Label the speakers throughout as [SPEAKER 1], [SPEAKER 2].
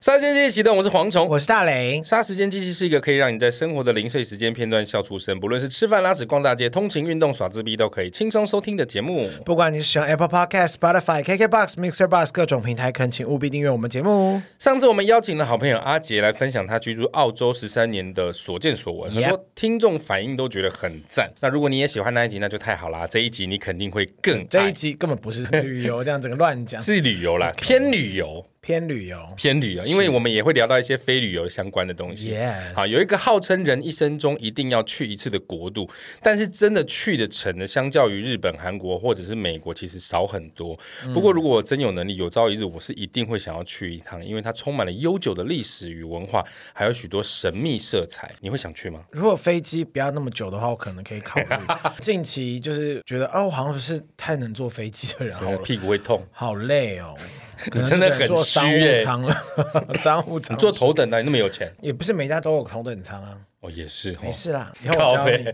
[SPEAKER 1] 杀时间机器启动，我是蝗虫。
[SPEAKER 2] 我是大雷，
[SPEAKER 1] 杀时间机器是一个可以让你在生活的零碎时间片段笑出声，不论是吃饭、拉屎、逛大街、通勤、运动、耍自闭，都可以轻松收听的节目。
[SPEAKER 2] 不管你是使用 Apple Podcast、Spotify、KKBox、Mixer Box 各种平台，恳请务必订阅我们节目。
[SPEAKER 1] 上次我们邀请了好朋友阿杰来分享他居住澳洲十三年的所见所闻，很
[SPEAKER 2] Yep
[SPEAKER 1] 多听众反应都觉得很赞。那如果你也喜欢那一集，那就太好啦！这一集你肯定会更
[SPEAKER 2] 这
[SPEAKER 1] 爱
[SPEAKER 2] 一，集啊根本不是旅游， 这样整个乱讲，
[SPEAKER 1] 是旅游啦，偏旅游，
[SPEAKER 2] 偏旅游。
[SPEAKER 1] 偏旅游，因为我们也会聊到一些非旅游相关的东西。
[SPEAKER 2] Yes，
[SPEAKER 1] 好，有一个号称人一生中一定要去一次的国度，但是真的去的成呢，相较于日本、韩国或者是美国，其实少很多。不过，如果我真有能力，有朝一日我是一定会想要去一趟，因为它充满了悠久的历史与文化，还有许多神秘色彩。你会想去吗？
[SPEAKER 2] 如果飞机不要那么久的话，我可能可以考虑。 近期就是觉得哦，我好像不是太能坐飞机的人好了，
[SPEAKER 1] 屁股会痛，
[SPEAKER 2] 好累 哦，可能
[SPEAKER 1] 真的
[SPEAKER 2] 就只能
[SPEAKER 1] 很
[SPEAKER 2] 坐
[SPEAKER 1] 虚
[SPEAKER 2] 商务
[SPEAKER 1] 欸
[SPEAKER 2] 舱了， 商务舱
[SPEAKER 1] 你坐头等的，你那么有钱
[SPEAKER 2] 也不是每家都有同等舱啊，
[SPEAKER 1] 哦，也是哦
[SPEAKER 2] 没。事啦，以后我教你。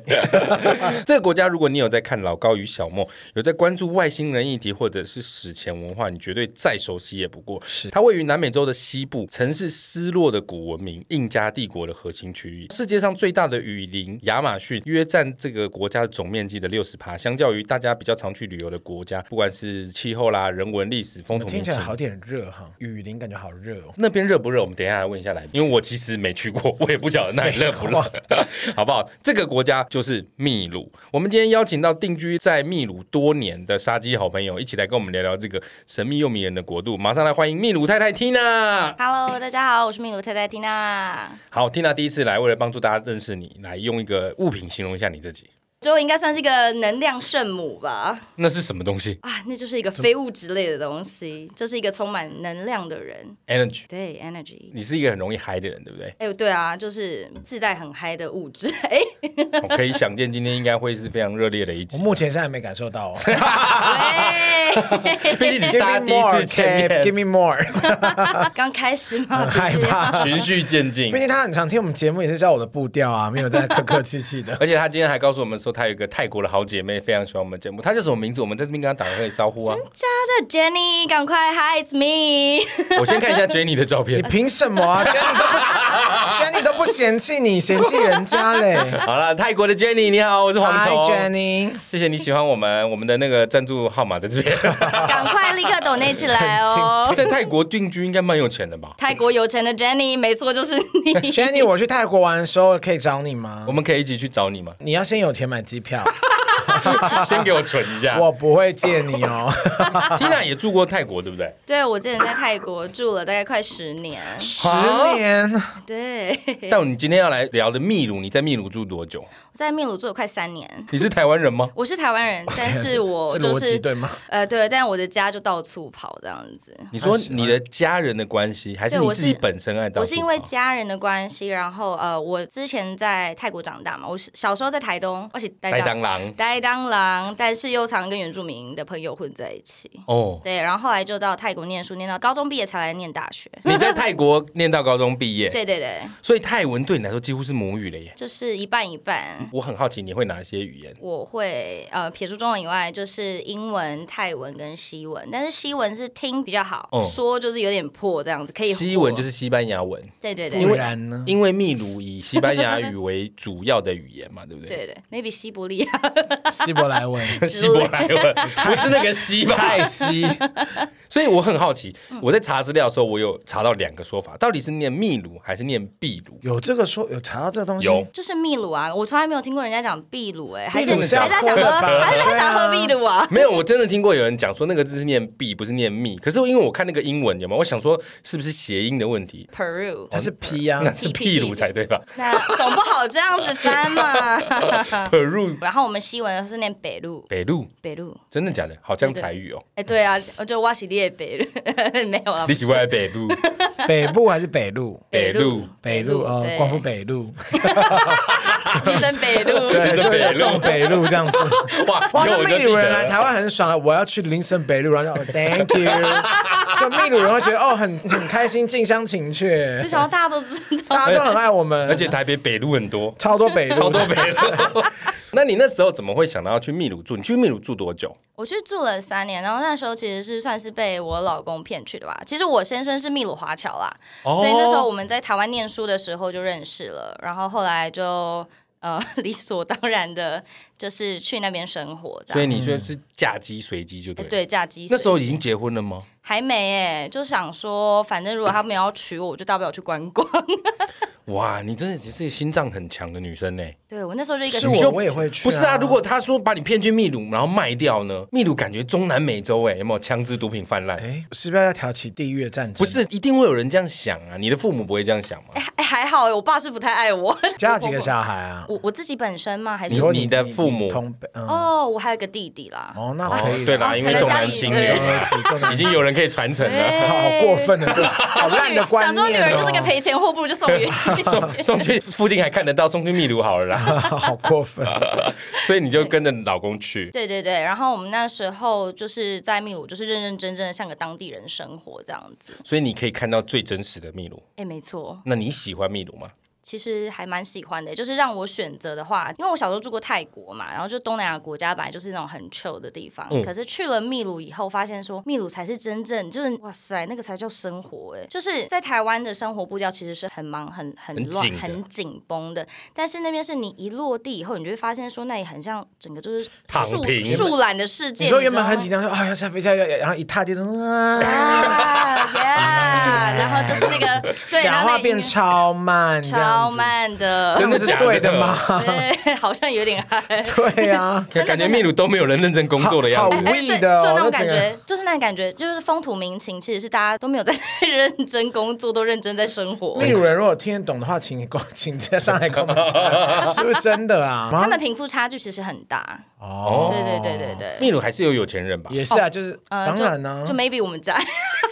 [SPEAKER 1] 这个国家，如果你有在看老高与小莫，有在关注外星人议题或者是史前文化，你绝对再熟悉也不过。
[SPEAKER 2] 是
[SPEAKER 1] 它位于南美洲的西部，曾是失落的古文明印加帝国的核心区域，世界上最大的雨林亚马逊约占这个国家总面积的六十趴。相较于大家比较常去旅游的国家，不管是气候啦、人文、历史、风土
[SPEAKER 2] 听
[SPEAKER 1] 民
[SPEAKER 2] 起
[SPEAKER 1] 情
[SPEAKER 2] 来。好点热哈，雨林感觉好热哦。
[SPEAKER 1] 那边热不热？我们等一下来问一下来宾，因为我其实没去过，我也不晓得 那里热不热， 好不好？这个国家就是秘鲁。我们今天邀请到定居在秘鲁多年的杀鸡好朋友，一起来跟我们聊聊这个神秘又迷人的国度。马上来欢迎秘鲁太太 Tina。
[SPEAKER 3] Hello，大家好，我是秘鲁太太缇娜。
[SPEAKER 1] 好，Tina 第一次来，为了帮助大家认识你，来用一个物品形容一下你自己，
[SPEAKER 3] 最后应该算是一个能量圣母吧？
[SPEAKER 1] 那是什么东西
[SPEAKER 3] 啊，那就是一个非物质类的东西，就是一个充满能量的人。
[SPEAKER 1] ？Energy。
[SPEAKER 3] 对，energy。
[SPEAKER 1] 你是一个很容易嗨的人，对不对？
[SPEAKER 3] 哎、对啊，就是自带很嗨的物质。 哎、
[SPEAKER 1] 我可以想见，今天应该会是非常热烈的一
[SPEAKER 2] 我
[SPEAKER 1] 集。
[SPEAKER 2] 目前是还没感受到哦。
[SPEAKER 3] 哎
[SPEAKER 1] 毕 竟你
[SPEAKER 2] Give
[SPEAKER 1] 大家
[SPEAKER 2] me
[SPEAKER 1] 第一次
[SPEAKER 2] more, K.
[SPEAKER 1] 见面
[SPEAKER 2] Give，me more，
[SPEAKER 3] 刚开始嘛，
[SPEAKER 2] 很害
[SPEAKER 3] 不是
[SPEAKER 2] 怕。
[SPEAKER 1] 循序渐 进
[SPEAKER 2] 毕。竟他很常听我们节目，也是照我的步调啊，没有在客客气气的
[SPEAKER 1] 。而且她今天还告诉我们说，她有一个泰国的好姐妹非常喜欢我们节目，她叫什么名字？我们在这边跟她打个招呼啊。
[SPEAKER 3] 那 Jenny，赶快，Hi，it's me。
[SPEAKER 1] 我先看一下 Jenny 的照
[SPEAKER 2] 你
[SPEAKER 1] 片。
[SPEAKER 2] 凭什么啊？既然你都不嫌， 既然你都不嫌弃你，嫌弃人家 嘞。
[SPEAKER 1] 好了，泰国的 Jenny 你好，我是黄
[SPEAKER 2] Hi
[SPEAKER 1] 虫，
[SPEAKER 2] Jenny，
[SPEAKER 1] 谢谢你喜欢我们，我们的那个赞助号码在这 边。
[SPEAKER 3] 赶快立刻抖内起来哦！
[SPEAKER 1] 在泰国定居应该蛮有钱的吧？
[SPEAKER 3] 泰国有钱的 Jenny，没错，就是你。
[SPEAKER 2] Jenny，我去泰国玩的时候可以找你吗？
[SPEAKER 1] 我？们可以一起去找你 吗
[SPEAKER 2] 你要先有钱买机 票，
[SPEAKER 1] 先给我存一下。
[SPEAKER 2] 我不会借你 哦。
[SPEAKER 1] Tina 也住过泰国，对不对？
[SPEAKER 3] 对，我之前在泰国住了大概快十年。
[SPEAKER 2] 十年，
[SPEAKER 3] 对，
[SPEAKER 1] 但你今天要来聊的秘鲁，你在秘鲁住多久？
[SPEAKER 3] 我在秘鲁住了快三年。
[SPEAKER 1] 你是台湾人 吗？
[SPEAKER 3] 我是台湾人，但是我
[SPEAKER 2] 这
[SPEAKER 3] 就
[SPEAKER 2] 逻
[SPEAKER 3] 是
[SPEAKER 2] 辑对吗？
[SPEAKER 3] 呃对，但我的家就到处跑这样子。
[SPEAKER 1] 你说你的家人的关系，还是
[SPEAKER 3] 对
[SPEAKER 1] 你
[SPEAKER 3] 我是
[SPEAKER 1] 自己本身爱到处跑？
[SPEAKER 3] 我是因为家人的关系，然后呃，我之前在泰国长大嘛，我是小时候在台东，而且
[SPEAKER 1] 白
[SPEAKER 3] 呆
[SPEAKER 1] 当
[SPEAKER 3] 当
[SPEAKER 1] 狼
[SPEAKER 3] 呆当郎，但是又常跟原住民的朋友混在一起。
[SPEAKER 1] 哦。
[SPEAKER 3] 对，然后后来就到泰国念书，念到高中毕业才来念大学。
[SPEAKER 1] 你在泰国念到高中毕业，
[SPEAKER 3] 对对对，
[SPEAKER 1] 所以泰文对你来说几乎是母语了耶。
[SPEAKER 3] 就是一半一半。
[SPEAKER 1] 我很好奇你会哪些语言？
[SPEAKER 3] 我会呃，撇除中文以外，就是英文、泰文跟西文，但是西文是听比较好，
[SPEAKER 1] 哦
[SPEAKER 3] 说就是有点破这样子，可以嗯
[SPEAKER 1] 西文
[SPEAKER 3] 活
[SPEAKER 1] 就是西班牙文，
[SPEAKER 3] 对对对，
[SPEAKER 2] 不然呢？
[SPEAKER 1] 因为秘鲁以西班牙语为主要的语言嘛，对不对？
[SPEAKER 3] 对对，maybe 西伯利亚，
[SPEAKER 2] 希伯来 文
[SPEAKER 1] 希伯来文 不是那个西吧？
[SPEAKER 2] 泰西，
[SPEAKER 1] 所以我很好奇，
[SPEAKER 3] 嗯
[SPEAKER 1] 我在查资料的时候，我有查到两个说法，到底是念秘鲁还是念秘鲁？
[SPEAKER 2] 有这个说有查到这个东西？
[SPEAKER 1] 有
[SPEAKER 3] 就是秘鲁啊，我从来没有听过人家讲秘鲁、哎，还是
[SPEAKER 2] 秘
[SPEAKER 3] 还
[SPEAKER 2] 鲁
[SPEAKER 3] 是
[SPEAKER 2] 是要
[SPEAKER 3] 他想
[SPEAKER 2] 喝
[SPEAKER 3] 喝，
[SPEAKER 2] 的吧
[SPEAKER 3] 还是他想喝秘 鲁啊？
[SPEAKER 1] 没有，我真的听过有人讲说那个字是念币，不是念密。可是因为我看那个英文有没有，我想说是不是谐音的问题？
[SPEAKER 3] Peru，
[SPEAKER 2] 它是 P 啊呀、
[SPEAKER 1] 那是秘鲁才对吧
[SPEAKER 3] 那总不好这样子翻嘛。 啊
[SPEAKER 1] ？Peru
[SPEAKER 3] 然后我们西文是念北路，
[SPEAKER 1] 北路，
[SPEAKER 3] 北路，
[SPEAKER 1] 真的假的？好像
[SPEAKER 3] 对对
[SPEAKER 1] 台语哦。
[SPEAKER 3] 哎、对啊，我就挖起列北路， 没有啊，
[SPEAKER 1] 你喜欢北路？
[SPEAKER 2] 北部还是北路？
[SPEAKER 1] 北路，
[SPEAKER 2] 北路哦，
[SPEAKER 3] 对
[SPEAKER 2] 光复北路，
[SPEAKER 3] 一声北 路，
[SPEAKER 2] 对，
[SPEAKER 1] 林森
[SPEAKER 2] 就
[SPEAKER 1] 北
[SPEAKER 2] 有
[SPEAKER 1] 路
[SPEAKER 2] 这种北路这 样子。
[SPEAKER 1] 哇
[SPEAKER 2] 哇，
[SPEAKER 1] 以
[SPEAKER 2] 那
[SPEAKER 1] 后我就
[SPEAKER 2] 秘
[SPEAKER 1] 记
[SPEAKER 2] 鲁
[SPEAKER 1] 得
[SPEAKER 2] 人
[SPEAKER 1] 了
[SPEAKER 2] 来台湾很爽啊！我要去林森北路，然 后就哦 Thank you，就 秘鲁人会觉得哦，很很开心，近乡情怯
[SPEAKER 3] 就，想要大家都知道。
[SPEAKER 2] 大家都很爱我们，
[SPEAKER 1] 而且台北北路很多，
[SPEAKER 2] 超多北路，
[SPEAKER 1] 超多北路。 那你那时候怎么会想到要去秘鲁住？你去秘鲁住多久？
[SPEAKER 3] 我去住了三年，然后那时候其实是算是被我老公骗去的吧。其实我先生是秘鲁华侨啦，
[SPEAKER 1] 哦
[SPEAKER 3] 所以那时候我们在台湾念书的时候就认识了，然后后来就呃 理所当然的，就是去那边生活这
[SPEAKER 1] 所以
[SPEAKER 3] 样。
[SPEAKER 1] 你说是嫁鸡随鸡就对
[SPEAKER 3] 哎
[SPEAKER 1] 了。
[SPEAKER 3] 啊对，嫁鸡
[SPEAKER 1] 那时候已
[SPEAKER 3] 随鸡
[SPEAKER 1] 经结婚了吗？
[SPEAKER 3] 还没哎、就想说，反正如果他们要娶我，我就大不了去观光。
[SPEAKER 1] 哇，你真的只是心脏很强的女生呢。
[SPEAKER 3] 对我那时候就一个
[SPEAKER 2] 是
[SPEAKER 1] 你
[SPEAKER 2] 我
[SPEAKER 1] 就
[SPEAKER 2] 我也会去、
[SPEAKER 1] 不是啊，如果他说把你骗去秘鲁，然后卖掉呢？秘鲁感觉中南美洲哎，有没有枪支毒品泛滥？
[SPEAKER 2] 哎，是不是要挑起地域的战争？
[SPEAKER 1] 不，是，一定会有人这样想啊。你的父母不会这样想吗？
[SPEAKER 3] 哎、还好、欸，我爸是不太爱我。
[SPEAKER 2] 家有几个小孩啊？
[SPEAKER 3] 我我自己本身吗？还
[SPEAKER 1] 你
[SPEAKER 3] 是
[SPEAKER 2] 说
[SPEAKER 1] 你的父母
[SPEAKER 2] 你同辈嗯
[SPEAKER 3] 哦，我还有个弟弟啦。
[SPEAKER 2] 哦，那可以
[SPEAKER 1] 对啦，
[SPEAKER 3] 啊
[SPEAKER 1] 因为
[SPEAKER 3] 可能
[SPEAKER 1] 重
[SPEAKER 3] 家
[SPEAKER 1] 男
[SPEAKER 3] 里
[SPEAKER 1] 轻
[SPEAKER 3] 对
[SPEAKER 1] 女
[SPEAKER 2] 有，儿子重
[SPEAKER 3] 哎
[SPEAKER 2] 男
[SPEAKER 1] 已经有人可以传承了。
[SPEAKER 2] 好过分的，对好烂的观
[SPEAKER 3] 想说女
[SPEAKER 2] 念
[SPEAKER 3] 儿
[SPEAKER 2] 哦，
[SPEAKER 3] 就是个赔钱货，不如 就送给
[SPEAKER 1] 送送去附近还看得到，送去秘鲁好了 啦。
[SPEAKER 2] 好过分。
[SPEAKER 1] 所以你就跟着老公去。
[SPEAKER 3] 对对对，然后我们那时候就是在秘鲁，就是认认真真的像个当地人生活这样子。
[SPEAKER 1] 所以你可以看到最真实的秘鲁。
[SPEAKER 3] 哎，没错，
[SPEAKER 1] 那你喜欢秘鲁吗？
[SPEAKER 3] 其实还蛮喜欢的。就是让我选择的话，因为我小时候住过泰国嘛，然后就东南亚国家本来就是那种很 chill 的地方。
[SPEAKER 1] 嗯
[SPEAKER 3] 可是去了秘鲁以后，发现说秘鲁才是真正就是哇塞，那个才叫生活哎、就是在台湾的生活步调其实是很忙、很很
[SPEAKER 1] 很
[SPEAKER 3] 乱、
[SPEAKER 1] 紧的
[SPEAKER 3] 很紧绷的，但是那边是你一落地以后，你就会发现说那里很像整个就是
[SPEAKER 1] 躺
[SPEAKER 3] 树
[SPEAKER 1] 平
[SPEAKER 3] 树懒的世界。
[SPEAKER 2] 你说原
[SPEAKER 3] 知道
[SPEAKER 2] 本
[SPEAKER 3] 吗
[SPEAKER 2] 很紧张，说啊要下飞机，要要然后一踏地 上啊，
[SPEAKER 3] 啊，yeah，然后就是那个对，然
[SPEAKER 2] 讲
[SPEAKER 3] 后那
[SPEAKER 2] 话
[SPEAKER 3] 个
[SPEAKER 2] 变
[SPEAKER 3] 音乐
[SPEAKER 2] 超慢，这样
[SPEAKER 3] 超
[SPEAKER 2] 子，
[SPEAKER 3] 慢的，
[SPEAKER 2] 这样
[SPEAKER 1] 真
[SPEAKER 2] 是
[SPEAKER 1] 的假的
[SPEAKER 2] 对的吗？
[SPEAKER 3] 对， 好像有点嗨。
[SPEAKER 2] 对啊，
[SPEAKER 1] 感感觉秘鲁都没有人认真工作的样
[SPEAKER 2] 好
[SPEAKER 1] 子。
[SPEAKER 2] 无
[SPEAKER 3] 哎对
[SPEAKER 2] 力的哦，
[SPEAKER 3] 就那
[SPEAKER 2] 整
[SPEAKER 3] 种感
[SPEAKER 2] 个
[SPEAKER 3] 觉，就是那种感觉，就是风土民情，其实是大家都没有在认真工作，都认真在生活
[SPEAKER 2] 秘。鲁人如果听得懂的话，请你跟我请直接上来跟我们讲，是不是真的啊？
[SPEAKER 3] 他们贫富差距其实很大，
[SPEAKER 2] 哦，
[SPEAKER 3] 对对对对对，
[SPEAKER 1] 秘鲁还是有有钱人吧？
[SPEAKER 2] 也是啊，就是当然啊呢
[SPEAKER 3] 就，maybe 我们在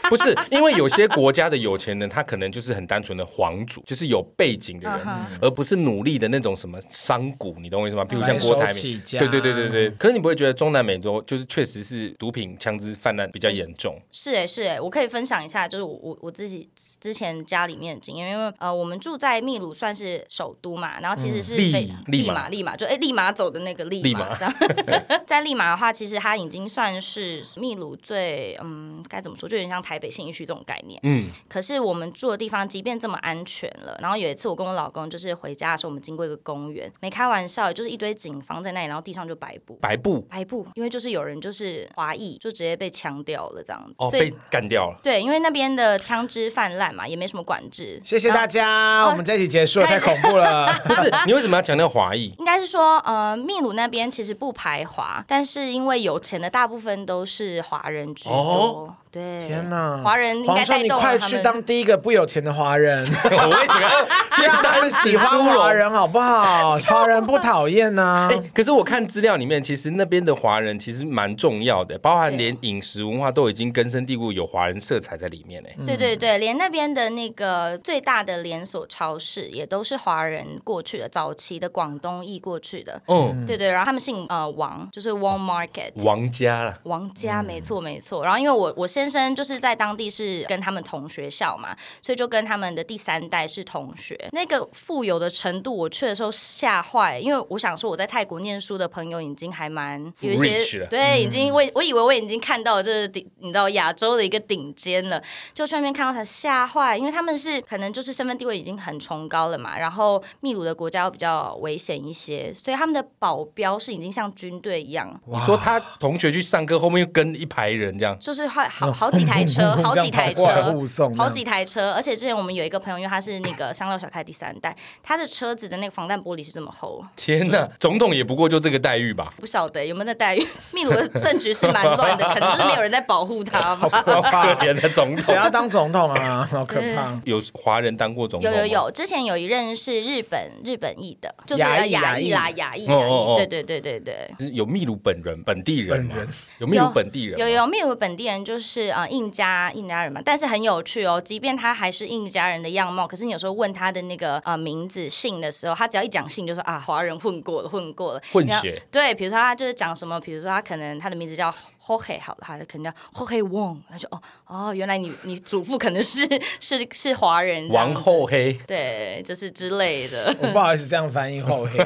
[SPEAKER 1] 不是，因为有些国家的有钱人，他可能就是很单纯的皇族，就是有背景的人，而不是努力的那种什么商贾，你懂我意思吗？比如像郭台
[SPEAKER 2] 白手起
[SPEAKER 1] 铭，
[SPEAKER 2] 家
[SPEAKER 1] 对对对对对。可是你不会觉得中南美洲就是确实是毒品、枪支泛滥比较严重？
[SPEAKER 3] 是哎、是哎、我可以分享一下，就是我我我自己之前家里面的经验，因为呃，我们住在秘鲁算是首都嘛，然后其实是
[SPEAKER 1] 嗯利
[SPEAKER 3] 非
[SPEAKER 1] 利
[SPEAKER 3] 利
[SPEAKER 1] 马
[SPEAKER 3] 马利马就哎、利马走的那个利
[SPEAKER 1] 利马
[SPEAKER 3] 马，这样 在利马的话，其实它已经算是秘鲁最嗯该怎么说，就有点像台北信义区这种概念。
[SPEAKER 1] 嗯，
[SPEAKER 3] 可是我们住的地方，即便这么安全了，然后有一次我跟我老公就是回家的时候，我们经过一个公园，没开玩笑，就是一堆警方在那里，然后地上就白布。
[SPEAKER 1] 白布
[SPEAKER 3] 白布，因为就是有人就是华裔，就直接被枪掉了这样子，
[SPEAKER 1] 哦
[SPEAKER 3] 所以
[SPEAKER 1] 被干掉了。
[SPEAKER 3] 对，因为那边的枪支泛滥嘛，也没什么管制。
[SPEAKER 2] 谢谢大家，
[SPEAKER 3] 哦
[SPEAKER 2] 我们这一集结束了，太恐怖 了。
[SPEAKER 1] 不是，你为什么要强调华裔？
[SPEAKER 3] 应该是说，呃，秘鲁那边其实不排华，但是因为有钱的大部分都是华人居多。
[SPEAKER 1] 哦
[SPEAKER 3] 对，
[SPEAKER 2] 天哪，
[SPEAKER 3] 华人应该
[SPEAKER 2] 皇
[SPEAKER 3] 带
[SPEAKER 2] 上，
[SPEAKER 3] 动
[SPEAKER 2] 你
[SPEAKER 3] 了
[SPEAKER 2] 快
[SPEAKER 3] 他
[SPEAKER 2] 去
[SPEAKER 3] 们
[SPEAKER 2] 当第一个不有钱的华 人，
[SPEAKER 1] 我为什么要去
[SPEAKER 2] 让他们喜欢华人好不 好？
[SPEAKER 3] 啊
[SPEAKER 2] 华人不讨厌啊呐
[SPEAKER 1] 哎、。可是我看资料里面，其实那边的华人其实蛮重要的，包含连饮食文化都已经根深蒂固有华人色彩在里面呢。
[SPEAKER 3] 对对对，连那边的那个最大的连锁超市也都是华人过去的，早期的广东裔过去的。
[SPEAKER 1] 嗯，
[SPEAKER 3] 对对，然后他们姓呃王，就是
[SPEAKER 2] 哦
[SPEAKER 3] Wong Market。
[SPEAKER 1] 王家啦，
[SPEAKER 3] 王
[SPEAKER 1] 嗯
[SPEAKER 3] 家，没错没错。然后因为我我先生就是在当地是跟他们同学校嘛，所以就跟他们的第三代是同学。那个富有的程度，我去的时候吓坏，因为我想说我在泰国念书的朋友已经还蛮有一
[SPEAKER 1] Rich 了嗯
[SPEAKER 3] 些对，已经我我以为我已经看到这是顶，你知道亚洲的一个顶尖了，就去那边看到他吓坏，因为他们是可能就是身份地位已经很崇高了嘛，然后秘鲁的国家又比较危险一些，所以他们的保镖是已经像军队一样，
[SPEAKER 1] 你说他同学去上课，后面又跟一排人这样，
[SPEAKER 3] 就是好好好几 台车，好几台
[SPEAKER 2] 哦这样跑过来
[SPEAKER 3] 车
[SPEAKER 2] 护送这样
[SPEAKER 3] 好几台车。而且之前我们有一个朋友，因为他是那个香料小开第三代，他的车子的那个防弹玻璃是这么厚，
[SPEAKER 1] 天哪，总统也不过就这个待遇吧。
[SPEAKER 3] 不晓得有没有在待遇。秘鲁的政局是蛮乱的，可能就是没有人在保护 他嘛。
[SPEAKER 2] 可 怕
[SPEAKER 1] 可怜的总
[SPEAKER 2] 谁
[SPEAKER 1] 统，
[SPEAKER 2] 要当总统啊？好可怕！
[SPEAKER 1] 有华人当过总统
[SPEAKER 3] 有
[SPEAKER 1] 吗
[SPEAKER 3] 有。有，之前有一任是日本日本裔的，就是
[SPEAKER 2] 亚裔
[SPEAKER 3] 亚
[SPEAKER 2] 亚
[SPEAKER 3] 啦，
[SPEAKER 2] 裔
[SPEAKER 3] 亚裔
[SPEAKER 1] 哦
[SPEAKER 3] 亚
[SPEAKER 1] 哦哦
[SPEAKER 3] 裔，对对对对对。
[SPEAKER 1] 是有秘鲁本人本地人吗
[SPEAKER 2] 本人？
[SPEAKER 1] 有秘鲁本地人吗
[SPEAKER 3] 有有秘鲁本地人就是呃印加印加人嘛，但是很有趣哦。即便他还是印加人的样貌，可是你有时候问他的那个呃名字姓的时候，他只要一讲姓就说啊华人混过了混过了
[SPEAKER 1] 混
[SPEAKER 3] 然后
[SPEAKER 1] 血
[SPEAKER 3] 对，比如说他就是讲什么，比如说他可能他的名字叫 Jorge 好了，他可能叫哦 Jorge Wong，他就哦哦，原来你你祖父可能是 是是华人这样
[SPEAKER 1] 王
[SPEAKER 3] 子
[SPEAKER 1] 后黑，
[SPEAKER 3] 对，就是之类的。
[SPEAKER 2] 我不好意思这样翻译厚黑，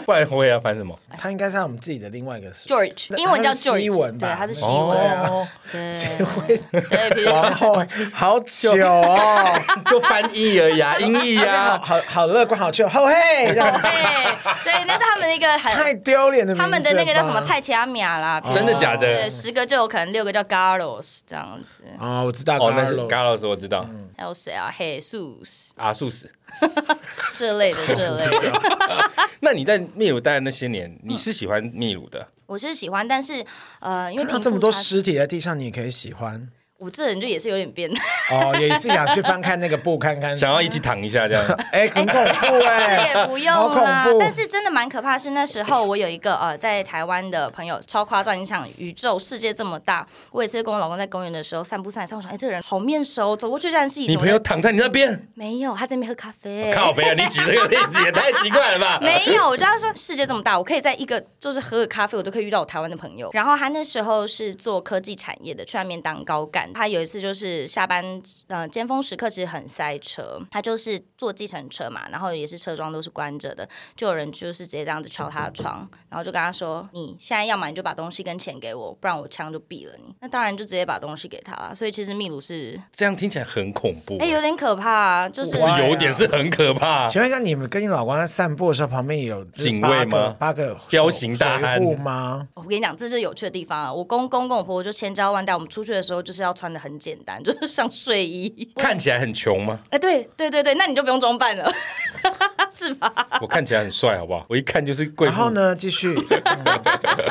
[SPEAKER 1] 不然我也要翻什么？
[SPEAKER 2] 他应该是我们自己的另外一个是
[SPEAKER 3] George，
[SPEAKER 2] 那
[SPEAKER 3] 英文叫
[SPEAKER 2] 他是西
[SPEAKER 3] George，
[SPEAKER 2] 文吧
[SPEAKER 3] 对，他是西文，
[SPEAKER 1] 哦，
[SPEAKER 2] 谁
[SPEAKER 3] 对
[SPEAKER 2] 会
[SPEAKER 3] 对，比如
[SPEAKER 2] 王后黑？好久哦，
[SPEAKER 1] 就翻译而已啊，音译
[SPEAKER 2] 好
[SPEAKER 1] 啊。
[SPEAKER 2] 好好乐观，好久，厚黑这样子，
[SPEAKER 3] 对对，那是他们的一个
[SPEAKER 2] 太
[SPEAKER 3] 很，
[SPEAKER 2] 丢脸的名字了吧。
[SPEAKER 3] 他
[SPEAKER 2] 哦
[SPEAKER 3] 们的那个叫什么菜奇阿米亚啦，比如说
[SPEAKER 1] 真的假的
[SPEAKER 3] 对，十个就有可能六个叫 Carlos 这样子，
[SPEAKER 2] 啊？我知道，
[SPEAKER 1] 哦，那是
[SPEAKER 2] Carlos
[SPEAKER 1] g a l o s 我知道，
[SPEAKER 2] 嗯
[SPEAKER 3] 还有谁啊？Jesus
[SPEAKER 1] 阿素斯。
[SPEAKER 3] 这类 的这类的，
[SPEAKER 1] 那你在秘鲁待的那些年，
[SPEAKER 3] 嗯
[SPEAKER 1] 你是喜欢秘鲁的？
[SPEAKER 3] 我是喜欢，但是呃，因为
[SPEAKER 2] 看到
[SPEAKER 3] 贫
[SPEAKER 2] 这么
[SPEAKER 3] 富
[SPEAKER 2] 多
[SPEAKER 3] 差距，
[SPEAKER 2] 尸体在地上，你也可以喜欢
[SPEAKER 3] 我这人就也是有点变态，
[SPEAKER 2] 哦，也是想去翻看那个布，看看。
[SPEAKER 1] 想要一起躺一下这样？
[SPEAKER 2] 哎，很恐怖哎，
[SPEAKER 3] 也不用
[SPEAKER 2] 好恐
[SPEAKER 3] 啦
[SPEAKER 2] 怖。
[SPEAKER 3] 但是真的蛮可怕，是那时候我有一个呃在台湾的朋友，超夸张！你想宇宙世界这么大，我也是跟我老公在公园的时候散步散一散，我想哎这个人好面熟，走过去认识一下。
[SPEAKER 1] 你朋友躺在你那 边，
[SPEAKER 3] 没有，他在那边喝咖啡。
[SPEAKER 1] 靠北啊！你举这个例子也太奇怪了 吧？
[SPEAKER 3] 没有，我啊就跟呃他说世界这么大，我可以在一个就是喝个咖啡，我都可以遇到我台湾的朋友。然后他那时候是做科技产业的，去外面当高干。他有一次就是下班，呃，尖峰时刻其实很塞车，他就是坐计程车嘛，然后也是车窗都是关着的，就有人就是直接这样子敲他的窗，然后就跟他说：“你现在要么你就把东西跟钱给我，不然我枪就毙了你。”那当然就直接把东西给他了。所以其实秘鲁是，
[SPEAKER 1] 这样听起来很恐怖
[SPEAKER 3] 哎、，有点可怕、啊，就是
[SPEAKER 1] 是有点是很可怕。
[SPEAKER 2] 请问一下，你们跟你老公在散步的时候，旁边有就是
[SPEAKER 1] 警卫吗
[SPEAKER 2] 八个八个手
[SPEAKER 1] 彪形大汉
[SPEAKER 2] 水户吗？
[SPEAKER 3] 我跟你讲，这是有趣的地方啊！我公公跟我婆婆就千交万代，我们出去的时候就是要穿的很简单， 就是像睡衣。
[SPEAKER 1] 看起来很穷 吗？
[SPEAKER 3] 哎、对对对对，那你就不用装扮了， 是吧？
[SPEAKER 1] 我看起来很帅，好不好？我一看就是贵
[SPEAKER 2] 然
[SPEAKER 1] 妇。
[SPEAKER 2] 后呢，继续，嗯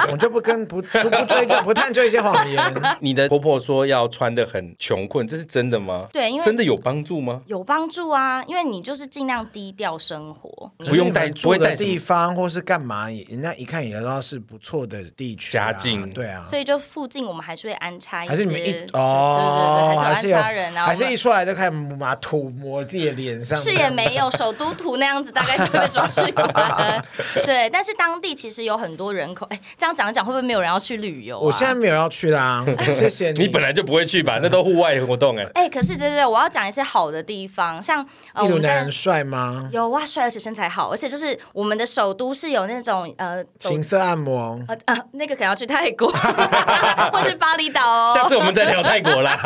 [SPEAKER 2] 我们就不跟不不不追究不探究一些谎 言。
[SPEAKER 1] 你的婆婆说要穿的很穷困，这是真的吗？
[SPEAKER 3] 对因为
[SPEAKER 1] 真的有帮助吗？
[SPEAKER 3] 有帮助啊，因为你就是尽量低调生活。
[SPEAKER 1] 不用带
[SPEAKER 2] 可是你们住
[SPEAKER 1] 不会带
[SPEAKER 2] 的
[SPEAKER 1] 什么
[SPEAKER 2] 地方或是干嘛，也人家一看也知道是不错的地区啊，
[SPEAKER 1] 家境
[SPEAKER 2] 对啊。
[SPEAKER 3] 所以就附近我们还是会安插一些，
[SPEAKER 2] 还是你们
[SPEAKER 3] 对
[SPEAKER 2] 一
[SPEAKER 3] 对对
[SPEAKER 2] 哦，
[SPEAKER 3] 对，还
[SPEAKER 2] 是
[SPEAKER 3] 是
[SPEAKER 2] 有
[SPEAKER 3] 有安插人啊，
[SPEAKER 2] 还是
[SPEAKER 3] 我
[SPEAKER 2] 一
[SPEAKER 3] 们
[SPEAKER 2] 出来就开始抹涂抹自己的脸上，
[SPEAKER 3] 是也没有啊首都图那样子，大概是被装饰完。 对，但是当地其实有很多人口，哎，这样讲一讲会不会没有人要去旅游、啊？
[SPEAKER 2] 我现在没有要去 啦，谢谢你。
[SPEAKER 1] 你本来就不会去
[SPEAKER 3] 嗯
[SPEAKER 1] 吧？那都户外活动哎、
[SPEAKER 3] 哎、可是对对对，我要讲一些好的地方，像呃，
[SPEAKER 2] 秘鲁
[SPEAKER 3] 我们
[SPEAKER 2] 男
[SPEAKER 3] 在
[SPEAKER 2] 人帅吗？
[SPEAKER 3] 有哇帅，而且身材好，而且就是我们的首都是有那种呃，走
[SPEAKER 2] 情色按摩，
[SPEAKER 3] 呃呃那个可能要去泰国或是巴厘岛
[SPEAKER 1] 下
[SPEAKER 3] 哦。
[SPEAKER 1] 次我们再聊泰国 啦。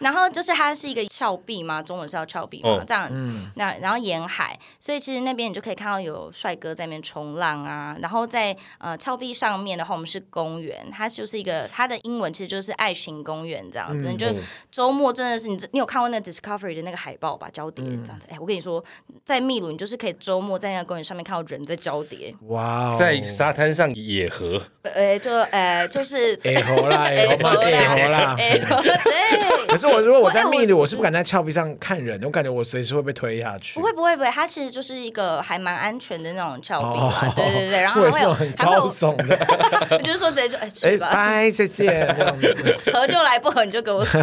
[SPEAKER 3] 然后就是它是一个峭壁嘛，中文是叫峭壁嘛，
[SPEAKER 1] 哦
[SPEAKER 3] 这样。那然后沿海，所以其实那边你就可以看到有帅哥在那边冲浪啊。然后在呃峭壁上面的话，我们是公园，它就是一个它的英文其实就是爱情公园这样子，你就周末真的是你这，你有看过那个 Discovery 的那个海报吧？交叠这样子。哎、我跟你说，在秘鲁，你就是可以周末在那个公园上面看到人在交叠，
[SPEAKER 2] 哇哦，
[SPEAKER 1] 在沙滩上野合，
[SPEAKER 3] 呃、就呃，就是。
[SPEAKER 2] 哎吼啦，哎 吼嘛，哎吼啦。
[SPEAKER 3] 哎、对，
[SPEAKER 2] 可是我如果我在
[SPEAKER 3] 我哎
[SPEAKER 2] 秘 鲁，
[SPEAKER 3] 我
[SPEAKER 2] 我是不敢在峭壁上看人，我感觉我随时会被推下去
[SPEAKER 3] 不。会不会不会，它其实就是一个还蛮安全的那种峭壁
[SPEAKER 2] 哦
[SPEAKER 3] 嘛，对对对，然后
[SPEAKER 2] 我
[SPEAKER 3] 还
[SPEAKER 2] 也是
[SPEAKER 3] 会
[SPEAKER 2] 那
[SPEAKER 3] 有
[SPEAKER 2] 种很
[SPEAKER 3] 还会
[SPEAKER 2] 高
[SPEAKER 3] 有，
[SPEAKER 2] 耸的，
[SPEAKER 3] 就是说直接就哎、
[SPEAKER 2] 哎
[SPEAKER 3] 去， 吧，
[SPEAKER 2] 拜，再见，这样子。
[SPEAKER 3] 合就来，不合你就给我死。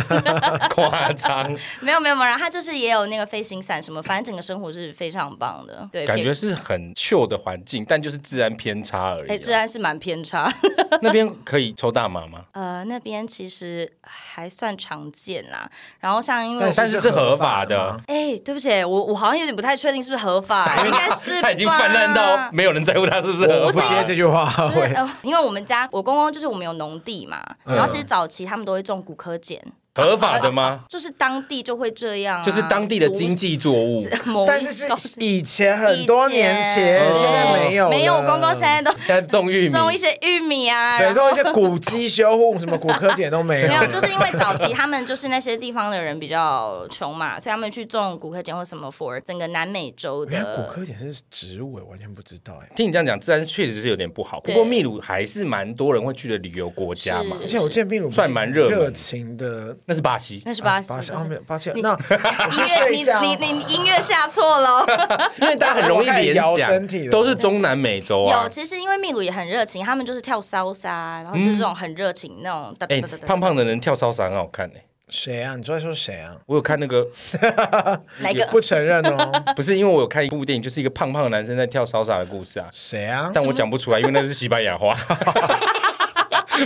[SPEAKER 1] 夸张，
[SPEAKER 3] 没有没有没有，然后它就是也有那个飞行伞什么，反正整个生活是非常棒的，对，
[SPEAKER 1] 感
[SPEAKER 3] 哎偏
[SPEAKER 1] 觉是很 chill 的环境，但就是治安偏差而已、啊
[SPEAKER 3] 哎、治安是蛮偏差。
[SPEAKER 1] 那边可以抽大麻吗？
[SPEAKER 3] 呃，那边其实还算常见啦。然后像因为
[SPEAKER 2] 但
[SPEAKER 3] 我
[SPEAKER 1] 但是是合法
[SPEAKER 2] 是合法
[SPEAKER 1] 的，
[SPEAKER 3] 哎、对不起，我我好像有点不太确定是不是合法， 应该是
[SPEAKER 1] 他已经泛滥
[SPEAKER 3] 吧
[SPEAKER 1] 到没有人在乎他是不是
[SPEAKER 2] 我
[SPEAKER 1] 合
[SPEAKER 2] 不
[SPEAKER 3] 是
[SPEAKER 1] 法
[SPEAKER 2] 接。这句话，
[SPEAKER 3] 就是
[SPEAKER 2] 喂，
[SPEAKER 3] 呃，因为我们家我公公就是我们有农地嘛，然后其实早期他们都会种骨科碱，
[SPEAKER 1] 合法的吗？
[SPEAKER 3] 就是当地就会这样啊、啊
[SPEAKER 1] 就是当地的
[SPEAKER 3] 毒
[SPEAKER 1] 经济作物，
[SPEAKER 3] 子某
[SPEAKER 2] 但
[SPEAKER 3] 一
[SPEAKER 2] 是是
[SPEAKER 3] 种东西
[SPEAKER 2] 以前很多年前
[SPEAKER 1] 以，前
[SPEAKER 2] 现在没有了，
[SPEAKER 3] 没有，我公公现在都
[SPEAKER 1] 现在种玉米，
[SPEAKER 3] 种一些玉米啊，
[SPEAKER 2] 对，
[SPEAKER 3] 然后
[SPEAKER 2] 说一些古迹修护，什么骨科检都没有
[SPEAKER 3] 没。有，就是因为早期他们就是那些地方的人比较穷嘛，所以他们去种骨科碱或什么 for 整个南美洲
[SPEAKER 2] 原来骨
[SPEAKER 3] 的。
[SPEAKER 2] 科检是植物，哎，完全不知道，
[SPEAKER 3] 嗯
[SPEAKER 2] 哎。
[SPEAKER 1] 听你这样讲，治安确实是有点不好。不
[SPEAKER 3] 对
[SPEAKER 1] 过秘鲁还是蛮多人会去的旅游国家嘛
[SPEAKER 3] 是
[SPEAKER 2] 而，且我见秘鲁不是
[SPEAKER 1] 算蛮热门
[SPEAKER 2] 热情的，
[SPEAKER 1] 那是巴西。
[SPEAKER 3] 那是巴西，
[SPEAKER 2] 巴西，
[SPEAKER 3] 就是
[SPEAKER 2] 哦，没有巴西，
[SPEAKER 3] 你
[SPEAKER 2] 那我
[SPEAKER 3] 音
[SPEAKER 2] 去睡一下
[SPEAKER 3] 乐，
[SPEAKER 2] 哦
[SPEAKER 3] 你你 你音乐下错了。
[SPEAKER 1] 因为大家很容易联
[SPEAKER 2] 我开始摇身体
[SPEAKER 1] 想，
[SPEAKER 2] 了
[SPEAKER 1] 都是中南美洲啊
[SPEAKER 3] 有，。其实因为秘鲁也很热情，他们就是跳骚沙，然后就是这种很热情那种哒哒
[SPEAKER 1] 哎、
[SPEAKER 3] 哒哒哒。
[SPEAKER 1] 胖胖的人跳骚莎很好看哎、
[SPEAKER 2] 谁啊？你在说谁啊？
[SPEAKER 1] 我有看那个，
[SPEAKER 3] 来一个
[SPEAKER 2] 不承认 哦，
[SPEAKER 1] 不是因为我有看一部电影，就是一个胖胖的男生在跳骚莎的故事啊，
[SPEAKER 2] 谁啊？
[SPEAKER 1] 但我讲不出来，因为那是西班牙话。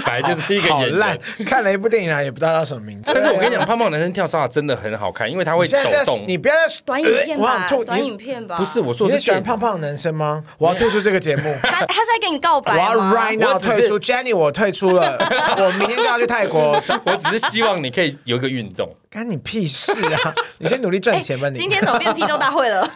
[SPEAKER 1] 反正就是一个
[SPEAKER 2] 好
[SPEAKER 1] 演
[SPEAKER 2] 烂
[SPEAKER 1] 员。，
[SPEAKER 2] 看了一部电影啊，也不知道叫什么名字。
[SPEAKER 1] 但是我跟你讲，胖胖男生跳沙真的很好看，因为他
[SPEAKER 2] 你
[SPEAKER 1] 会
[SPEAKER 2] 现
[SPEAKER 1] 抖
[SPEAKER 2] 在是要
[SPEAKER 1] 动。
[SPEAKER 2] 你不要再
[SPEAKER 3] 短影片
[SPEAKER 2] 呃我
[SPEAKER 3] 吧
[SPEAKER 2] 想，吐
[SPEAKER 3] 短
[SPEAKER 2] 你是
[SPEAKER 3] 影片吧。
[SPEAKER 1] 不是，我说
[SPEAKER 2] 你
[SPEAKER 1] 的是
[SPEAKER 2] 是喜
[SPEAKER 1] 电
[SPEAKER 2] 欢
[SPEAKER 1] 影
[SPEAKER 2] 胖胖的男生吗？我要退出这个节目，
[SPEAKER 3] 他他是在跟你 告
[SPEAKER 2] 我
[SPEAKER 3] 白
[SPEAKER 2] 要
[SPEAKER 3] 吗？
[SPEAKER 2] right now
[SPEAKER 1] 我只是
[SPEAKER 2] 退出。Jenny，我退出了，我明天就要去 泰国。
[SPEAKER 1] 我只是希望你可以有一个运 动，
[SPEAKER 2] 干你屁事啊！你先努力赚钱
[SPEAKER 1] 哎
[SPEAKER 2] 吧，你。
[SPEAKER 3] 哎今天怎么变批斗大 会了？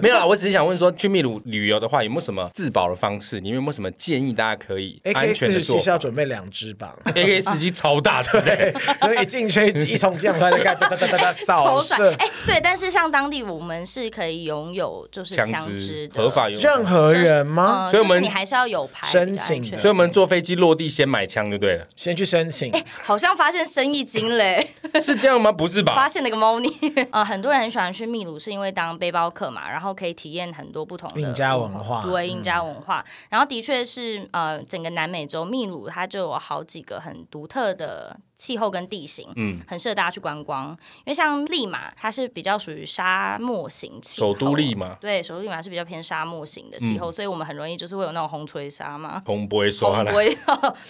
[SPEAKER 1] 没有啦。我只是想问说，去秘鲁旅游的话，有没有什么自保的方式？你有没有什么建议大家可以
[SPEAKER 2] A
[SPEAKER 1] 安
[SPEAKER 2] K
[SPEAKER 1] 全
[SPEAKER 2] 四
[SPEAKER 1] 的
[SPEAKER 2] 十
[SPEAKER 1] 做
[SPEAKER 2] 七是要准备两支吧？
[SPEAKER 1] ？A K 四七超大只的、
[SPEAKER 2] 对，所以一进去一冲进来就开始哒哒哒哒哒 扫
[SPEAKER 3] 抽
[SPEAKER 2] 射
[SPEAKER 3] 哎、，对，但是像当地我们是可以拥有 就是
[SPEAKER 1] 枪
[SPEAKER 3] 枪
[SPEAKER 1] 支
[SPEAKER 3] 支的
[SPEAKER 1] 合法拥有
[SPEAKER 2] 任何人吗？
[SPEAKER 3] 嗯
[SPEAKER 1] 所以我们
[SPEAKER 3] 就是你还是要有牌
[SPEAKER 2] 申
[SPEAKER 3] 比较安
[SPEAKER 2] 请
[SPEAKER 3] 全
[SPEAKER 2] 的
[SPEAKER 1] 所以我们坐飞机落地先买枪就对呃哎了，
[SPEAKER 2] 先去申请。
[SPEAKER 3] 好像发现生意经嘞，
[SPEAKER 1] 是这样吗？不是
[SPEAKER 3] 发
[SPEAKER 1] 吧？
[SPEAKER 3] 现了个猫腻。 呃，很多人很喜欢去秘鲁，是因为当背包客嘛，然后可以体验很多不同的
[SPEAKER 2] 印加文化嗯
[SPEAKER 3] 对印加文化。然后的确是呃，整个南美洲秘鲁它就有好几个很独特的气候跟地形，
[SPEAKER 1] 嗯
[SPEAKER 3] 嗯，很适合大家去观光。因为像利马，它是比较属于沙漠型气候，
[SPEAKER 1] 首都立嘛，
[SPEAKER 3] 对，首都利马是比较偏沙漠型的
[SPEAKER 2] 嗯
[SPEAKER 3] 气候，所以我们很容易就是会有那种红锤沙嘛。
[SPEAKER 1] 红不会说
[SPEAKER 3] 红
[SPEAKER 1] 了
[SPEAKER 3] 不。 会，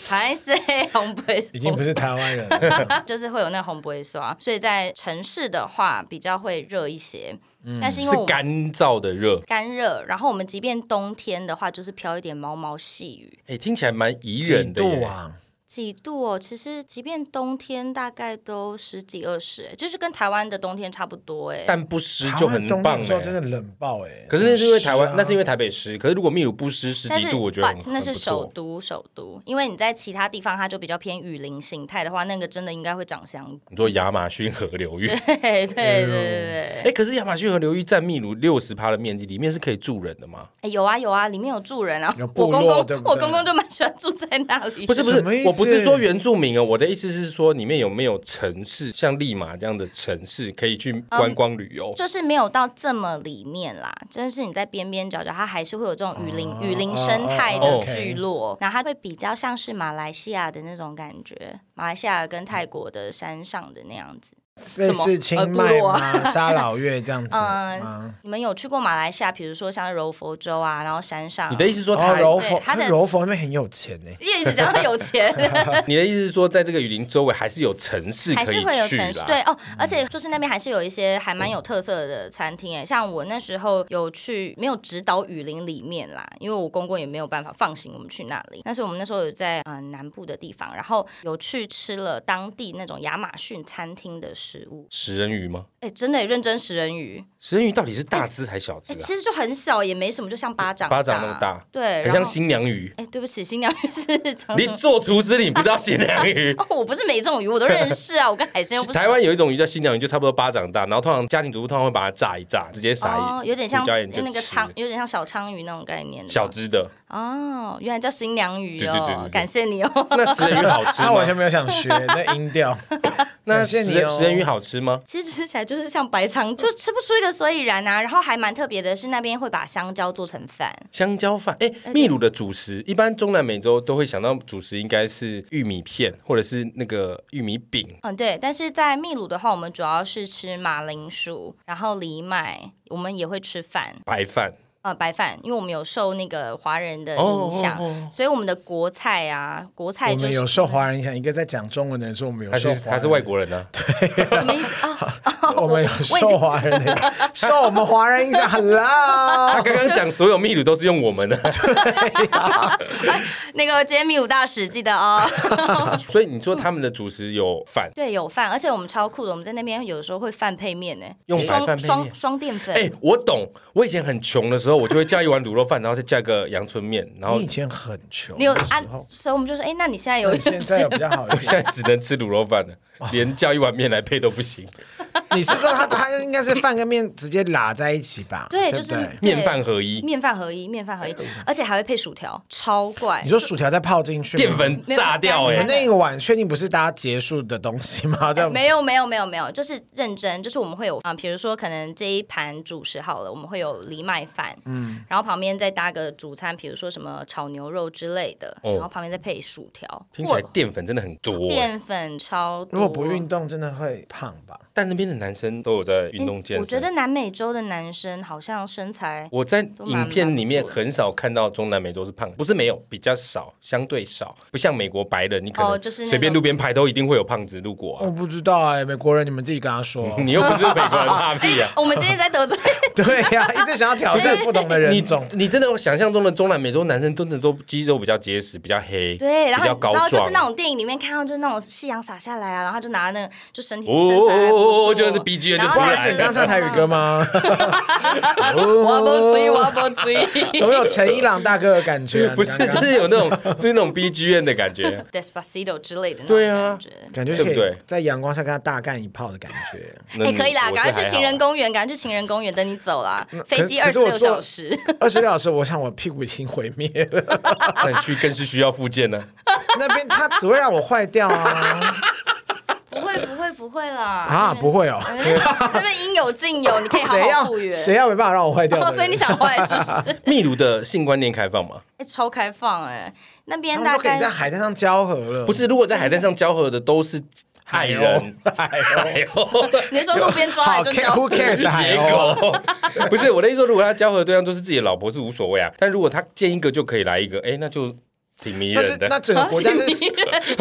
[SPEAKER 3] 还是红不会，
[SPEAKER 2] 已经不是台湾人
[SPEAKER 1] 哦
[SPEAKER 2] 了，
[SPEAKER 3] 就是会有那红不会刷，所以在城市的话比较会热一些，但是因为
[SPEAKER 1] 是
[SPEAKER 3] 我们
[SPEAKER 1] 干燥的热，
[SPEAKER 3] 干热，然后我们即便冬天的话，就是飘一点毛毛细雨，
[SPEAKER 1] 哎、听起来蛮宜
[SPEAKER 2] 几
[SPEAKER 1] 人的
[SPEAKER 2] 度
[SPEAKER 1] 耶。
[SPEAKER 2] 啊？
[SPEAKER 3] 几度哦。其实即便冬天大概都十几二十，哎就是跟台湾的冬天差不多哎。
[SPEAKER 1] 但不湿
[SPEAKER 2] 台
[SPEAKER 1] 就
[SPEAKER 2] 湾
[SPEAKER 1] 很
[SPEAKER 2] 冬天
[SPEAKER 1] 棒
[SPEAKER 2] 的时
[SPEAKER 1] 哎、
[SPEAKER 2] 候真的冷爆哎。
[SPEAKER 1] 可是那是因为台湾，
[SPEAKER 2] 很湿啊
[SPEAKER 1] 那是因为台北湿。可是如果秘鲁不湿十
[SPEAKER 3] 但
[SPEAKER 1] 几
[SPEAKER 3] 是
[SPEAKER 1] 度，我觉得很
[SPEAKER 3] but 那是
[SPEAKER 1] 很不
[SPEAKER 3] 首
[SPEAKER 1] 错。
[SPEAKER 3] 都，首都，因为你在其他地方它就比较偏雨林形态的话，那个真的应该会长香 菇。
[SPEAKER 1] 你说亚马逊河流域，哎、
[SPEAKER 3] 对对对对对。
[SPEAKER 1] 可是亚马逊河流域占秘鲁六十趴的面积，里面是可以住人的吗？
[SPEAKER 3] 哎，有啊有啊，里面有住人啊。
[SPEAKER 2] 有
[SPEAKER 3] 我
[SPEAKER 2] 部落
[SPEAKER 3] 公公，
[SPEAKER 2] 对不对
[SPEAKER 3] 我公公就蛮喜欢住在那里。
[SPEAKER 1] 不是不
[SPEAKER 2] 什么意
[SPEAKER 1] 是，
[SPEAKER 2] 思
[SPEAKER 1] 我不是说原住民啊，我的意思是说里面有没有城市，像利马这样的城市可以去
[SPEAKER 2] 哦
[SPEAKER 1] 观光旅游？
[SPEAKER 3] 就是没有到这么里面啦，真是你在边边角角，它还是会有这种雨林、
[SPEAKER 1] 啊
[SPEAKER 3] 雨林生态
[SPEAKER 1] 哦
[SPEAKER 3] 的
[SPEAKER 1] 哦
[SPEAKER 3] 聚落，然后它会比较像是马来西亚的那种感觉，马来西亚跟泰国的山上的那样子。
[SPEAKER 2] 类
[SPEAKER 3] 什
[SPEAKER 2] 似
[SPEAKER 3] 么
[SPEAKER 2] 清
[SPEAKER 3] 呃部
[SPEAKER 2] 迈
[SPEAKER 3] 落啊
[SPEAKER 2] 吗？沙老越这样子
[SPEAKER 3] 嗯
[SPEAKER 2] 吗？
[SPEAKER 3] 你们有去过马来西亚，比如说像柔佛州啊，然后山上
[SPEAKER 1] 你，的意思是说
[SPEAKER 2] 哦，
[SPEAKER 1] 台，
[SPEAKER 2] 柔佛，
[SPEAKER 3] 对他的
[SPEAKER 2] 可是柔佛那边很有钱呢。
[SPEAKER 3] 因为一直讲到有钱，
[SPEAKER 1] 你的意思是说在这个雨林周围还是有城市
[SPEAKER 3] 还
[SPEAKER 1] 可
[SPEAKER 3] 是
[SPEAKER 1] 以
[SPEAKER 3] 会有
[SPEAKER 1] 去
[SPEAKER 3] 城市
[SPEAKER 1] 啦？嗯
[SPEAKER 3] 对哦，而且就是那边还是有一些还蛮有特色的餐厅哎，像我那时候有去，没有指导雨林里面啦，因为我公公也没有办法放行我们去那里，但是我们那时候有在嗯、呃南部的地方，然后有去吃了当地那种亚马逊餐厅的食物，
[SPEAKER 1] 食人鱼吗？
[SPEAKER 3] 哎，真的耶认真食人鱼，
[SPEAKER 1] 食人鱼到底是大只还小只
[SPEAKER 3] 哎，
[SPEAKER 1] 啊？
[SPEAKER 3] 其实就很小，也没什么，就像巴掌
[SPEAKER 1] 巴掌那么大，
[SPEAKER 3] 对，
[SPEAKER 1] 很
[SPEAKER 3] 然
[SPEAKER 1] 像
[SPEAKER 3] 后
[SPEAKER 1] 新娘鱼。
[SPEAKER 3] 哎，对不起，新娘鱼是 长
[SPEAKER 1] 你
[SPEAKER 3] 什么
[SPEAKER 1] 做厨师，你不知道新娘鱼？
[SPEAKER 3] 哦，我不是每一种鱼我都认识啊，我跟海鲜又不熟
[SPEAKER 1] 台湾有一种鱼叫新娘鱼，就差不多巴掌大，然后通常家庭主妇通常会把它炸一炸，直接撒
[SPEAKER 3] 哦，
[SPEAKER 1] 盐，
[SPEAKER 3] 有点像
[SPEAKER 1] 胡椒盐就
[SPEAKER 3] 那个
[SPEAKER 1] 吃
[SPEAKER 3] 鲳，有点像小鲳鱼那种概念的吗。
[SPEAKER 1] 小只的。
[SPEAKER 3] 哦，原来叫新娘鱼
[SPEAKER 1] 对对对对
[SPEAKER 3] 哦
[SPEAKER 1] 对，
[SPEAKER 3] 感谢你哦。
[SPEAKER 1] 那食人鱼好吃
[SPEAKER 2] 他完全
[SPEAKER 1] 吗？
[SPEAKER 2] 没有想学那音调，
[SPEAKER 1] 那
[SPEAKER 2] 感谢
[SPEAKER 1] 食
[SPEAKER 2] 你
[SPEAKER 1] 人
[SPEAKER 2] 哦
[SPEAKER 1] 食人鱼好吃吗？
[SPEAKER 3] 其实吃起来就是像白仓，就吃不出一个所以然啊。然后还蛮特别的是，那边会把香蕉做成饭，
[SPEAKER 1] 香蕉饭，哎、秘鲁的主食，一般中南美洲都会想到主食应该是玉米片或者是那个玉米饼，
[SPEAKER 3] 嗯，对。但是在秘鲁的话，我们主要是吃马铃薯，然后藜麦，我们也会吃饭，
[SPEAKER 1] 白饭。
[SPEAKER 3] 呃，白饭，因为我们有受那个华人的
[SPEAKER 1] 哦
[SPEAKER 3] 影响，
[SPEAKER 1] 哦哦
[SPEAKER 3] 所以我们的国菜啊，国菜
[SPEAKER 2] 我
[SPEAKER 3] 就
[SPEAKER 2] 们
[SPEAKER 3] 是
[SPEAKER 2] 有受华人影响。一个在讲中文的人说我们有
[SPEAKER 1] 他
[SPEAKER 2] 受
[SPEAKER 1] 是
[SPEAKER 2] 华人，
[SPEAKER 1] 他是外国人啊，
[SPEAKER 3] 什么意思啊？
[SPEAKER 2] 我 们有受华人的，受我们华人影响。
[SPEAKER 1] 他
[SPEAKER 2] Hello，
[SPEAKER 1] 刚刚讲所有秘鲁都是用我们的，
[SPEAKER 3] 那个今天秘鲁大使记得哦。
[SPEAKER 1] 所以你说他们的主食有饭，
[SPEAKER 3] 对，有饭，而且我们超酷的，我们在那边有时候会饭配面呢，
[SPEAKER 1] 用白饭
[SPEAKER 3] 双
[SPEAKER 1] 配面
[SPEAKER 3] 双双淀粉。
[SPEAKER 1] 哎、我懂，我以前很穷的时候，我就会叫一碗卤肉饭，然后再加个阳春面，然后
[SPEAKER 3] 嗯
[SPEAKER 2] 你以前很穷，
[SPEAKER 3] 你有
[SPEAKER 2] 那时
[SPEAKER 3] 啊
[SPEAKER 2] 候？
[SPEAKER 3] 所以我们就说，哎、那你现在有
[SPEAKER 2] 但现在有比较好 一
[SPEAKER 1] 现在
[SPEAKER 2] 点。
[SPEAKER 1] 只能吃卤肉饭了，连叫一碗面来配都不行，
[SPEAKER 2] 你是说他他应该是饭跟面直接拉在一起吧？
[SPEAKER 3] 对，
[SPEAKER 2] 不
[SPEAKER 3] 就是
[SPEAKER 2] 对
[SPEAKER 3] 对
[SPEAKER 1] 面饭合一，
[SPEAKER 3] 面饭合一，面饭合一，而且还会配薯条，超怪
[SPEAKER 2] 你。说薯条再泡进去吗，
[SPEAKER 1] 淀粉
[SPEAKER 3] 没有
[SPEAKER 1] 炸掉
[SPEAKER 3] 没
[SPEAKER 1] 哎、
[SPEAKER 3] 有
[SPEAKER 2] 你们那一碗确定不是大家结束的东西吗？对，
[SPEAKER 3] 没有没有没有没有，就是认真，就是我们会有啊、比如说可能这一盘主食好了，我们会有藜麦饭，嗯，然后旁边再搭个主餐，比如说什么炒牛肉之类的，
[SPEAKER 1] 哦
[SPEAKER 3] 然后旁边再配薯条，
[SPEAKER 1] 听起来
[SPEAKER 3] 哇
[SPEAKER 1] 淀粉真的很多、哎
[SPEAKER 3] 淀粉超多。
[SPEAKER 2] 如果不运动，真的会胖吧？
[SPEAKER 1] 但那边的男生都有在运动健身。
[SPEAKER 3] 我觉得南美洲的男生好像身材
[SPEAKER 1] 我在
[SPEAKER 3] 都蛮
[SPEAKER 1] 影片里面
[SPEAKER 3] 蛮不错的
[SPEAKER 1] 很少看到中南美洲是胖，不是没有，比较少，相对少，不像美国白人，你可
[SPEAKER 3] 哦
[SPEAKER 1] 能
[SPEAKER 3] 就是那种
[SPEAKER 1] 随便路边拍都一定会有胖子路过
[SPEAKER 2] 我
[SPEAKER 1] 啊，
[SPEAKER 2] 不知道哎、美国人你们自己跟他说。
[SPEAKER 3] 哦
[SPEAKER 1] 你又不是美国人，怕屁啊！
[SPEAKER 3] 我们今天在 得罪，
[SPEAKER 2] 对呀、一直想要挑战不同的
[SPEAKER 1] 你
[SPEAKER 2] 人 种。
[SPEAKER 1] 你真的想象中的中南美洲男生真的都肌肉比较结实，比较黑，
[SPEAKER 3] 对，然
[SPEAKER 1] 比较
[SPEAKER 3] 后你
[SPEAKER 1] 高
[SPEAKER 3] 知道
[SPEAKER 1] 壮，
[SPEAKER 3] 就是那种电影里面看到，就是那种夕阳洒下来啊，然后他就拿那个就身体
[SPEAKER 1] 哦哦
[SPEAKER 3] 身材还不
[SPEAKER 1] 哦哦
[SPEAKER 3] 错，
[SPEAKER 1] 就是 BGM
[SPEAKER 3] 然后
[SPEAKER 1] 就
[SPEAKER 2] 不好
[SPEAKER 1] 出
[SPEAKER 2] 意
[SPEAKER 1] 来
[SPEAKER 2] 思，
[SPEAKER 1] 了哦
[SPEAKER 2] 你刚唱台 语歌？吗？
[SPEAKER 3] 我不追，我不追。
[SPEAKER 2] 怎么有陈一郎大哥的感觉啊、
[SPEAKER 1] 不是
[SPEAKER 2] 你刚，刚
[SPEAKER 1] 就是有那种就是那种 B G N 的感觉。
[SPEAKER 3] Despacito 之类的那
[SPEAKER 1] 对啊
[SPEAKER 3] 种感觉。
[SPEAKER 2] 感觉
[SPEAKER 1] 对不
[SPEAKER 2] 可以
[SPEAKER 1] 对
[SPEAKER 2] 在阳光下跟他大干一炮的感觉。
[SPEAKER 1] 那
[SPEAKER 3] 哎、可以啦，
[SPEAKER 1] 我是
[SPEAKER 3] 赶快去
[SPEAKER 1] 还好啊
[SPEAKER 3] 情人公园，赶快去情人公园，等你走啦。
[SPEAKER 2] 可
[SPEAKER 3] 飞
[SPEAKER 2] 是
[SPEAKER 3] 机
[SPEAKER 2] 可
[SPEAKER 3] 二
[SPEAKER 2] 是
[SPEAKER 3] 十
[SPEAKER 2] 我
[SPEAKER 3] 六
[SPEAKER 2] 坐
[SPEAKER 3] 小时，
[SPEAKER 2] 二十六小时，我想我屁股已经毁灭了。
[SPEAKER 1] 但去更是需要复健呢。
[SPEAKER 2] 那边它只会让我坏掉 啊
[SPEAKER 3] 不会不会不会啦
[SPEAKER 2] 啊！不会哦，
[SPEAKER 3] 那边那边应有尽有，你可以好
[SPEAKER 2] 谁
[SPEAKER 3] 好
[SPEAKER 2] 要
[SPEAKER 3] 复原。
[SPEAKER 2] 谁要没办法让我 坏掉的
[SPEAKER 3] 哦，
[SPEAKER 2] 人？
[SPEAKER 3] 所以你想坏是不是？
[SPEAKER 1] 秘鲁的性观念开 放吗？
[SPEAKER 3] 哎、超开放哎、那
[SPEAKER 2] 他
[SPEAKER 3] 边
[SPEAKER 2] 们
[SPEAKER 3] 大
[SPEAKER 2] 都可以
[SPEAKER 3] 概
[SPEAKER 2] 在海滩上交合了，
[SPEAKER 1] 不是，如果在海滩上交合的都是爱 人，哎呦，
[SPEAKER 3] 你是说路边抓
[SPEAKER 2] 好
[SPEAKER 3] 来就交
[SPEAKER 2] care- Who cares 的 海
[SPEAKER 1] 野
[SPEAKER 2] 鸥？
[SPEAKER 1] 狗。 不是我的意思说，如果他交合的对象都是自己的老婆是无所谓啊，但如果他见一个就可以来一个，哎，那就挺迷
[SPEAKER 2] 那是
[SPEAKER 1] 人的。
[SPEAKER 2] 那整个国家 是
[SPEAKER 3] 啊挺迷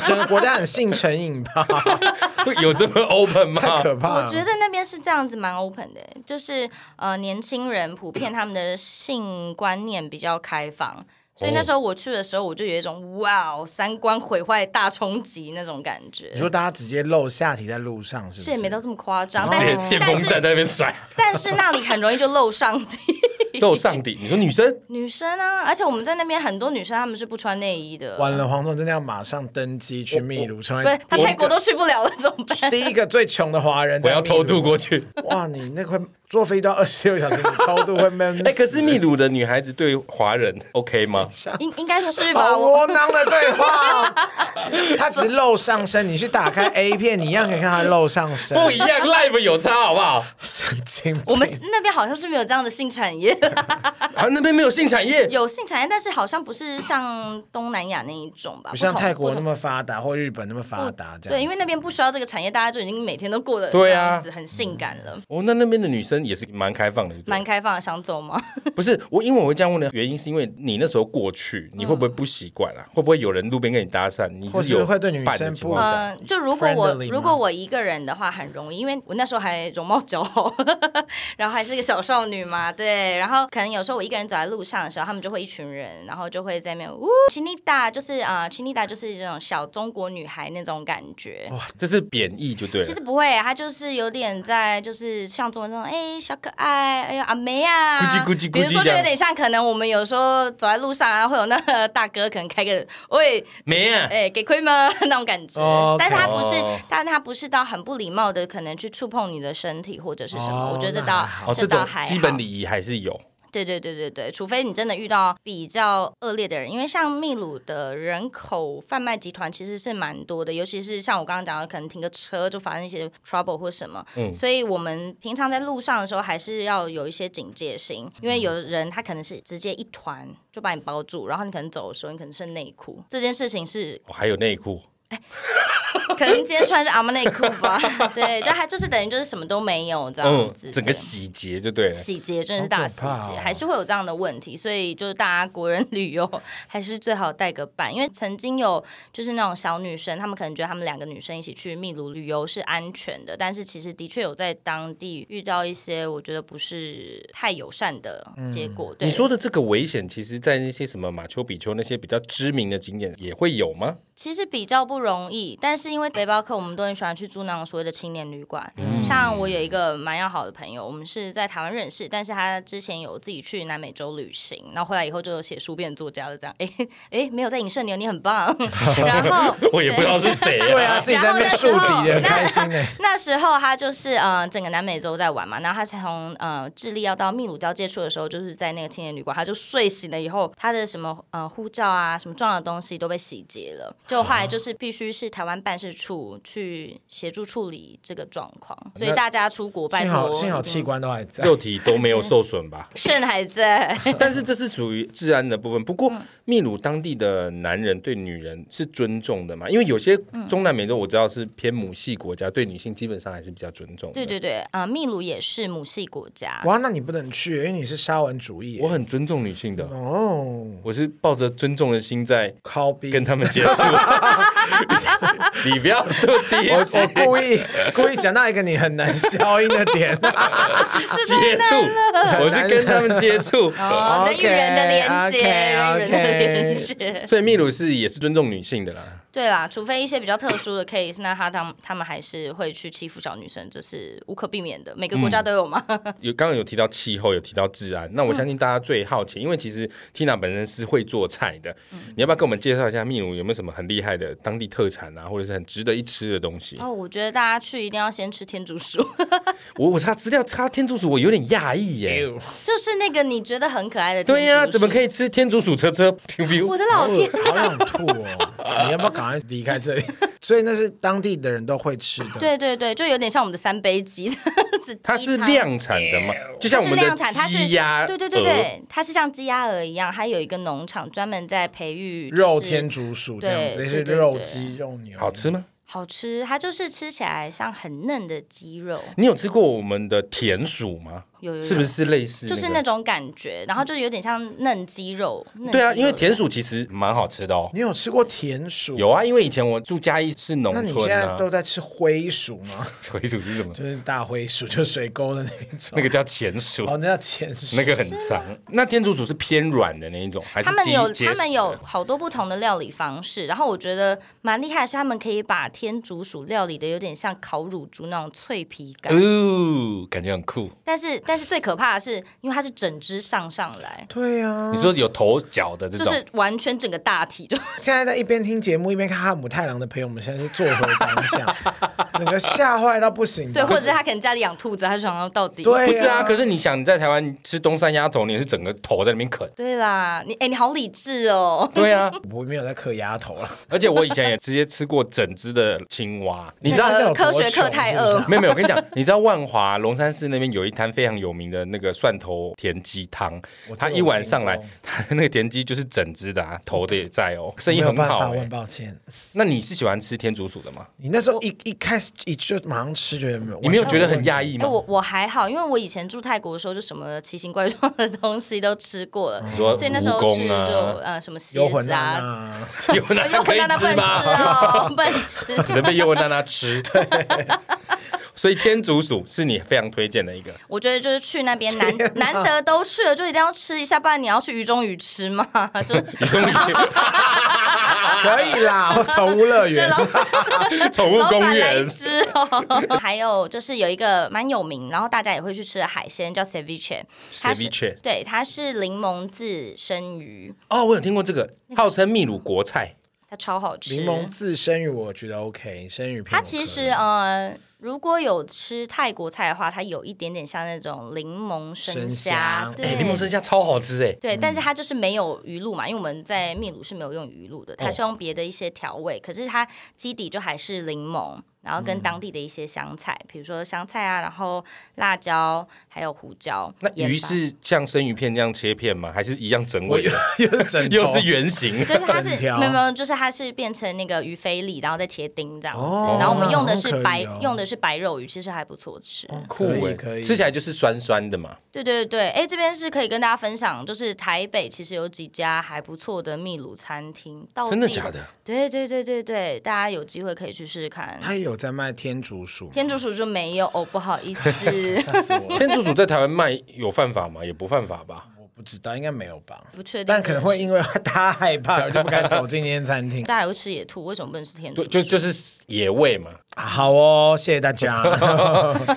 [SPEAKER 2] 整个国家很性成瘾吧？
[SPEAKER 1] 有这么 open
[SPEAKER 2] 太
[SPEAKER 1] 吗？
[SPEAKER 2] 可怕
[SPEAKER 3] 我
[SPEAKER 2] 了。
[SPEAKER 3] 觉得那边是这样子，蛮 open 的，欸就是呃，年轻人普遍他们的性观念比较开放，所以
[SPEAKER 2] 哦
[SPEAKER 3] 那时候我去的时候，我就有一种哇哦，三观毁坏大冲击那种感觉
[SPEAKER 2] 你。说大家直接露下体在路上，是不
[SPEAKER 3] 是也没到这么夸张，
[SPEAKER 2] 哦
[SPEAKER 3] 但是
[SPEAKER 1] 电电
[SPEAKER 3] 但
[SPEAKER 1] 风扇
[SPEAKER 3] 是
[SPEAKER 1] 在那边甩，
[SPEAKER 3] 但是那里很容易就露上体，
[SPEAKER 1] 都上顶。你说女生
[SPEAKER 3] 女生啊，而且我们在那边很多女生她们是不穿内衣的，
[SPEAKER 2] 完了，黄总真的要马上登机去秘鲁，成
[SPEAKER 3] 不
[SPEAKER 2] 为
[SPEAKER 3] 是她
[SPEAKER 2] 第一
[SPEAKER 3] 泰国都去不了了，怎么 办？
[SPEAKER 2] 个第一个最穷的华人。
[SPEAKER 1] 我要偷渡。过去。
[SPEAKER 2] 哇，你那会坐飞机都要二十六小时，你偷渡会 闷
[SPEAKER 1] 哎，可是秘鲁的女孩子对华人 OK 吗？
[SPEAKER 3] 应应该是吧？
[SPEAKER 2] 好
[SPEAKER 3] 我
[SPEAKER 2] 窝囊的对 话，他只露上身，你去打开 A 片，你一样可以看他露上身。
[SPEAKER 1] 不一样，live 有差好不好？
[SPEAKER 2] 神经病，
[SPEAKER 3] 我们是那边好像是没有这样的性产业，
[SPEAKER 1] 啊，那边没有性产业，
[SPEAKER 3] 有性产业，但是好像不是像东南亚那一种吧？
[SPEAKER 2] 不像
[SPEAKER 3] 同
[SPEAKER 2] 泰国那。
[SPEAKER 3] 不
[SPEAKER 2] 么发达或日本那么
[SPEAKER 3] 同
[SPEAKER 2] 发达这样。
[SPEAKER 3] 对，因为那边不需要这个产业，大家就已经每天都过得
[SPEAKER 1] 对
[SPEAKER 3] 这
[SPEAKER 1] 啊
[SPEAKER 3] 样子很性感了，
[SPEAKER 1] 哦，那那边的女生也是蛮开放的，对不对
[SPEAKER 3] 蛮开放的。想走吗？
[SPEAKER 1] 不是我，因为我会这样问的原因，是因为你那时候过去，你会不会不习惯
[SPEAKER 3] 嗯
[SPEAKER 1] 啊？会不会有人路边跟你搭讪？你
[SPEAKER 2] 或是
[SPEAKER 1] 有
[SPEAKER 2] 会对女
[SPEAKER 1] 伴啊
[SPEAKER 2] 生
[SPEAKER 1] 的
[SPEAKER 2] 不
[SPEAKER 1] 情况下，
[SPEAKER 3] 嗯，就如果我
[SPEAKER 2] friendly 吗
[SPEAKER 3] 如果我一个人的话很容易，因为我那时候还容貌姣好， 然后还是个小少女嘛，对。然后可能有时候我一个人走在路上的时候，他们就会一群人，然后就会在那边呜，Chinita 就是啊、c h i n i t a 就是这种小中国女孩那种感觉。
[SPEAKER 1] 哇，这是贬义就对了
[SPEAKER 3] 其。实不会，她就是有点在，就是像中文这种，哎、小可爱，哎呀，阿梅啊，
[SPEAKER 1] 咕叽咕叽咕叽
[SPEAKER 3] 比如说，
[SPEAKER 1] 这
[SPEAKER 3] 就
[SPEAKER 1] 样
[SPEAKER 3] 有点像，可能我们有时候走在路上啊，会有那个大哥可能开个，喂，
[SPEAKER 1] 没啊，
[SPEAKER 3] 哎、给亏吗 那种感觉。
[SPEAKER 2] 哦，OK
[SPEAKER 3] 但是他不是
[SPEAKER 1] 哦，
[SPEAKER 3] 但他不是到很不礼貌的，可能去触碰你的身体或者是什么。
[SPEAKER 2] 哦
[SPEAKER 3] 我觉得这
[SPEAKER 2] 那
[SPEAKER 3] 倒
[SPEAKER 2] 还好
[SPEAKER 1] 哦，这
[SPEAKER 3] 倒
[SPEAKER 1] 种
[SPEAKER 3] 还好。
[SPEAKER 1] 基本礼仪还是有。哦
[SPEAKER 3] 对对对对对，除非你真的遇到比较恶劣的人，因为像秘鲁的人口贩卖集团其实是蛮多的，尤其是像我刚刚讲的，可能停个车就发生一些 trouble 或什么，
[SPEAKER 1] 嗯
[SPEAKER 3] 所以我们平常在路上的时候还是要有一些警戒心，因为有人他可能是直接一团就把你包住，然后你可能走的时候你可能剩内裤，这件事情是
[SPEAKER 1] 哦、还有内裤，
[SPEAKER 3] 可能今天穿的是阿妈内裤吧， 对，就还就是等于就是什么都没有这样
[SPEAKER 1] 嗯
[SPEAKER 3] 子，，
[SPEAKER 1] 整个
[SPEAKER 3] 对
[SPEAKER 1] 洗劫就对了。
[SPEAKER 3] 洗劫真的是大洗
[SPEAKER 2] 好可
[SPEAKER 3] 劫，
[SPEAKER 2] 怕哦
[SPEAKER 3] 还是会有这样的问题，所以就是大家国人旅游还是最好带个伴，因为曾经有就是那种小女生，她们可能觉得她们两个女生一起去秘鲁旅游是安全的，但是其实的确有在当地遇到一些我觉得不是太友善的结果。对
[SPEAKER 1] 你说的这个危险，其实，在那些什么马丘比丘那些比较知名的景点也会有吗？
[SPEAKER 3] 其实比较不容易，但是因为背包客，我们都很喜欢去住那种所谓的青年旅馆。像我有一个蛮要好的朋友，我们是在台湾认识，但是他之前有自己去南美洲旅行，然后回来以后就写书变作家了，这样。哎哎，没有在影射你哦，你很棒。 然后
[SPEAKER 1] 我也不知道是谁、啊。
[SPEAKER 2] 对啊，自己在那边树敌也很
[SPEAKER 3] 然后
[SPEAKER 2] 开
[SPEAKER 3] 那
[SPEAKER 2] 心呢。
[SPEAKER 3] 那时候他就是呃，整个南美洲在玩嘛，然后他才从呃智利要到秘鲁交界处的时候，就是在那个青年旅馆，他就睡醒了以后，他的什么呃护照啊、什么重要的东西都被洗劫了，就后来就是必必须是台湾办事处去协助处理这个状况，所以
[SPEAKER 1] 那
[SPEAKER 3] 大家出国拜
[SPEAKER 2] 哦幸
[SPEAKER 3] 托
[SPEAKER 2] 好，幸好
[SPEAKER 3] 一定
[SPEAKER 2] 器官都还在。
[SPEAKER 1] 肉体都没有受损吧？
[SPEAKER 3] 肾还在，
[SPEAKER 1] 哎但是这是属于治安的部分。不过，
[SPEAKER 3] 嗯
[SPEAKER 1] 秘鲁当地的男人对女人是尊重的嘛？因为有些中南美洲我知道是偏母系国家，对女性基本上还是比较尊重的。
[SPEAKER 3] 对对对，啊、秘鲁也是母系国家，
[SPEAKER 2] 哇，那你不能去，因为你是沙文主义。
[SPEAKER 1] 我很尊重女性的，
[SPEAKER 2] 哦，
[SPEAKER 1] 我是抱着尊重的心在
[SPEAKER 2] 靠逼，
[SPEAKER 1] 跟 他们接触。你不要这么低
[SPEAKER 2] 我我哦故意故意讲到一个你很难消音的 点。
[SPEAKER 1] 接触，我是跟他们接触。
[SPEAKER 3] 哦，人与人的连接，人
[SPEAKER 2] OK，OK，OK
[SPEAKER 3] 与人的连接。
[SPEAKER 1] 所以秘鲁是也是尊重女性的啦。
[SPEAKER 3] 对啦，除非一些比较特殊的 case，那他他他们还是会去欺负小女生，这是无可避免的，每个国家
[SPEAKER 1] 嗯
[SPEAKER 3] 都有嘛。
[SPEAKER 1] 有刚刚有提到气候，有提到治安，那
[SPEAKER 3] 嗯
[SPEAKER 1] 我相信大家最好奇，因为其实 Tina 本身是会做菜的，
[SPEAKER 3] 嗯
[SPEAKER 1] 你要不要跟我们介绍一下秘鲁有没有什么很厉害的当地特产啊，或者是很值得一吃的东西？
[SPEAKER 3] 哦，我觉得大家去一定要先吃天竺鼠，
[SPEAKER 1] 我我查资料查天竺鼠，我有点讶异耶。
[SPEAKER 3] 就是那个你觉得很可爱的哎天竺鼠。
[SPEAKER 1] 对呀、怎么可？以吃天竺鼠车车？噗噗
[SPEAKER 3] 我的老天！
[SPEAKER 2] 好想吐哦！你要不要赶快离开这里？所以那是当地的人都会吃的。
[SPEAKER 3] 对对对，就有点像我们的三杯鸡，鸡
[SPEAKER 1] 它是
[SPEAKER 3] 汤哎
[SPEAKER 1] 量产的嘛，就像我们
[SPEAKER 3] 它
[SPEAKER 1] 的
[SPEAKER 3] 是量产它是
[SPEAKER 1] 鸡鸭，
[SPEAKER 3] 对对对，对，它是像鸡鸭鹅一样，它有一个农场专门在培育就是
[SPEAKER 2] 肉天竺鼠这样子，
[SPEAKER 3] 对
[SPEAKER 2] 也是
[SPEAKER 3] 对对
[SPEAKER 2] 肉
[SPEAKER 3] 对
[SPEAKER 2] 鸡、肉牛，
[SPEAKER 1] 好吃吗？
[SPEAKER 3] 好吃，它就是吃起来像很嫩的鸡肉，
[SPEAKER 1] 你有吃过我们的田鼠吗？
[SPEAKER 3] 有有有，
[SPEAKER 1] 是不是是类似、
[SPEAKER 3] 就是那种感觉，然后就有点像嫩鸡肉。嫩
[SPEAKER 1] 对啊，
[SPEAKER 3] 鸡肉
[SPEAKER 1] 因为
[SPEAKER 3] 的
[SPEAKER 1] 田鼠其实蛮好吃的哦。
[SPEAKER 2] 你有吃过田鼠？
[SPEAKER 1] 有。啊，因为以前我住嘉义是农
[SPEAKER 2] 那你现
[SPEAKER 1] 村
[SPEAKER 2] 在
[SPEAKER 1] 啊。
[SPEAKER 2] 都在吃灰鼠吗？
[SPEAKER 1] 水鼠是 什么？
[SPEAKER 2] 就是大灰鼠，就水沟的那种。
[SPEAKER 1] 那个叫钱鼠，
[SPEAKER 2] 哦，那叫田鼠。
[SPEAKER 1] 那个很脏。那天竺鼠是偏软的那一种，还是
[SPEAKER 3] 他们
[SPEAKER 1] 结
[SPEAKER 3] 有
[SPEAKER 1] 结
[SPEAKER 3] 他们
[SPEAKER 1] 实
[SPEAKER 3] 有
[SPEAKER 1] 的
[SPEAKER 3] 好多不同的料理方式，然后我觉得蛮厉害的是他们可以把天竺鼠料理的有点像烤乳猪那种脆皮感，
[SPEAKER 1] 哦，感觉很酷。
[SPEAKER 3] 但是但是最可怕的是，因为它是整只上上来，
[SPEAKER 2] 对啊
[SPEAKER 1] 你，说有头脚的这
[SPEAKER 3] 就
[SPEAKER 1] 种，
[SPEAKER 3] 是完全整个大体就
[SPEAKER 1] 嗯
[SPEAKER 2] 现在在一边听节目一边看汉姆太郎的朋友们，现在是坐回当 下，整个吓坏到不行吧。
[SPEAKER 3] 对，或者是他可能家里养兔子，他就想要到底。
[SPEAKER 2] 对
[SPEAKER 1] 不是啊？可
[SPEAKER 2] 是
[SPEAKER 1] 是你想，你在台湾吃东山鸭头，你也是整个头在那边 啃。
[SPEAKER 3] 对啦，你哎、你好理智哦。
[SPEAKER 1] 对啊，
[SPEAKER 2] 我没有在嗑丫头啊了。
[SPEAKER 1] 而且我以前也直接吃过整只的青蛙，你知道
[SPEAKER 2] 那这个有
[SPEAKER 3] 科
[SPEAKER 2] 多
[SPEAKER 3] 学
[SPEAKER 2] 穷
[SPEAKER 3] 课太
[SPEAKER 2] 是不是啊
[SPEAKER 3] 饿，
[SPEAKER 1] 没有没有，我跟你讲，你知道万华龙山寺那边有一摊非常有名的那个蒜头田鸡汤
[SPEAKER 2] 我，
[SPEAKER 1] 它
[SPEAKER 2] 这个
[SPEAKER 1] 一
[SPEAKER 2] 我
[SPEAKER 1] 碗
[SPEAKER 2] 听
[SPEAKER 1] 上来
[SPEAKER 2] 过，
[SPEAKER 1] 它 那个田鸡就是整只的啊，头的也在哦，生意
[SPEAKER 2] 没有
[SPEAKER 1] 很
[SPEAKER 2] 办法，
[SPEAKER 1] 好
[SPEAKER 2] 我
[SPEAKER 1] 哎、
[SPEAKER 2] 很抱歉。
[SPEAKER 1] 那你是喜欢吃天竺鼠的吗？
[SPEAKER 2] 你那时候一一开始一就马上吃，觉得没有，
[SPEAKER 1] 你没有觉得很
[SPEAKER 2] 压
[SPEAKER 1] 讶
[SPEAKER 2] 抑？
[SPEAKER 1] 异
[SPEAKER 3] 哎、
[SPEAKER 1] 吗？
[SPEAKER 3] 我我还好，因为我以前住泰国的时候，就什么奇形怪状的东西都吃过了，
[SPEAKER 1] 你说
[SPEAKER 3] 所以那时候
[SPEAKER 1] 嗯蜈
[SPEAKER 3] 去
[SPEAKER 1] 蚣
[SPEAKER 3] 就、
[SPEAKER 1] 啊，
[SPEAKER 3] 呃什么
[SPEAKER 2] 幽
[SPEAKER 3] 蝎
[SPEAKER 2] 魂
[SPEAKER 3] 子
[SPEAKER 2] 蛋
[SPEAKER 3] 啊，
[SPEAKER 2] 啊，
[SPEAKER 1] 幽魂娜
[SPEAKER 3] 幽魂蛋
[SPEAKER 1] 娜
[SPEAKER 3] 蛋不
[SPEAKER 1] 可以吃
[SPEAKER 3] 能吃
[SPEAKER 1] 吗？
[SPEAKER 3] 哦，不能吃。
[SPEAKER 1] 只能被幽魂娜娜 吃。 对，所以天竺鼠是你非常推荐的一个。
[SPEAKER 3] 我觉得就是去 那边难难得都去了，就一定要吃一下，不然你要去鱼中鱼吃 嘛，就是
[SPEAKER 1] 你 终于
[SPEAKER 2] 可以啦，宠物乐园
[SPEAKER 3] 啊老。
[SPEAKER 1] 宠物
[SPEAKER 3] 老
[SPEAKER 1] 公
[SPEAKER 3] 板来一
[SPEAKER 1] 园，
[SPEAKER 3] 只 哦。还有就是有一个蛮有名，然后大家也会去吃的海鲜叫 ceviche，它是
[SPEAKER 1] Ceviche
[SPEAKER 3] 对，它是柠檬自生鱼，
[SPEAKER 1] 哦，我有听过这个，号称秘鲁国菜。
[SPEAKER 3] 它超好吃。
[SPEAKER 2] 柠檬自生鱼我觉得 OK，生鱼片
[SPEAKER 3] 它
[SPEAKER 2] 我
[SPEAKER 3] 其
[SPEAKER 2] 可
[SPEAKER 3] 实
[SPEAKER 2] 以
[SPEAKER 3] 呃，如果有吃泰国菜的话，它有一点点像那种柠檬生
[SPEAKER 2] 生
[SPEAKER 3] 虾
[SPEAKER 2] 虾，
[SPEAKER 3] 对，
[SPEAKER 1] 哎，柠檬生虾超好吃哎，
[SPEAKER 3] 对，但
[SPEAKER 2] 嗯
[SPEAKER 3] 是它就是没有鱼露嘛，因为我们在秘鲁是没有用鱼露的，
[SPEAKER 2] 哦
[SPEAKER 3] 它是用别的一些调味，可是它基底就还是柠檬，然后跟
[SPEAKER 2] 嗯
[SPEAKER 3] 当地的一些香菜，比如说香菜啊，然后辣椒还有胡椒。
[SPEAKER 1] 那
[SPEAKER 3] 盐
[SPEAKER 1] 鱼
[SPEAKER 3] 巴
[SPEAKER 1] 是像生鱼片这样切片吗？还是一样整尾的？
[SPEAKER 2] 又是枕 头，
[SPEAKER 1] 又是圆形
[SPEAKER 3] 就。是它是
[SPEAKER 2] 整条
[SPEAKER 3] 没有没有，就是它是变成那个鱼菲力，然后再切丁这样子。
[SPEAKER 2] 哦
[SPEAKER 3] 然后我们用的
[SPEAKER 2] 那好
[SPEAKER 3] 是
[SPEAKER 2] 可以
[SPEAKER 3] 白、
[SPEAKER 2] 哦
[SPEAKER 3] 用的是白肉鱼，其实还不错吃。
[SPEAKER 1] 酷
[SPEAKER 2] 可
[SPEAKER 1] 哎，
[SPEAKER 2] 以可以，
[SPEAKER 1] 吃起来就是酸酸的嘛。
[SPEAKER 3] 对对对，哎，这边是可以跟大家分享，就是台北其实有几家还不错的秘鲁餐厅，到
[SPEAKER 1] 真的
[SPEAKER 3] 地
[SPEAKER 1] 假的？
[SPEAKER 3] 对对对对对，大家有机会可以去试试看。
[SPEAKER 2] 他也有在卖天竺鼠，
[SPEAKER 3] 天竺鼠就没有哦，不好意 思，
[SPEAKER 2] 吓死我 了！
[SPEAKER 1] 天竺鼠在台湾卖有犯法吗？也不犯法吧。
[SPEAKER 2] 我不知道，应该没有吧？
[SPEAKER 3] 不确定。
[SPEAKER 2] 但可能会因为 大家害怕，而就不敢走进那间餐厅。
[SPEAKER 3] 大家也会吃野兔，为什么不能吃天竺
[SPEAKER 1] 对，
[SPEAKER 3] 鼠？
[SPEAKER 1] 就就是野味嘛。
[SPEAKER 2] 好哦，谢谢大 家。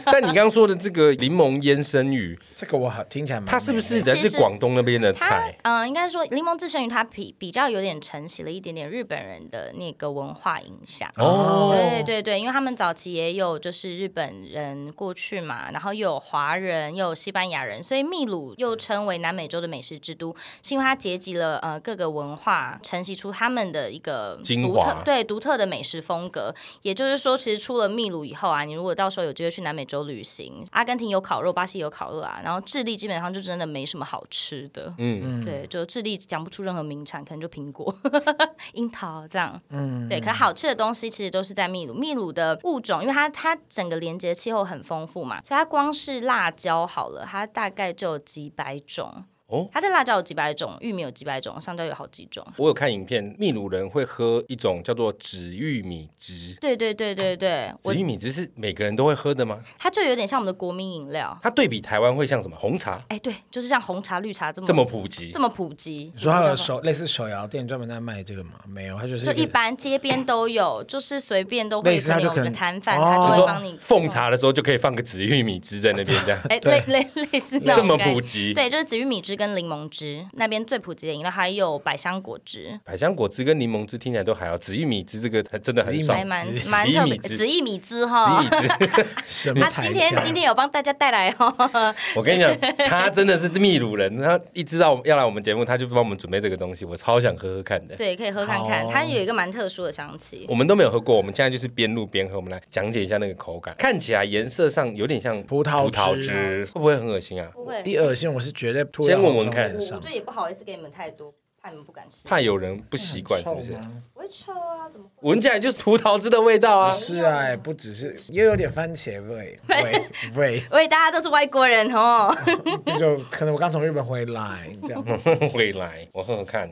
[SPEAKER 1] 但你刚刚说的这个柠檬腌生鱼，
[SPEAKER 2] 这个我好听起来蛮美的，
[SPEAKER 1] 它是不是来自广东那边的
[SPEAKER 3] 它
[SPEAKER 1] 菜？
[SPEAKER 3] 嗯、呃应该说柠檬自生鱼，它比比较有点承袭了一点点日本人的那个文化影响。
[SPEAKER 1] 哦
[SPEAKER 3] 对对对，因为他们早期也有就是日本人过去嘛，然后又有华人，又有西班牙人，所以秘鲁又称为南美洲的美食之都，是因为它结集了呃各个文化，承袭出他们的一个
[SPEAKER 1] 精
[SPEAKER 3] 独
[SPEAKER 1] 华
[SPEAKER 3] 特对独特的美食风格。也就是说，其实出了秘鲁以后啊，你如果到时候有机会去南美洲旅行，阿根廷有烤肉，巴西有烤肉啊，然后智利基本上就真的没什么好吃的。
[SPEAKER 1] 嗯，
[SPEAKER 3] 对，就智利讲不出任何名产，可能就苹果、 樱桃这样。嗯，对。可好吃的东西其实都是在秘鲁。秘鲁的物种，因为它它整个连接气候很丰富嘛，所以它光是辣椒好了，它大概就有几百种。
[SPEAKER 1] 哦
[SPEAKER 3] 它的辣椒有几百种，玉米有几百种，香蕉有好几种。
[SPEAKER 1] 我有看影片，秘鲁人会喝一种叫做紫玉米汁。
[SPEAKER 3] 对对对对对，我
[SPEAKER 1] 紫玉米汁是每个人都会喝的吗？
[SPEAKER 3] 它就有点像我们的国民饮料。
[SPEAKER 1] 它对比台湾会像什么红茶
[SPEAKER 3] 哎，对，就是像红茶、绿茶这么
[SPEAKER 1] 这么普及
[SPEAKER 3] 哦这？么普及。
[SPEAKER 2] 你说它
[SPEAKER 3] 我
[SPEAKER 2] 有
[SPEAKER 3] 知道
[SPEAKER 2] 手类似手摇店专门在卖这个吗？没有，它就是
[SPEAKER 3] 就一
[SPEAKER 2] 个
[SPEAKER 3] 般街边都有，就是随便都
[SPEAKER 2] 类
[SPEAKER 3] 会
[SPEAKER 2] 似它就
[SPEAKER 3] 有
[SPEAKER 2] 可
[SPEAKER 3] 个
[SPEAKER 2] 能
[SPEAKER 3] 摊贩，
[SPEAKER 2] 哦
[SPEAKER 3] 他
[SPEAKER 1] 就
[SPEAKER 3] 就
[SPEAKER 1] 说
[SPEAKER 3] 会帮你
[SPEAKER 1] 奉茶的时候就可以放个紫玉米汁在那边，这 样
[SPEAKER 3] 哎，类类类似 那
[SPEAKER 1] 这
[SPEAKER 3] 种
[SPEAKER 1] 么
[SPEAKER 3] 概念
[SPEAKER 1] 普及。
[SPEAKER 3] 对，就是紫玉米汁跟柠檬汁那边最普及的饮料，还有百香果汁，
[SPEAKER 1] 百香果汁跟柠檬汁听起来都还好，紫玉米汁这个还真的很少
[SPEAKER 2] 紫玉
[SPEAKER 3] 还
[SPEAKER 2] 米。
[SPEAKER 3] 蛮
[SPEAKER 2] 紫
[SPEAKER 3] 蛮特别。
[SPEAKER 1] 紫玉米汁
[SPEAKER 3] 紫玉米汁
[SPEAKER 1] 紫
[SPEAKER 3] 哦哈
[SPEAKER 1] 玉，米汁，
[SPEAKER 2] 什么
[SPEAKER 3] 他
[SPEAKER 2] 牌
[SPEAKER 3] 今天
[SPEAKER 2] 子啊
[SPEAKER 3] 今天有帮大家带来哦，
[SPEAKER 1] 我跟你讲，他真的是秘鲁人，他一知道要来我们节目，他就帮我们准备这个东西，我超想喝喝看的。
[SPEAKER 3] 对，可以喝看
[SPEAKER 2] 好
[SPEAKER 3] 看，
[SPEAKER 2] 哦
[SPEAKER 3] 它有一个蛮特殊的香气。
[SPEAKER 1] 我们都没有喝过，我们现在就是边录边喝，我们来讲解一下那个口感。看起来颜色上有点像
[SPEAKER 2] 葡萄
[SPEAKER 1] 葡萄
[SPEAKER 2] 汁
[SPEAKER 1] 汁，会不会很恶心啊？
[SPEAKER 3] 不会，
[SPEAKER 2] 第二心我是绝对吐在
[SPEAKER 1] 先闻
[SPEAKER 2] 我
[SPEAKER 1] 闻看
[SPEAKER 2] 脸
[SPEAKER 3] 我
[SPEAKER 2] 上
[SPEAKER 3] 就，也不好意思给你们太多，怕你们不敢吃。
[SPEAKER 1] 怕有人不习惯，是不是
[SPEAKER 2] 臭？吗
[SPEAKER 3] 不会臭啊，怎么会？
[SPEAKER 1] 闻起来就是葡萄汁的味道啊！
[SPEAKER 2] 是啊，不只是也有点番茄味，味味，
[SPEAKER 3] 喂，大家都是外国人哦，
[SPEAKER 2] 就可能我刚从日本回来这样。
[SPEAKER 3] 嗯
[SPEAKER 1] 会来，我喝喝看，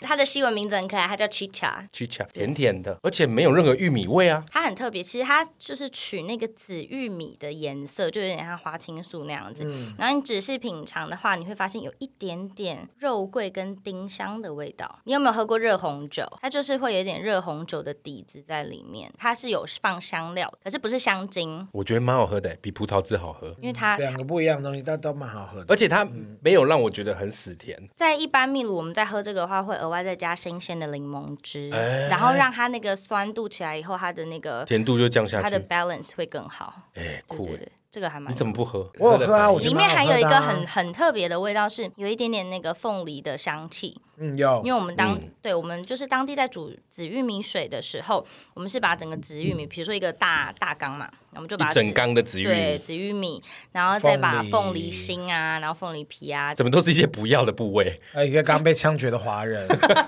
[SPEAKER 3] 它的西文名字很可爱，它叫 Chicha。
[SPEAKER 1] 去抢，甜甜的，而且没有任何玉米味啊。
[SPEAKER 3] 它很特别，其实它就是取那个紫玉米的颜色，就有点像花青素那样子。然后你仔细品尝的话，你会发现有一点点肉桂跟丁香的味道。你有没有喝过热红酒？它就是会有一点热红酒的底子在里面，它是有放香料，可是不是香精，
[SPEAKER 1] 我觉得蛮好喝的，比葡萄汁好喝，
[SPEAKER 3] 因为它
[SPEAKER 2] 嗯两个不一样的东西，但都蛮好喝的。
[SPEAKER 3] 呃
[SPEAKER 1] 而且它没有让我觉得很死甜。
[SPEAKER 3] 在一般秘鲁我们在喝这个的话，会额外再加新鲜的柠檬汁，
[SPEAKER 1] 哎
[SPEAKER 3] 然后让它那个酸度起来以后，它的那个
[SPEAKER 1] 甜度就降下
[SPEAKER 3] 它的
[SPEAKER 1] 去，
[SPEAKER 3] balance 会更好。
[SPEAKER 1] 哎，
[SPEAKER 3] 对
[SPEAKER 1] 酷
[SPEAKER 3] 对
[SPEAKER 1] 哎！
[SPEAKER 3] 对，这个还蛮
[SPEAKER 1] 你怎么不喝？
[SPEAKER 2] 我有喝啊
[SPEAKER 1] 反应
[SPEAKER 2] 我觉
[SPEAKER 3] 里
[SPEAKER 2] 得
[SPEAKER 3] 面还有一个
[SPEAKER 1] 啊
[SPEAKER 2] 蛮好喝
[SPEAKER 3] 很
[SPEAKER 2] 的
[SPEAKER 3] 很特别的味道，是有一点点那个凤梨的香气。
[SPEAKER 2] 嗯，有
[SPEAKER 3] 因为我们当、
[SPEAKER 1] 嗯
[SPEAKER 3] 对我们就是当地在煮紫玉米水的时候，我们是把整个紫玉米，比如说一个大大缸嘛，我们就把
[SPEAKER 1] 嗯
[SPEAKER 3] 它
[SPEAKER 1] 一整缸的紫玉
[SPEAKER 3] 对
[SPEAKER 1] 米，
[SPEAKER 3] 紫玉米，然后再把
[SPEAKER 2] 凤
[SPEAKER 3] 凤
[SPEAKER 2] 梨
[SPEAKER 3] 梨心啊，然后凤梨皮啊，
[SPEAKER 1] 怎么都是一些不要的部位？
[SPEAKER 2] 还呃有一个刚被枪决的华人。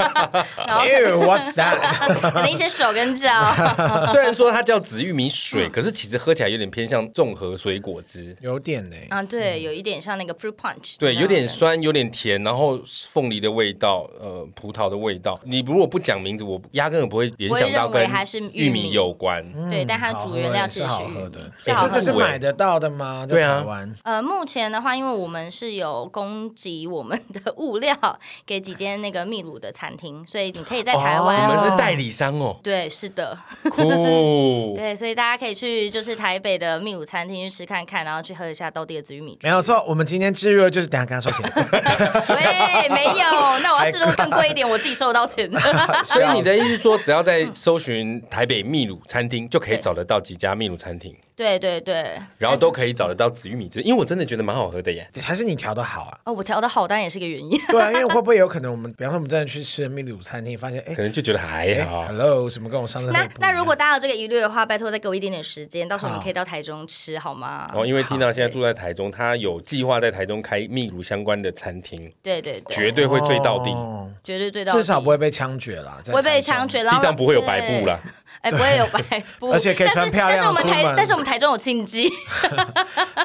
[SPEAKER 3] 然后
[SPEAKER 2] Ew，what's that？
[SPEAKER 3] 可能一些手跟脚，
[SPEAKER 1] 虽然说它叫紫玉米水，可是其实喝起来有点偏向综合水果汁，
[SPEAKER 2] 有点呢、
[SPEAKER 3] 啊，对，有一点像那个 fruit punch，
[SPEAKER 1] 对，啊有点
[SPEAKER 3] 那种
[SPEAKER 1] 酸，有点甜，然后凤梨的味道，呃，葡萄的味道。你如果不讲名字，我压根本不会联想到
[SPEAKER 3] 不会
[SPEAKER 1] 跟
[SPEAKER 3] 认为它是
[SPEAKER 1] 玉
[SPEAKER 3] 玉米
[SPEAKER 1] 米有关。
[SPEAKER 3] 感觉对，但它的
[SPEAKER 2] 嗯好
[SPEAKER 3] 主
[SPEAKER 2] 喝
[SPEAKER 3] 原料其
[SPEAKER 2] 是
[SPEAKER 3] 实
[SPEAKER 2] 好
[SPEAKER 3] 玉
[SPEAKER 2] 喝
[SPEAKER 3] 米
[SPEAKER 2] 的，
[SPEAKER 3] 是好
[SPEAKER 1] 这个
[SPEAKER 3] 喝
[SPEAKER 2] 这
[SPEAKER 3] 的
[SPEAKER 1] 是。
[SPEAKER 2] 是买得到的吗？在
[SPEAKER 1] 对啊
[SPEAKER 2] 台湾
[SPEAKER 3] 呃，目前的话，因为我们是有供给我们的物料给几间那个秘鲁的餐厅，所以你可以在台
[SPEAKER 1] 哦你
[SPEAKER 3] 湾。
[SPEAKER 1] 们是代理商哦，
[SPEAKER 3] 对，是的，
[SPEAKER 1] 嗯 酷。
[SPEAKER 3] 对，所以大家可以去就是台北的秘鲁餐厅去吃看看，然后去喝一下道地的紫玉米汁。
[SPEAKER 2] 没有，错，我们今天置入的就是等一下跟他收 钱，
[SPEAKER 3] 喂，没有，那我要制作更贵一点，我自己收得到钱的。
[SPEAKER 1] 所以你的意思是说，只要在搜寻台北秘鲁餐厅，就可以找得到几家秘鲁餐厅，
[SPEAKER 3] 对对对，
[SPEAKER 1] 然后都可以找得到紫玉米汁，因为我真的觉得蛮好喝的耶。
[SPEAKER 2] 还是你调的好啊？
[SPEAKER 3] 哦，我调的好，当然也是个原因。
[SPEAKER 2] 对啊，因为会不会有可能我们，比方说我们真的去吃了秘鲁餐厅，发现哎
[SPEAKER 1] 可啊能就觉得还
[SPEAKER 2] 哎
[SPEAKER 1] 好，
[SPEAKER 2] ，hello，怎么跟我上次喝的
[SPEAKER 3] 那
[SPEAKER 2] 不一样
[SPEAKER 3] 那如果大家有这个疑虑的话，拜托再给我一点点时间，到时候你
[SPEAKER 2] 好
[SPEAKER 3] 可
[SPEAKER 1] 啊
[SPEAKER 3] 以到台中吃好吗？
[SPEAKER 1] 然后因为缇娜现在住在台中，她有计划在台中开秘鲁相关的餐厅，
[SPEAKER 3] 对对 对，
[SPEAKER 1] 绝对会醉到地，
[SPEAKER 2] 哦
[SPEAKER 3] 绝对最到
[SPEAKER 2] 至少
[SPEAKER 3] 底
[SPEAKER 2] 不会被枪决啦，在
[SPEAKER 3] 不会
[SPEAKER 2] 台
[SPEAKER 3] 被
[SPEAKER 2] 中
[SPEAKER 3] 枪。决，然
[SPEAKER 1] 地
[SPEAKER 3] 后
[SPEAKER 1] 上不会有白布啦。
[SPEAKER 3] 哎，不会有 白布，
[SPEAKER 2] 而且可以穿漂亮
[SPEAKER 3] 但是但是我们
[SPEAKER 2] 出
[SPEAKER 3] 台
[SPEAKER 2] 门，
[SPEAKER 3] 但是我们台中有庆记，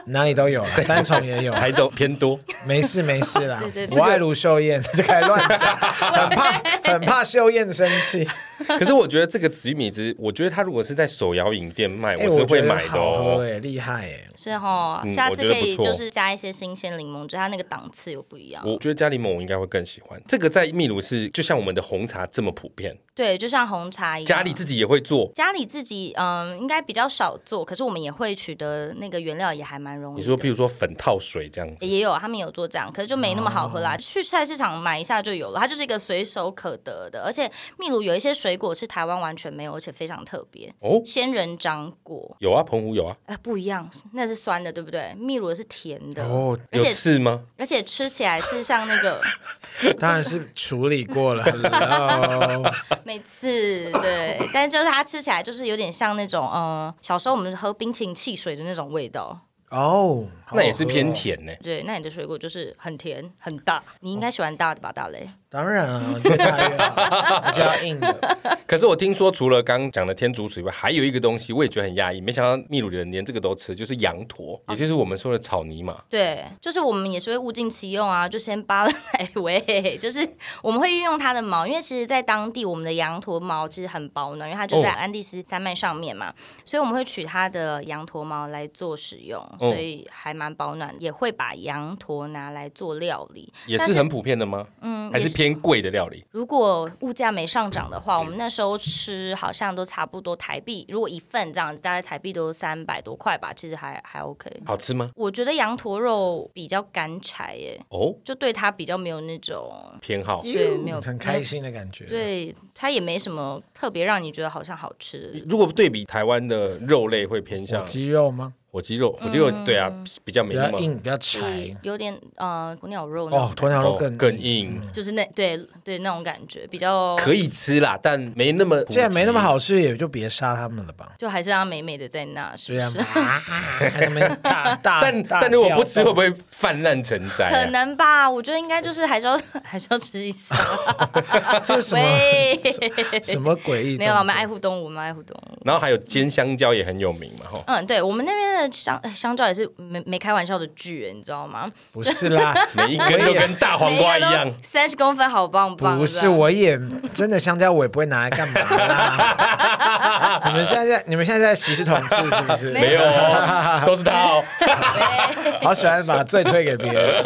[SPEAKER 2] 哪里都有了，三重也有，
[SPEAKER 1] 台中偏 多，
[SPEAKER 2] 没事没事啦
[SPEAKER 3] 对对。对
[SPEAKER 2] 我爱卢秀燕，就开始乱 讲，很怕很怕秀燕生 气。
[SPEAKER 1] 可是我觉得这个紫玉米汁，我觉得它如果是在手摇饮店卖，
[SPEAKER 2] 哎，
[SPEAKER 1] 是
[SPEAKER 2] 我觉
[SPEAKER 1] 会
[SPEAKER 2] 得
[SPEAKER 1] 买的
[SPEAKER 2] 好喝
[SPEAKER 1] 哦。
[SPEAKER 2] 哎，厉害哎。
[SPEAKER 3] 是哦，
[SPEAKER 1] 嗯
[SPEAKER 3] 下
[SPEAKER 1] 我
[SPEAKER 3] 次
[SPEAKER 1] 觉得
[SPEAKER 3] 可以
[SPEAKER 1] 不错
[SPEAKER 3] 就是加一些新鲜柠檬汁，它那个档次又不一样。
[SPEAKER 1] 我觉得加柠檬我应该会更喜欢，这个在秘鲁是就像我们的红茶这么普遍，
[SPEAKER 2] 哎
[SPEAKER 3] 对，就像红茶一样，
[SPEAKER 1] 家里自己也会会做？
[SPEAKER 3] 家里自己嗯，应该比较少做，可是我们也会取得那个原料，也还蛮容易
[SPEAKER 1] 你
[SPEAKER 3] 的。
[SPEAKER 2] 哎
[SPEAKER 1] 说，譬如说粉套水这样子，
[SPEAKER 3] 也有他们有做这样，可是就没那么好喝啦。去菜市场买一下就有了，它就是一个随手可得的。而且秘鲁有一些水果是台湾完全没有，而且非常特别。
[SPEAKER 1] 哦
[SPEAKER 3] 仙人掌果，
[SPEAKER 1] 有啊，澎湖有啊，
[SPEAKER 3] 哎、不一样，那是酸的，对不对？秘鲁的是甜的，
[SPEAKER 2] 哦，
[SPEAKER 3] 而
[SPEAKER 1] 有
[SPEAKER 3] 且
[SPEAKER 1] 刺吗？
[SPEAKER 3] 而且吃起来是像那个
[SPEAKER 2] 当然是处理过 了。Hello，
[SPEAKER 3] 每次对，但是就是它吃起来就是有点像那种呃，小时候我们喝冰淇淋汽水的那种味道。
[SPEAKER 2] 哦，好
[SPEAKER 1] 那也是
[SPEAKER 2] 好喝哦
[SPEAKER 1] 偏。甜呢、
[SPEAKER 3] 对，那你的水果就是很甜很大，你应该喜欢大的吧，大雷？
[SPEAKER 2] 当然啊，越大越好，比较硬的。
[SPEAKER 1] 可是我听说，除了刚刚讲的天竺鼠以外，还有一个东西，我也觉得很压抑。没想到秘鲁的人连这个都吃，就是羊驼，也就是我们说的草泥马。
[SPEAKER 3] 对，就是我们也是会物尽其用啊，就先扒了奶喂，就是我们会运用它的毛，因为其实，在当地我们的羊驼毛其实很保暖，因为它就在
[SPEAKER 1] 哦
[SPEAKER 3] 安第斯山脉上面嘛，所以我们会取它的羊驼毛来做使用，所以还蛮保暖，也会把羊驼拿来做料理，
[SPEAKER 1] 也
[SPEAKER 3] 但
[SPEAKER 1] 是很普遍的吗？嗯，还
[SPEAKER 3] 也
[SPEAKER 1] 是
[SPEAKER 3] 是
[SPEAKER 1] 偏贵的料理。
[SPEAKER 3] 如果物价没上涨的话，我们那时候吃好像都差不多台币，如果一份这样子，大概台币都三百多块吧，其实还还 OK。
[SPEAKER 1] 好吃吗？
[SPEAKER 3] 我觉得羊驼肉比较干柴耶，
[SPEAKER 1] 哦，
[SPEAKER 3] 就对它比较没有那种
[SPEAKER 1] 偏好。
[SPEAKER 3] 对没有
[SPEAKER 2] 很开，心的感觉。
[SPEAKER 3] 没有，对它也没什么特别让你觉得好像好吃的。
[SPEAKER 1] 如果对比台湾的肉类，会偏
[SPEAKER 2] 有
[SPEAKER 1] 向
[SPEAKER 2] 肌肉吗？
[SPEAKER 1] 火鸡肉。火鸡肉对啊，比较没
[SPEAKER 2] 比
[SPEAKER 1] 那
[SPEAKER 2] 较
[SPEAKER 1] 么
[SPEAKER 2] 硬，比较柴。
[SPEAKER 3] 有点呃鸵鸟肉那种
[SPEAKER 2] 哦，鸵鸟肉
[SPEAKER 1] 哦
[SPEAKER 2] 更
[SPEAKER 1] 更，硬，
[SPEAKER 3] 就是那对对那种感觉比较，
[SPEAKER 1] 可以吃啦，但没那么
[SPEAKER 2] 既然没那么好吃，也就别杀他们了吧。
[SPEAKER 3] 就还是让它美美的在那，是
[SPEAKER 2] 虽
[SPEAKER 3] 不
[SPEAKER 2] 然
[SPEAKER 3] 是？
[SPEAKER 2] 啊，还 没大大，
[SPEAKER 1] 但
[SPEAKER 2] 大
[SPEAKER 1] 但如果不吃，
[SPEAKER 2] 跳
[SPEAKER 1] 会
[SPEAKER 2] 动
[SPEAKER 1] 不会泛滥成灾
[SPEAKER 3] 可
[SPEAKER 1] 啊？
[SPEAKER 3] 能吧，我觉得应该就是还是要 还是要吃一下。
[SPEAKER 2] 这 是什么
[SPEAKER 3] 喂，
[SPEAKER 2] 什么诡异？
[SPEAKER 3] 没有啦，我们爱护动物，我们爱护动物。
[SPEAKER 1] 然后还有煎香蕉也很有名嘛，哈，
[SPEAKER 3] 嗯，对我们那边的香呃香蕉也是没没开玩笑的巨人，你知道吗？
[SPEAKER 2] 不是 啦，
[SPEAKER 1] 每一根都跟大黄瓜一样。
[SPEAKER 3] 三十公分，好棒棒！
[SPEAKER 2] 不是，我也真的香蕉，我也不会拿来干嘛啦。你们现在在你们现在在歧视同志是不是？
[SPEAKER 1] 没有哦，都是他哦。
[SPEAKER 2] 好喜欢把罪推给别人。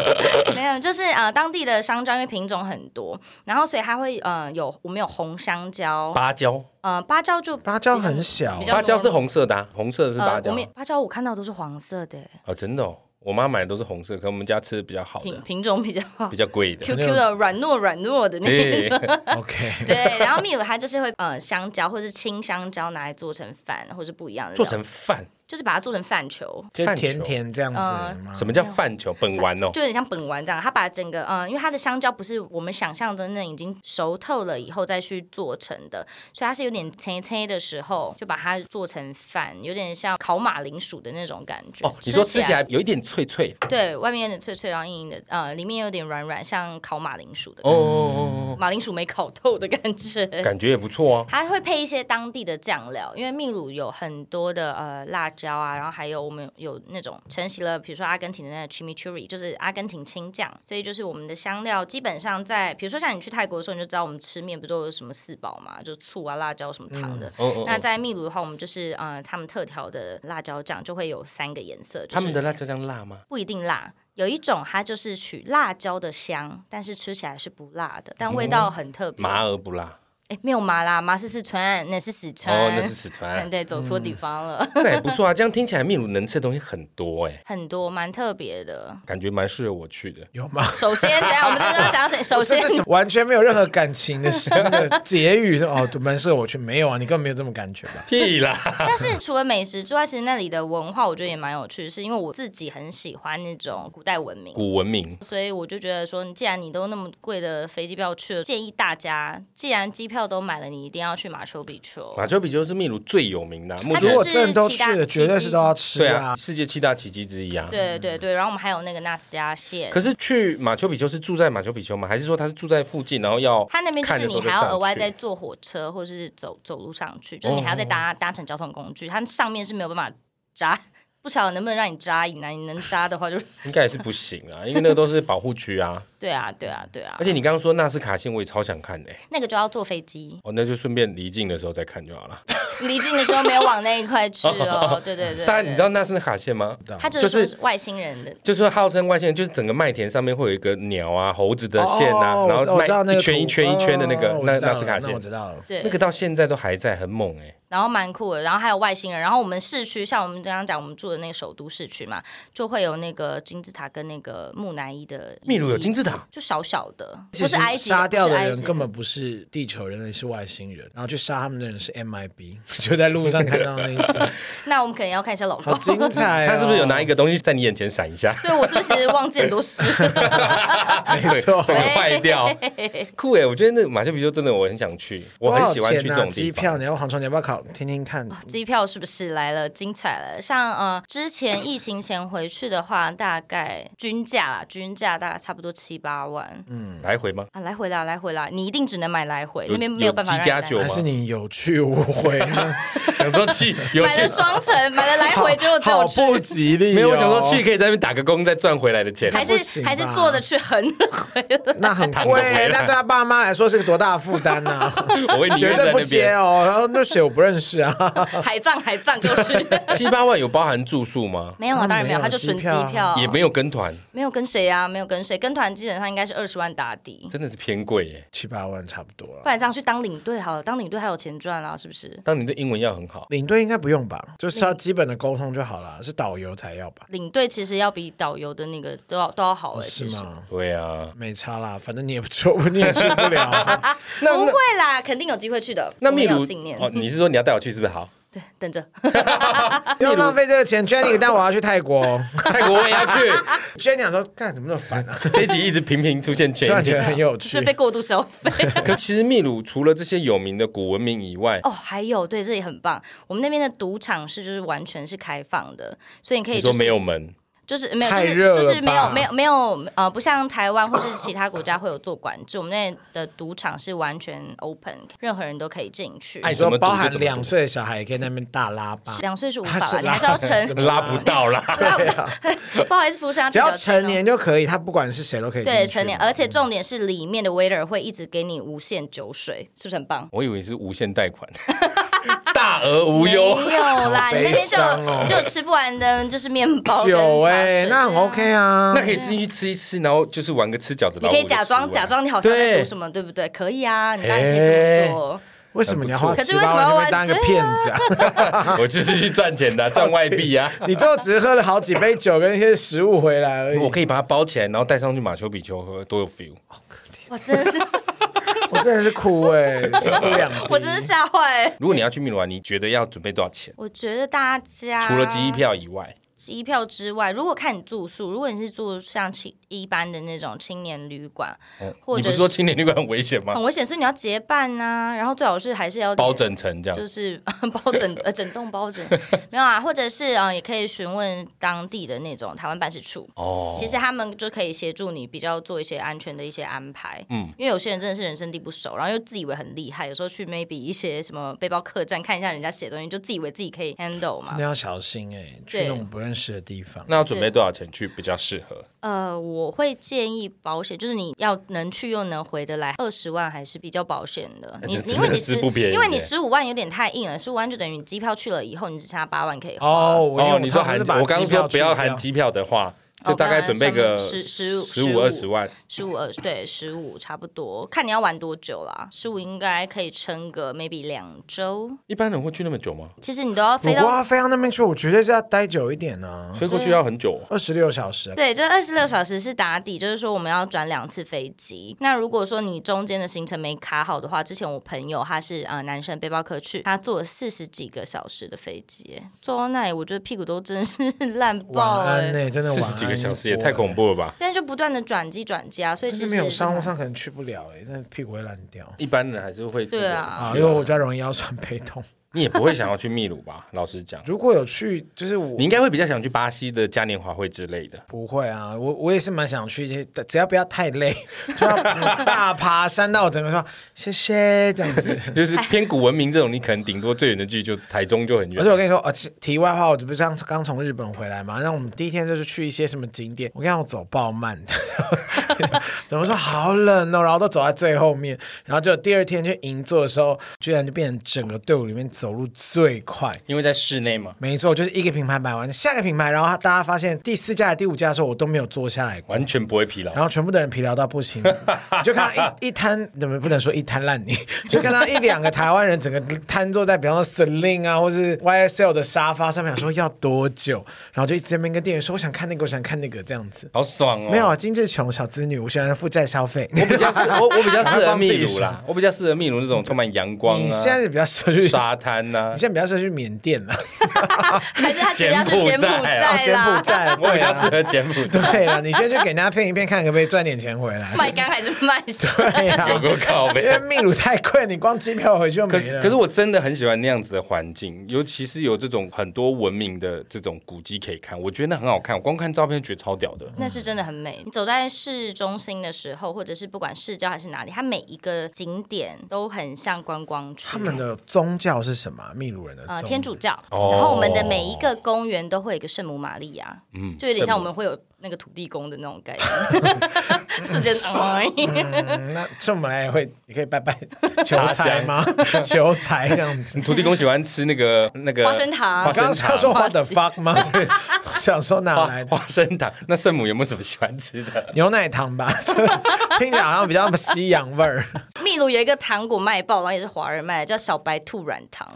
[SPEAKER 3] 没有，就是呃，当地的香蕉因为品种很多，然后所以它会呃有我们有红香蕉，
[SPEAKER 1] 芭蕉，
[SPEAKER 3] 呃芭蕉就
[SPEAKER 2] 芭蕉很小
[SPEAKER 3] 比，较
[SPEAKER 1] 芭蕉是红色的、啊，红色的是芭
[SPEAKER 3] 呃
[SPEAKER 1] 蕉
[SPEAKER 3] 我们芭蕉我看到都是黄色的
[SPEAKER 1] 哦，真的、哦，我妈买的都是红色，可我们家吃的比较好
[SPEAKER 3] 品
[SPEAKER 1] 的，
[SPEAKER 3] 品种比较
[SPEAKER 1] 比较贵的。
[SPEAKER 3] Q Q 的软糯软糯的那一
[SPEAKER 1] 对
[SPEAKER 3] 种。，
[SPEAKER 2] OK，
[SPEAKER 3] 对，然后秘鲁它就是会呃香蕉或是青香蕉拿来做成饭，或是不一样的料
[SPEAKER 1] 做成饭，
[SPEAKER 3] 就是把它做成饭球，
[SPEAKER 2] 就
[SPEAKER 1] 饭球嗯
[SPEAKER 2] 甜啊甜这样子吗？
[SPEAKER 1] 什么叫饭球？本丸哦，
[SPEAKER 3] 就有点像本丸这样，它把整个嗯，因为它的香蕉不是我们想象中那已经熟透了以后再去做成的，所以它是有点脆脆的时候就把它做成饭，有点像烤马铃薯的那种感觉。啊
[SPEAKER 1] 哦，你说吃起来有一点脆脆，
[SPEAKER 3] 对，外面的脆脆然后硬硬的，呃，里面有点软软，像烤马铃薯的
[SPEAKER 1] 哦哦
[SPEAKER 3] 马铃薯没烤透的感
[SPEAKER 1] 哦，
[SPEAKER 3] 觉。
[SPEAKER 1] 感觉也不错啊。
[SPEAKER 3] 还会配一些当地的酱料，因为秘鲁有很多的呃辣椒啊，然后还有我们有那种承袭了，比如说阿根廷的那个 chimichurri，就是阿根廷青酱，所以就是我们的香料基本上在，比如说像你去泰国的时候，你就知道我们吃面不都有什么四宝嘛，就醋啊、辣椒什么糖的。
[SPEAKER 1] 哦哦
[SPEAKER 3] 那
[SPEAKER 1] 哦，
[SPEAKER 3] 在秘鲁的话，我们就是呃他们特调的辣椒酱就会有三个颜色，就是、
[SPEAKER 1] 他们的辣椒酱辣吗？
[SPEAKER 3] 不一定辣。有一种它就是取辣椒的香，但是吃起来是不辣的，
[SPEAKER 1] 嗯
[SPEAKER 3] 但味道很特别。
[SPEAKER 1] 麻而不辣
[SPEAKER 3] 哎，没有麻啦，麻是四川，那是四川。
[SPEAKER 1] 哦，那是四川
[SPEAKER 3] 嗯，，对，走错地方了，
[SPEAKER 1] 那也不错啊。这样听起来秘鲁能吃的东西很多哎，
[SPEAKER 3] 很多蛮特别的。
[SPEAKER 1] 感觉蛮适合我去的。
[SPEAKER 2] 有吗？
[SPEAKER 3] 首先，等一下我们这个 要讲谁？首
[SPEAKER 2] 这
[SPEAKER 3] 先，
[SPEAKER 2] 是什么完全没有任何感情的是那个结语是哦，蛮适合我去。没有啊，你根本没有这么感觉吧？
[SPEAKER 1] 屁 啦，
[SPEAKER 3] 但是除了美食之外，其实那里的文化我觉得也蛮有趣的，是因为我自己很喜欢那种古代文明。
[SPEAKER 1] 古文明
[SPEAKER 3] 所以我就觉得说，既然你都那么贵的飞机票去了，建议大家，既然机票都买了，你一定要去马丘比丘。
[SPEAKER 1] 马丘比丘是秘鲁最有名的啊，目
[SPEAKER 3] 它
[SPEAKER 2] 如
[SPEAKER 1] 前
[SPEAKER 2] 果
[SPEAKER 3] 就是
[SPEAKER 2] 真的都去
[SPEAKER 3] 其他
[SPEAKER 2] 了，绝对是都要吃
[SPEAKER 1] 对
[SPEAKER 2] 啊
[SPEAKER 1] 啊，。世界七大奇迹之一啊。
[SPEAKER 3] 对对对，然后我们还有那个纳斯加县
[SPEAKER 1] 可，是去马丘比丘是住在马丘比丘吗？还是说他是住在附近，然后要
[SPEAKER 3] 它那边就
[SPEAKER 1] 看
[SPEAKER 3] 是
[SPEAKER 1] 的时候
[SPEAKER 3] 你还
[SPEAKER 1] 再
[SPEAKER 3] 要
[SPEAKER 1] 上
[SPEAKER 3] 额外
[SPEAKER 1] 去哦
[SPEAKER 3] 再坐火车或是走走路上去，就是你还要再搭搭乘交通工具，它上面是没有办法扎。不晓得能不能让你扎引呢？你能扎的话就，
[SPEAKER 1] 应该也是不行 啊，因为那个都是保护区啊。
[SPEAKER 3] 对啊，对啊，对啊
[SPEAKER 1] 而，且你刚刚说纳斯卡线，我也超想看的、欸，
[SPEAKER 3] 那个就要坐飞机，
[SPEAKER 1] 哦，那就顺便离境的时候再看就好了。
[SPEAKER 3] 离境的时候没有往那一块 去哦。对对对，
[SPEAKER 1] 当然，你知
[SPEAKER 3] 道，
[SPEAKER 1] 道纳斯卡线吗？
[SPEAKER 3] 它就
[SPEAKER 1] 就是是
[SPEAKER 3] 说外星人的，
[SPEAKER 1] 就是号称外星人，就是整个麦田上面会有一个鸟啊、猴子的线啊，
[SPEAKER 2] 哦
[SPEAKER 1] 然
[SPEAKER 2] 我知道我知道
[SPEAKER 1] 后
[SPEAKER 2] 那
[SPEAKER 1] 麦
[SPEAKER 2] 个
[SPEAKER 1] 一圈
[SPEAKER 2] 图
[SPEAKER 1] 一圈一圈的那个、
[SPEAKER 2] 哦我
[SPEAKER 1] 那
[SPEAKER 2] 知道
[SPEAKER 1] 纳斯
[SPEAKER 2] 了
[SPEAKER 1] 卡
[SPEAKER 2] 那我
[SPEAKER 1] 线，
[SPEAKER 2] 知道了。
[SPEAKER 3] 对，
[SPEAKER 1] 那个到现在都还在，很猛哎、
[SPEAKER 3] 然后蛮酷的。然后还有外星人，然后我们市区，像我们刚刚讲，我们住的那个首都市区嘛，就会有那个金字塔跟那个木乃伊的遗迹。
[SPEAKER 1] 秘鲁有金字塔，
[SPEAKER 3] 就小小的，
[SPEAKER 2] 其
[SPEAKER 3] 不
[SPEAKER 2] 实
[SPEAKER 3] 是埃及，
[SPEAKER 2] 杀掉
[SPEAKER 3] 是
[SPEAKER 2] 的
[SPEAKER 3] 埃
[SPEAKER 2] 人
[SPEAKER 3] 及
[SPEAKER 2] 根本不是地球人类，是外星人。然后去杀他们的人是 MIB，就在路上看到那一 些，
[SPEAKER 3] 那我们可能要看一下老
[SPEAKER 2] 好
[SPEAKER 3] 公。
[SPEAKER 2] 精彩、哦！
[SPEAKER 1] 他是不是有拿一个东西在你眼前闪一下？
[SPEAKER 3] 所以我是不是其实忘记很多事？
[SPEAKER 2] 没错
[SPEAKER 1] 整个坏掉，酷哎！我觉得那马丘比丘真的我很想去，我很喜欢去
[SPEAKER 2] 多
[SPEAKER 1] 这
[SPEAKER 2] 少钱啊
[SPEAKER 1] 种地
[SPEAKER 2] 机
[SPEAKER 1] 方。
[SPEAKER 2] 票，你要航船，你要不要考听听看？
[SPEAKER 3] 机票是不是来了？精彩了！像呃，之前疫情前回去的话，大概均价啦，均价大概差不多七八万。
[SPEAKER 1] 来回吗？
[SPEAKER 3] 啊，来回啦，来回啦，你一定只能买来回，
[SPEAKER 1] 有
[SPEAKER 3] 那边没有办法
[SPEAKER 1] 有
[SPEAKER 3] 让
[SPEAKER 1] 机
[SPEAKER 3] 你
[SPEAKER 1] 加
[SPEAKER 3] 来
[SPEAKER 1] 酒
[SPEAKER 3] 回。
[SPEAKER 1] 吗
[SPEAKER 2] 还是你有去无回 呢？
[SPEAKER 1] 想说去，有
[SPEAKER 3] 买
[SPEAKER 1] 去
[SPEAKER 3] 了双程，买了来哎回，结果只
[SPEAKER 2] 好
[SPEAKER 3] 有
[SPEAKER 2] 不
[SPEAKER 3] 去，
[SPEAKER 2] 吉利、哦。
[SPEAKER 1] 没有？我想说去可以在那边打个工，再赚回来的钱。
[SPEAKER 3] 还
[SPEAKER 2] 不行
[SPEAKER 3] 是
[SPEAKER 2] 吧
[SPEAKER 3] 还是坐着去横的回 来。
[SPEAKER 2] 那很
[SPEAKER 1] 躺着回来
[SPEAKER 2] 贵，那对他爸妈来说是个多大的负 担呐！
[SPEAKER 1] 我会宁
[SPEAKER 2] 绝
[SPEAKER 1] 愿在
[SPEAKER 2] 对不
[SPEAKER 1] 那
[SPEAKER 2] 接
[SPEAKER 3] 啊
[SPEAKER 1] 边。
[SPEAKER 2] 哦。然后那谁我不认识啊，
[SPEAKER 3] 海葬海葬就是
[SPEAKER 1] 七八万有包含住宿吗？
[SPEAKER 3] 没有啊，当然没有，
[SPEAKER 2] 没有
[SPEAKER 3] 他就纯
[SPEAKER 2] 机
[SPEAKER 3] 机
[SPEAKER 2] 票
[SPEAKER 3] 票，
[SPEAKER 1] 也嗯没有啊跟团，
[SPEAKER 3] 没有跟谁啊，没有跟谁，跟团基本上应该是二十万打底，
[SPEAKER 1] 真的是偏贵欸耶。
[SPEAKER 2] 七八万差不多了
[SPEAKER 3] 不。然这样去当领队好了，当领队还有钱赚啊，是不是？
[SPEAKER 1] 当你的英文要很好，
[SPEAKER 2] 领队应该不用吧，就是要基本的沟通就好了，是导游才要吧？
[SPEAKER 3] 领队其实要比导游的那个都要都要好哎、
[SPEAKER 2] 哦，
[SPEAKER 3] 其
[SPEAKER 2] 是
[SPEAKER 3] 实
[SPEAKER 2] 吗？
[SPEAKER 1] 对啊。
[SPEAKER 2] 没差啦，反正你也不去，你也去不 了。
[SPEAKER 1] 那那
[SPEAKER 3] 不会啦，肯定有机会去的。
[SPEAKER 1] 那
[SPEAKER 3] 我们
[SPEAKER 1] 秘
[SPEAKER 3] 要
[SPEAKER 1] 鲁
[SPEAKER 3] 信念，
[SPEAKER 1] 哦，你是说你要带我去是不 是？好，
[SPEAKER 3] 对，等着。
[SPEAKER 2] 不要浪费这个钱，Jenny，但我要去泰国。
[SPEAKER 1] 泰国我也要去。
[SPEAKER 2] Jenny 想说，干怎么那么 烦啊？
[SPEAKER 1] 这一集一直频频出现
[SPEAKER 2] 突然觉
[SPEAKER 1] Jane，
[SPEAKER 2] 得很有
[SPEAKER 3] 就
[SPEAKER 2] 趣。
[SPEAKER 3] 被过度消费
[SPEAKER 1] 可其实秘鲁除了这些有名的古文明以外，
[SPEAKER 3] 哦，还有对，这里很棒。我们那边的赌场是就是完全是开放的，所以你可
[SPEAKER 1] 你
[SPEAKER 3] 以、
[SPEAKER 1] 说
[SPEAKER 3] 就是、哦
[SPEAKER 1] 没有，门，
[SPEAKER 3] 就是没有，
[SPEAKER 2] 太
[SPEAKER 3] 就是
[SPEAKER 2] 热了
[SPEAKER 3] 就是没有
[SPEAKER 2] 吧
[SPEAKER 3] 没有没有呃，不像台湾或者是其他国家会有做管制，我们那里的赌场是完全 open，任何人都可以进去。
[SPEAKER 1] 哎
[SPEAKER 2] 你说
[SPEAKER 1] 怎么读
[SPEAKER 2] 包含
[SPEAKER 1] 就怎么读
[SPEAKER 2] 两岁的小孩也可以在那边大拉吧？
[SPEAKER 3] 两岁是无啊
[SPEAKER 2] 他
[SPEAKER 3] 法
[SPEAKER 2] 是
[SPEAKER 3] 啦，你
[SPEAKER 2] 拉，
[SPEAKER 3] 还是要成
[SPEAKER 1] 拉不到啦。
[SPEAKER 2] 对啊，
[SPEAKER 3] 不好意思，服务生 要
[SPEAKER 2] 只要
[SPEAKER 3] 提早签
[SPEAKER 2] 成
[SPEAKER 3] 哦
[SPEAKER 2] 年就可以，他不管是谁都可以进去。
[SPEAKER 3] 对成年，而且重点是里面的 waiter 会一直给你无限酒水，是不是很棒？
[SPEAKER 1] 我以为是无限贷款， 大额无忧。
[SPEAKER 3] 没有啦，
[SPEAKER 2] 好
[SPEAKER 3] 你那
[SPEAKER 2] 悲
[SPEAKER 3] 边就
[SPEAKER 2] 伤哦
[SPEAKER 3] 就有吃不完的，就是面包跟
[SPEAKER 2] 有
[SPEAKER 3] 茶
[SPEAKER 2] 哎、
[SPEAKER 3] 水
[SPEAKER 2] 那很 OK 啊。
[SPEAKER 1] 那可以进去吃一吃，然后就是玩个吃饺子。
[SPEAKER 3] 你可以假装假装你好像在
[SPEAKER 1] 对
[SPEAKER 3] 读什么，对不对？可以啊，你当然可以这么做。
[SPEAKER 2] 为什么你要花
[SPEAKER 3] 可
[SPEAKER 2] 七
[SPEAKER 3] 是为
[SPEAKER 2] 八
[SPEAKER 3] 什么
[SPEAKER 2] 万就
[SPEAKER 3] 要玩
[SPEAKER 2] 被当一个骗子啊？
[SPEAKER 1] 然，我就是去赚钱的，赚外币啊。
[SPEAKER 2] 你就只喝了好几杯酒跟一些食物回来而已。
[SPEAKER 1] 我可以把它包起来，然后带上去马丘比丘喝，多有 feel。
[SPEAKER 3] 哇，真的是，
[SPEAKER 2] 我真的是 哭哎、是哭两滴
[SPEAKER 3] 我真的吓坏欸。
[SPEAKER 1] 如果你要去秘鲁玩，你觉得要准备多少钱？
[SPEAKER 3] 我觉得大家
[SPEAKER 1] 除了机票以外，
[SPEAKER 3] 机票之外，如果看你住宿，如果你是住像青一般的那种青年旅馆，或
[SPEAKER 1] 哦你不
[SPEAKER 3] 者
[SPEAKER 1] 是说青年旅馆很危险吗
[SPEAKER 3] 很？危险，所以你要结伴呐、然后最好是还是要
[SPEAKER 1] 包整层这样
[SPEAKER 3] 就，是 包整呃整栋包整没有啊，或者是嗯、呃也可以询问当地的那种台湾办事处。
[SPEAKER 1] 哦
[SPEAKER 3] 其实他们就可以协助你比较做一些安全的一些安排，嗯，因为有些人真的是人生地不熟，然后又自以为很厉害，有时候去 maybe 一些什么背包客栈看一下人家写的东西，就自以为自己可以 handle 嘛
[SPEAKER 2] 真的。要小心哎、去
[SPEAKER 3] 对
[SPEAKER 2] 那种不认识的地方。
[SPEAKER 1] 那要准备多少钱去比较适合？
[SPEAKER 3] 呃，我会建议保险，就是你要能去又能回得来，二十万还是比较保险的。你
[SPEAKER 1] 哎真的
[SPEAKER 3] 因为你
[SPEAKER 1] 是
[SPEAKER 3] 十
[SPEAKER 1] 不便宜
[SPEAKER 3] 因为你
[SPEAKER 1] 耶
[SPEAKER 3] 十五万有点太硬了，十五万就等于你机票去了以后，你只剩下八万可以花。
[SPEAKER 2] 哦，我
[SPEAKER 1] 哦，你说
[SPEAKER 2] 还
[SPEAKER 1] 含
[SPEAKER 2] 是把
[SPEAKER 1] 我刚刚
[SPEAKER 2] 机票
[SPEAKER 1] 说不要
[SPEAKER 2] 去掉
[SPEAKER 1] 含机票的话，
[SPEAKER 3] 哦
[SPEAKER 1] 就大概准备个
[SPEAKER 3] 不然十十
[SPEAKER 1] 十
[SPEAKER 3] 十
[SPEAKER 1] 五
[SPEAKER 3] 五
[SPEAKER 1] 二十万。
[SPEAKER 3] 十五二对十五差不多，看你要玩多久啦。十五应该可以撑个 maybe 两周。
[SPEAKER 1] 一般人会去那么久吗？
[SPEAKER 3] 其实你都要
[SPEAKER 2] 我
[SPEAKER 3] 飞到
[SPEAKER 2] 哇，飞到那边去，我绝对是要待久一点呢、
[SPEAKER 1] 飞过去要很久哦。
[SPEAKER 2] 二十六小时。啊
[SPEAKER 3] 对，就是二十六小时是打底，就是说我们要转两次飞机。那如果说你中间的行程没卡好的话，之前我朋友他是呃男生背包客去，他坐了四十几个小时的飞机，坐到那里我觉得屁股都真是烂
[SPEAKER 2] 晚
[SPEAKER 3] 爆了、
[SPEAKER 2] 安呢、真的
[SPEAKER 1] 四
[SPEAKER 2] 晚安
[SPEAKER 1] 十几个小时也
[SPEAKER 2] 一波
[SPEAKER 1] 太恐怖了吧！
[SPEAKER 3] 但就不断的转机转机啊，所以
[SPEAKER 2] 但
[SPEAKER 3] 其
[SPEAKER 2] 是
[SPEAKER 3] 实
[SPEAKER 2] 没有
[SPEAKER 3] 也是
[SPEAKER 2] 商务
[SPEAKER 3] 蛮
[SPEAKER 2] 舱可能去不了哎、欸，那屁股会烂掉
[SPEAKER 1] 一般人还是会
[SPEAKER 3] 对啊
[SPEAKER 2] 啊，
[SPEAKER 1] 去
[SPEAKER 2] 因为我比较容易腰酸背痛。
[SPEAKER 1] 你也不会想要去秘鲁吧？老实讲，
[SPEAKER 2] 如果有去，就是我
[SPEAKER 1] 你应该会比较想去巴西的嘉年华会之类的。
[SPEAKER 2] 不会啊，我我也是蛮想去一些，只要不要太累，就要 大爬山到我整个说谢谢这样子。
[SPEAKER 1] 就是偏古文明这种，你可能顶多最远的距离就台中就很
[SPEAKER 2] 而且我
[SPEAKER 1] 远。
[SPEAKER 2] 跟你说，呃，其题外话，我这不是刚刚从日本回来嘛？那我们第一天就是去一些什么景点，我跟你讲，我走爆慢的， 怎么说好冷哦，然后都走在最后面，然后就第二天去银座的时候，居然就变成整个队伍里面走路最快。
[SPEAKER 1] 因为在室内嘛，
[SPEAKER 2] 没错，就是一个品牌买完，下个品牌，然后大家发现第四家、第五家的时候，我都没有坐下来过，
[SPEAKER 1] 完全不会疲劳。
[SPEAKER 2] 然后全部的人疲劳到 不行，你就看到一一摊，怎么不能说一摊烂泥， 就看到一两个台湾人整个瘫坐在，比方说 Celine 啊，或是 YSL 的沙发上面，想说要多久，然后就一直在那边跟店员说，我想看那个，我想看那个，这样子。
[SPEAKER 1] 好爽哦！
[SPEAKER 2] 没有，啊，金志琼小资女，我喜欢负债消 费。
[SPEAKER 1] 我比较适我我比较适合
[SPEAKER 2] 帮自己
[SPEAKER 1] 秘鲁 啦，我比较适合秘鲁那种充满阳光
[SPEAKER 2] 你现在
[SPEAKER 1] 啊、
[SPEAKER 2] 是比较适合去，你
[SPEAKER 1] 沙滩啊呐、
[SPEAKER 2] 现在比较适合去缅甸了，
[SPEAKER 3] 还是他其实要去柬
[SPEAKER 1] 柬
[SPEAKER 3] 埔
[SPEAKER 1] 埔寨
[SPEAKER 3] 寨
[SPEAKER 2] 柬埔
[SPEAKER 3] 啦，
[SPEAKER 2] 寨，
[SPEAKER 1] 我比
[SPEAKER 2] 对
[SPEAKER 1] 较适
[SPEAKER 2] 啊，
[SPEAKER 1] 合柬埔寨。
[SPEAKER 2] 对啊，你先去给人家骗一骗，看可不可以赚点钱回来。
[SPEAKER 3] 卖干还是 卖身？
[SPEAKER 2] 对呀、
[SPEAKER 1] 有个靠
[SPEAKER 2] 因
[SPEAKER 1] 背
[SPEAKER 2] 为。秘鲁太贵，你光机票回去就没
[SPEAKER 1] 可
[SPEAKER 2] 了。
[SPEAKER 1] 是，可是我真的很喜欢那样子的环境，尤其是有这种很多文明的这种古迹可以看，我觉得那很好看。我光看照片觉得超屌的。
[SPEAKER 3] 那
[SPEAKER 2] 嗯
[SPEAKER 3] 是真的很美。你走在市中心的时候，或者是不管市郊还是哪里，它每一个景点都很像观光区。
[SPEAKER 2] 他们的宗教是什么啊？秘鲁人的宗
[SPEAKER 3] 呃
[SPEAKER 2] 教
[SPEAKER 3] 天主教，
[SPEAKER 1] 哦
[SPEAKER 3] 然后我们的每一个公园都会有一个圣母玛利亚，
[SPEAKER 1] 嗯，
[SPEAKER 3] 就有点像我
[SPEAKER 1] 们
[SPEAKER 3] 们会有那个土地公的那种概念， 瞬间 哎，
[SPEAKER 2] 嗯，那这我们来也会，你可以拜拜求财吗？求财这 样子。
[SPEAKER 1] 土地公喜欢吃那个那个
[SPEAKER 3] 花生糖
[SPEAKER 1] 花
[SPEAKER 2] 刚刚
[SPEAKER 1] 生
[SPEAKER 2] 是要说
[SPEAKER 1] 糖。
[SPEAKER 2] what the fuck 吗？想说哪
[SPEAKER 1] 花
[SPEAKER 2] 来的
[SPEAKER 1] 花生糖，那圣母有没有什么喜欢吃的？
[SPEAKER 2] 牛奶糖吧？就是听起来好像比较西洋味儿。
[SPEAKER 3] 秘鲁有一个糖果卖爆，然后也是华人卖的，叫小白兔软糖，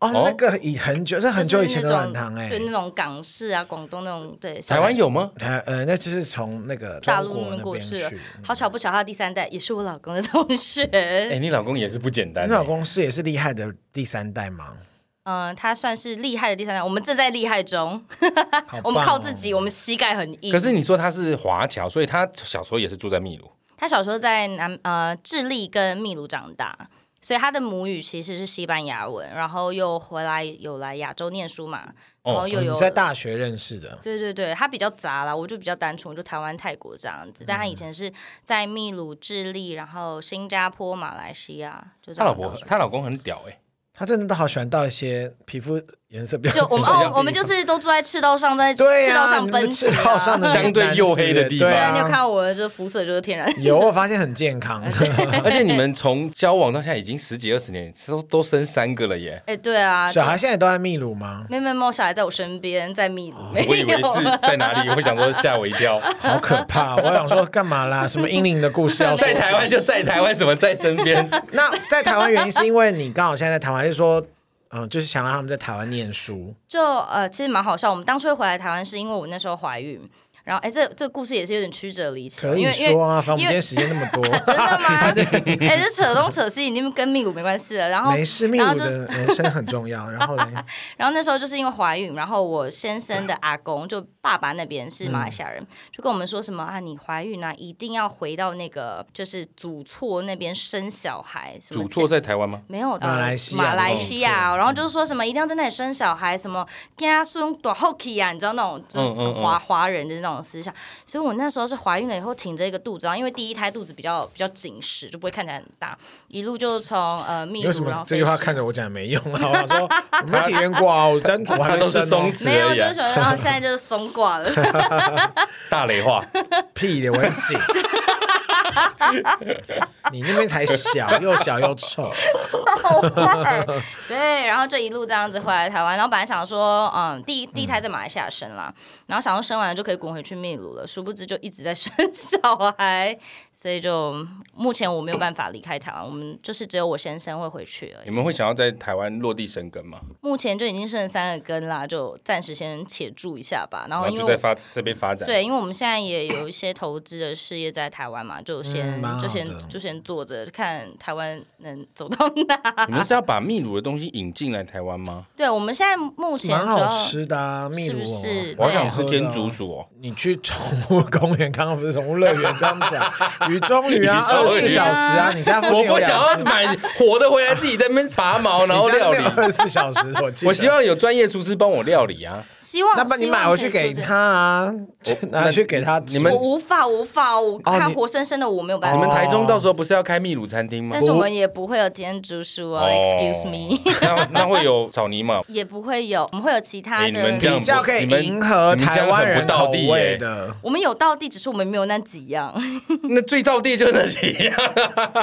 [SPEAKER 2] 哦，
[SPEAKER 1] 哦
[SPEAKER 2] 那个以很久，是很久以前的软糖哎
[SPEAKER 3] 就是那种。对那种港式啊、广东那种对小白
[SPEAKER 1] 台湾有吗？
[SPEAKER 2] 台呃，那就是从那个
[SPEAKER 3] 大
[SPEAKER 2] 中
[SPEAKER 3] 陆
[SPEAKER 2] 国
[SPEAKER 3] 那边
[SPEAKER 2] 那
[SPEAKER 3] 过
[SPEAKER 2] 边
[SPEAKER 3] 去
[SPEAKER 2] 去
[SPEAKER 3] 了。。好巧不巧，他的第三代也是我老公的同
[SPEAKER 1] 哎、
[SPEAKER 3] 学，
[SPEAKER 1] 你老公也是不简单、
[SPEAKER 2] 你老公是也是厉害的第三代吗？
[SPEAKER 3] 嗯，他算是厉害的第三代，我们正在厉害中，
[SPEAKER 2] 好棒哦
[SPEAKER 3] 我们靠自己，我们膝盖很硬。
[SPEAKER 1] 欸可是你说他是华侨，所以他小时候也是住在秘鲁。
[SPEAKER 3] 他小时候在南呃智利跟秘鲁长大，所以他的母语其实是西班牙文，然后又回来有来亚洲念书嘛，然后又
[SPEAKER 2] 哦
[SPEAKER 3] 有、
[SPEAKER 2] 你在大学认识的。
[SPEAKER 3] 对对对，他比较杂啦，我就比较单纯，我就台湾、泰国这样子。
[SPEAKER 2] 嗯
[SPEAKER 3] 但他以前是在秘鲁、智利，然后新加坡、马来西亚，就这
[SPEAKER 1] 他
[SPEAKER 3] 样
[SPEAKER 1] 老
[SPEAKER 3] 到处。
[SPEAKER 1] 婆，他老公很屌哎、
[SPEAKER 2] 他真的都好喜欢到一些皮肤颜色比较
[SPEAKER 3] 就我们哦，我们
[SPEAKER 2] 是。
[SPEAKER 3] 就是都坐在赤道上，在赤
[SPEAKER 2] 对
[SPEAKER 3] 道上
[SPEAKER 2] 你
[SPEAKER 3] 奔
[SPEAKER 2] 们
[SPEAKER 3] 驰、
[SPEAKER 2] 赤
[SPEAKER 3] 啊，
[SPEAKER 2] 道上的
[SPEAKER 1] 相对
[SPEAKER 2] 男子
[SPEAKER 1] 黝黑的地方
[SPEAKER 2] 对
[SPEAKER 3] 对啊，你有看
[SPEAKER 2] 啊，
[SPEAKER 3] 到我的这肤色就是天然
[SPEAKER 2] 有我发现很健 康。
[SPEAKER 1] 而且你们从交往到现在已经十几二十年，都都生三个了 耶。
[SPEAKER 3] 哎、对啊，
[SPEAKER 2] 小孩现在都在秘鲁吗？
[SPEAKER 3] 没有没有没有，小孩在我身边，在秘鲁，
[SPEAKER 2] 哦
[SPEAKER 3] 没
[SPEAKER 1] 我以为
[SPEAKER 3] 有啊
[SPEAKER 1] 是在哪里，我想说吓我一跳。
[SPEAKER 2] 好可怕！ 我想说干嘛啦？什么英灵的故 事要说
[SPEAKER 1] 在？台湾就在台湾，什么在身边？
[SPEAKER 2] 那在台湾原因是因为你刚好现在在台湾，还是说嗯，就是想让他们在台湾念书？
[SPEAKER 3] 就呃，其实蛮好笑。我们当初会回来台湾，是因为我那时候怀孕，然后哎、这这个故事也是有点曲折离奇，
[SPEAKER 2] 可以
[SPEAKER 3] 因为因为。
[SPEAKER 2] 说啊，反正我们今
[SPEAKER 3] 因为
[SPEAKER 2] 天时间那么
[SPEAKER 3] 真
[SPEAKER 2] 多，
[SPEAKER 3] 的吗？ 哎、这扯东扯西已经跟秘鲁没关系了。然后
[SPEAKER 2] 没事，秘
[SPEAKER 3] 然后
[SPEAKER 2] 鲁
[SPEAKER 3] 就
[SPEAKER 2] 的人生很重要。然后嘞，
[SPEAKER 3] 然后那时候就是因为怀孕，然后我先生的阿公就爸爸那边
[SPEAKER 2] 嗯
[SPEAKER 3] 是马来西亚人，就跟我们说什么啊，你怀孕啊，一定要回到那个就是祖厝那边生小孩，什么
[SPEAKER 1] 主错在台湾吗？
[SPEAKER 3] 没有呃
[SPEAKER 2] 马来西亚
[SPEAKER 3] 马来
[SPEAKER 2] 的哦祖
[SPEAKER 3] 西亚，然后就是说什么一定要在那里生小孩，什么家孙多后 k 啊，你知道那种就是
[SPEAKER 1] 嗯嗯嗯
[SPEAKER 3] 华华人的那种思想。所以我那时候是怀孕了以后挺着一个肚子，然后因为第一胎肚子比较比较紧实，就不会看起来很大，一路就从呃 秘
[SPEAKER 2] 你为什
[SPEAKER 3] 鲁然后
[SPEAKER 2] 么
[SPEAKER 3] 飞
[SPEAKER 2] 这句话
[SPEAKER 3] 石
[SPEAKER 2] 看着我讲也没用啊？我想 说我没体验过啊，我单纯我还
[SPEAKER 1] 他
[SPEAKER 2] 没
[SPEAKER 1] 都是
[SPEAKER 2] 生
[SPEAKER 1] 松，
[SPEAKER 2] 哦
[SPEAKER 1] 弛
[SPEAKER 3] 没有，
[SPEAKER 1] 而已
[SPEAKER 3] 就
[SPEAKER 1] 啊
[SPEAKER 3] 是，什么，然后现在就是松垮了。
[SPEAKER 1] 大雷话。
[SPEAKER 2] 屁的，我很 紧。你那边才小，又小又 臭。
[SPEAKER 3] 好 坏。对，然后就一路这样子回来台湾，然后本来想说，嗯，第一第一胎在马来西亚生啦，
[SPEAKER 2] 嗯
[SPEAKER 3] 然后想说生完了就可以滚回去秘鲁了，殊不知就一直在生小孩，所以就目前我没有办法离开台湾，我们就是只有我先生会回去而
[SPEAKER 2] 嗯
[SPEAKER 3] 已
[SPEAKER 1] 你。们会想要在台湾落地生根吗？
[SPEAKER 3] 目前就已经剩三个根啦，就暂时先且住一下吧。然
[SPEAKER 1] 然
[SPEAKER 3] 后
[SPEAKER 1] 后
[SPEAKER 3] 哦因为
[SPEAKER 1] 就
[SPEAKER 3] 我
[SPEAKER 1] 在发这边发展。
[SPEAKER 3] 对，因为我们现在也有一些投资的事业在台湾嘛，就先、
[SPEAKER 2] 嗯蛮好
[SPEAKER 3] 就
[SPEAKER 2] 的
[SPEAKER 3] 先就先坐着看台湾能走到哪。
[SPEAKER 1] 你们是要把秘鲁的东西引进来台湾吗？
[SPEAKER 3] 对，我们现在目前
[SPEAKER 2] 蛮
[SPEAKER 3] 主要
[SPEAKER 2] 好吃的、啊，秘鲁、哦、
[SPEAKER 3] 是不是
[SPEAKER 1] 我好想吃
[SPEAKER 2] 喝
[SPEAKER 1] 天竺鼠哦。
[SPEAKER 2] 你去宠物公园，刚刚不是宠物乐园这样讲，雨中鱼啊，
[SPEAKER 1] 雨
[SPEAKER 2] 二
[SPEAKER 1] 中
[SPEAKER 2] 十
[SPEAKER 1] 鱼
[SPEAKER 2] 四小时啊，你家附近
[SPEAKER 1] 我
[SPEAKER 2] 有
[SPEAKER 1] 不想
[SPEAKER 2] 两
[SPEAKER 1] 要
[SPEAKER 2] 只，
[SPEAKER 1] 买活的回来自己在那边拔 毛，然后料理。
[SPEAKER 2] 二十四小时，我记得。
[SPEAKER 1] 我希望有专业厨师帮我料理啊！
[SPEAKER 3] 希望
[SPEAKER 2] 那不然你买回去给，他啊，拿去给他吃。
[SPEAKER 1] 你
[SPEAKER 3] 希望可以做这
[SPEAKER 1] 们
[SPEAKER 3] 个我无法无法，我
[SPEAKER 2] 哦
[SPEAKER 3] 看
[SPEAKER 2] 你
[SPEAKER 3] 活生生的我我没有办
[SPEAKER 1] 哦你
[SPEAKER 3] 法。
[SPEAKER 1] 们台中到时候不是要开秘鲁餐厅吗
[SPEAKER 3] 哦但？是我们也不会有天竺鼠哦
[SPEAKER 1] 哦
[SPEAKER 3] ，Excuse me，
[SPEAKER 1] 那那会有草泥马，
[SPEAKER 3] 也不会有，我们会有其他
[SPEAKER 1] 哎你们这
[SPEAKER 3] 的。
[SPEAKER 1] 样
[SPEAKER 2] 比较可以迎合台湾人口味的。
[SPEAKER 3] 我们有到地，只是我们没有那几样，
[SPEAKER 1] 那最到地就那几样。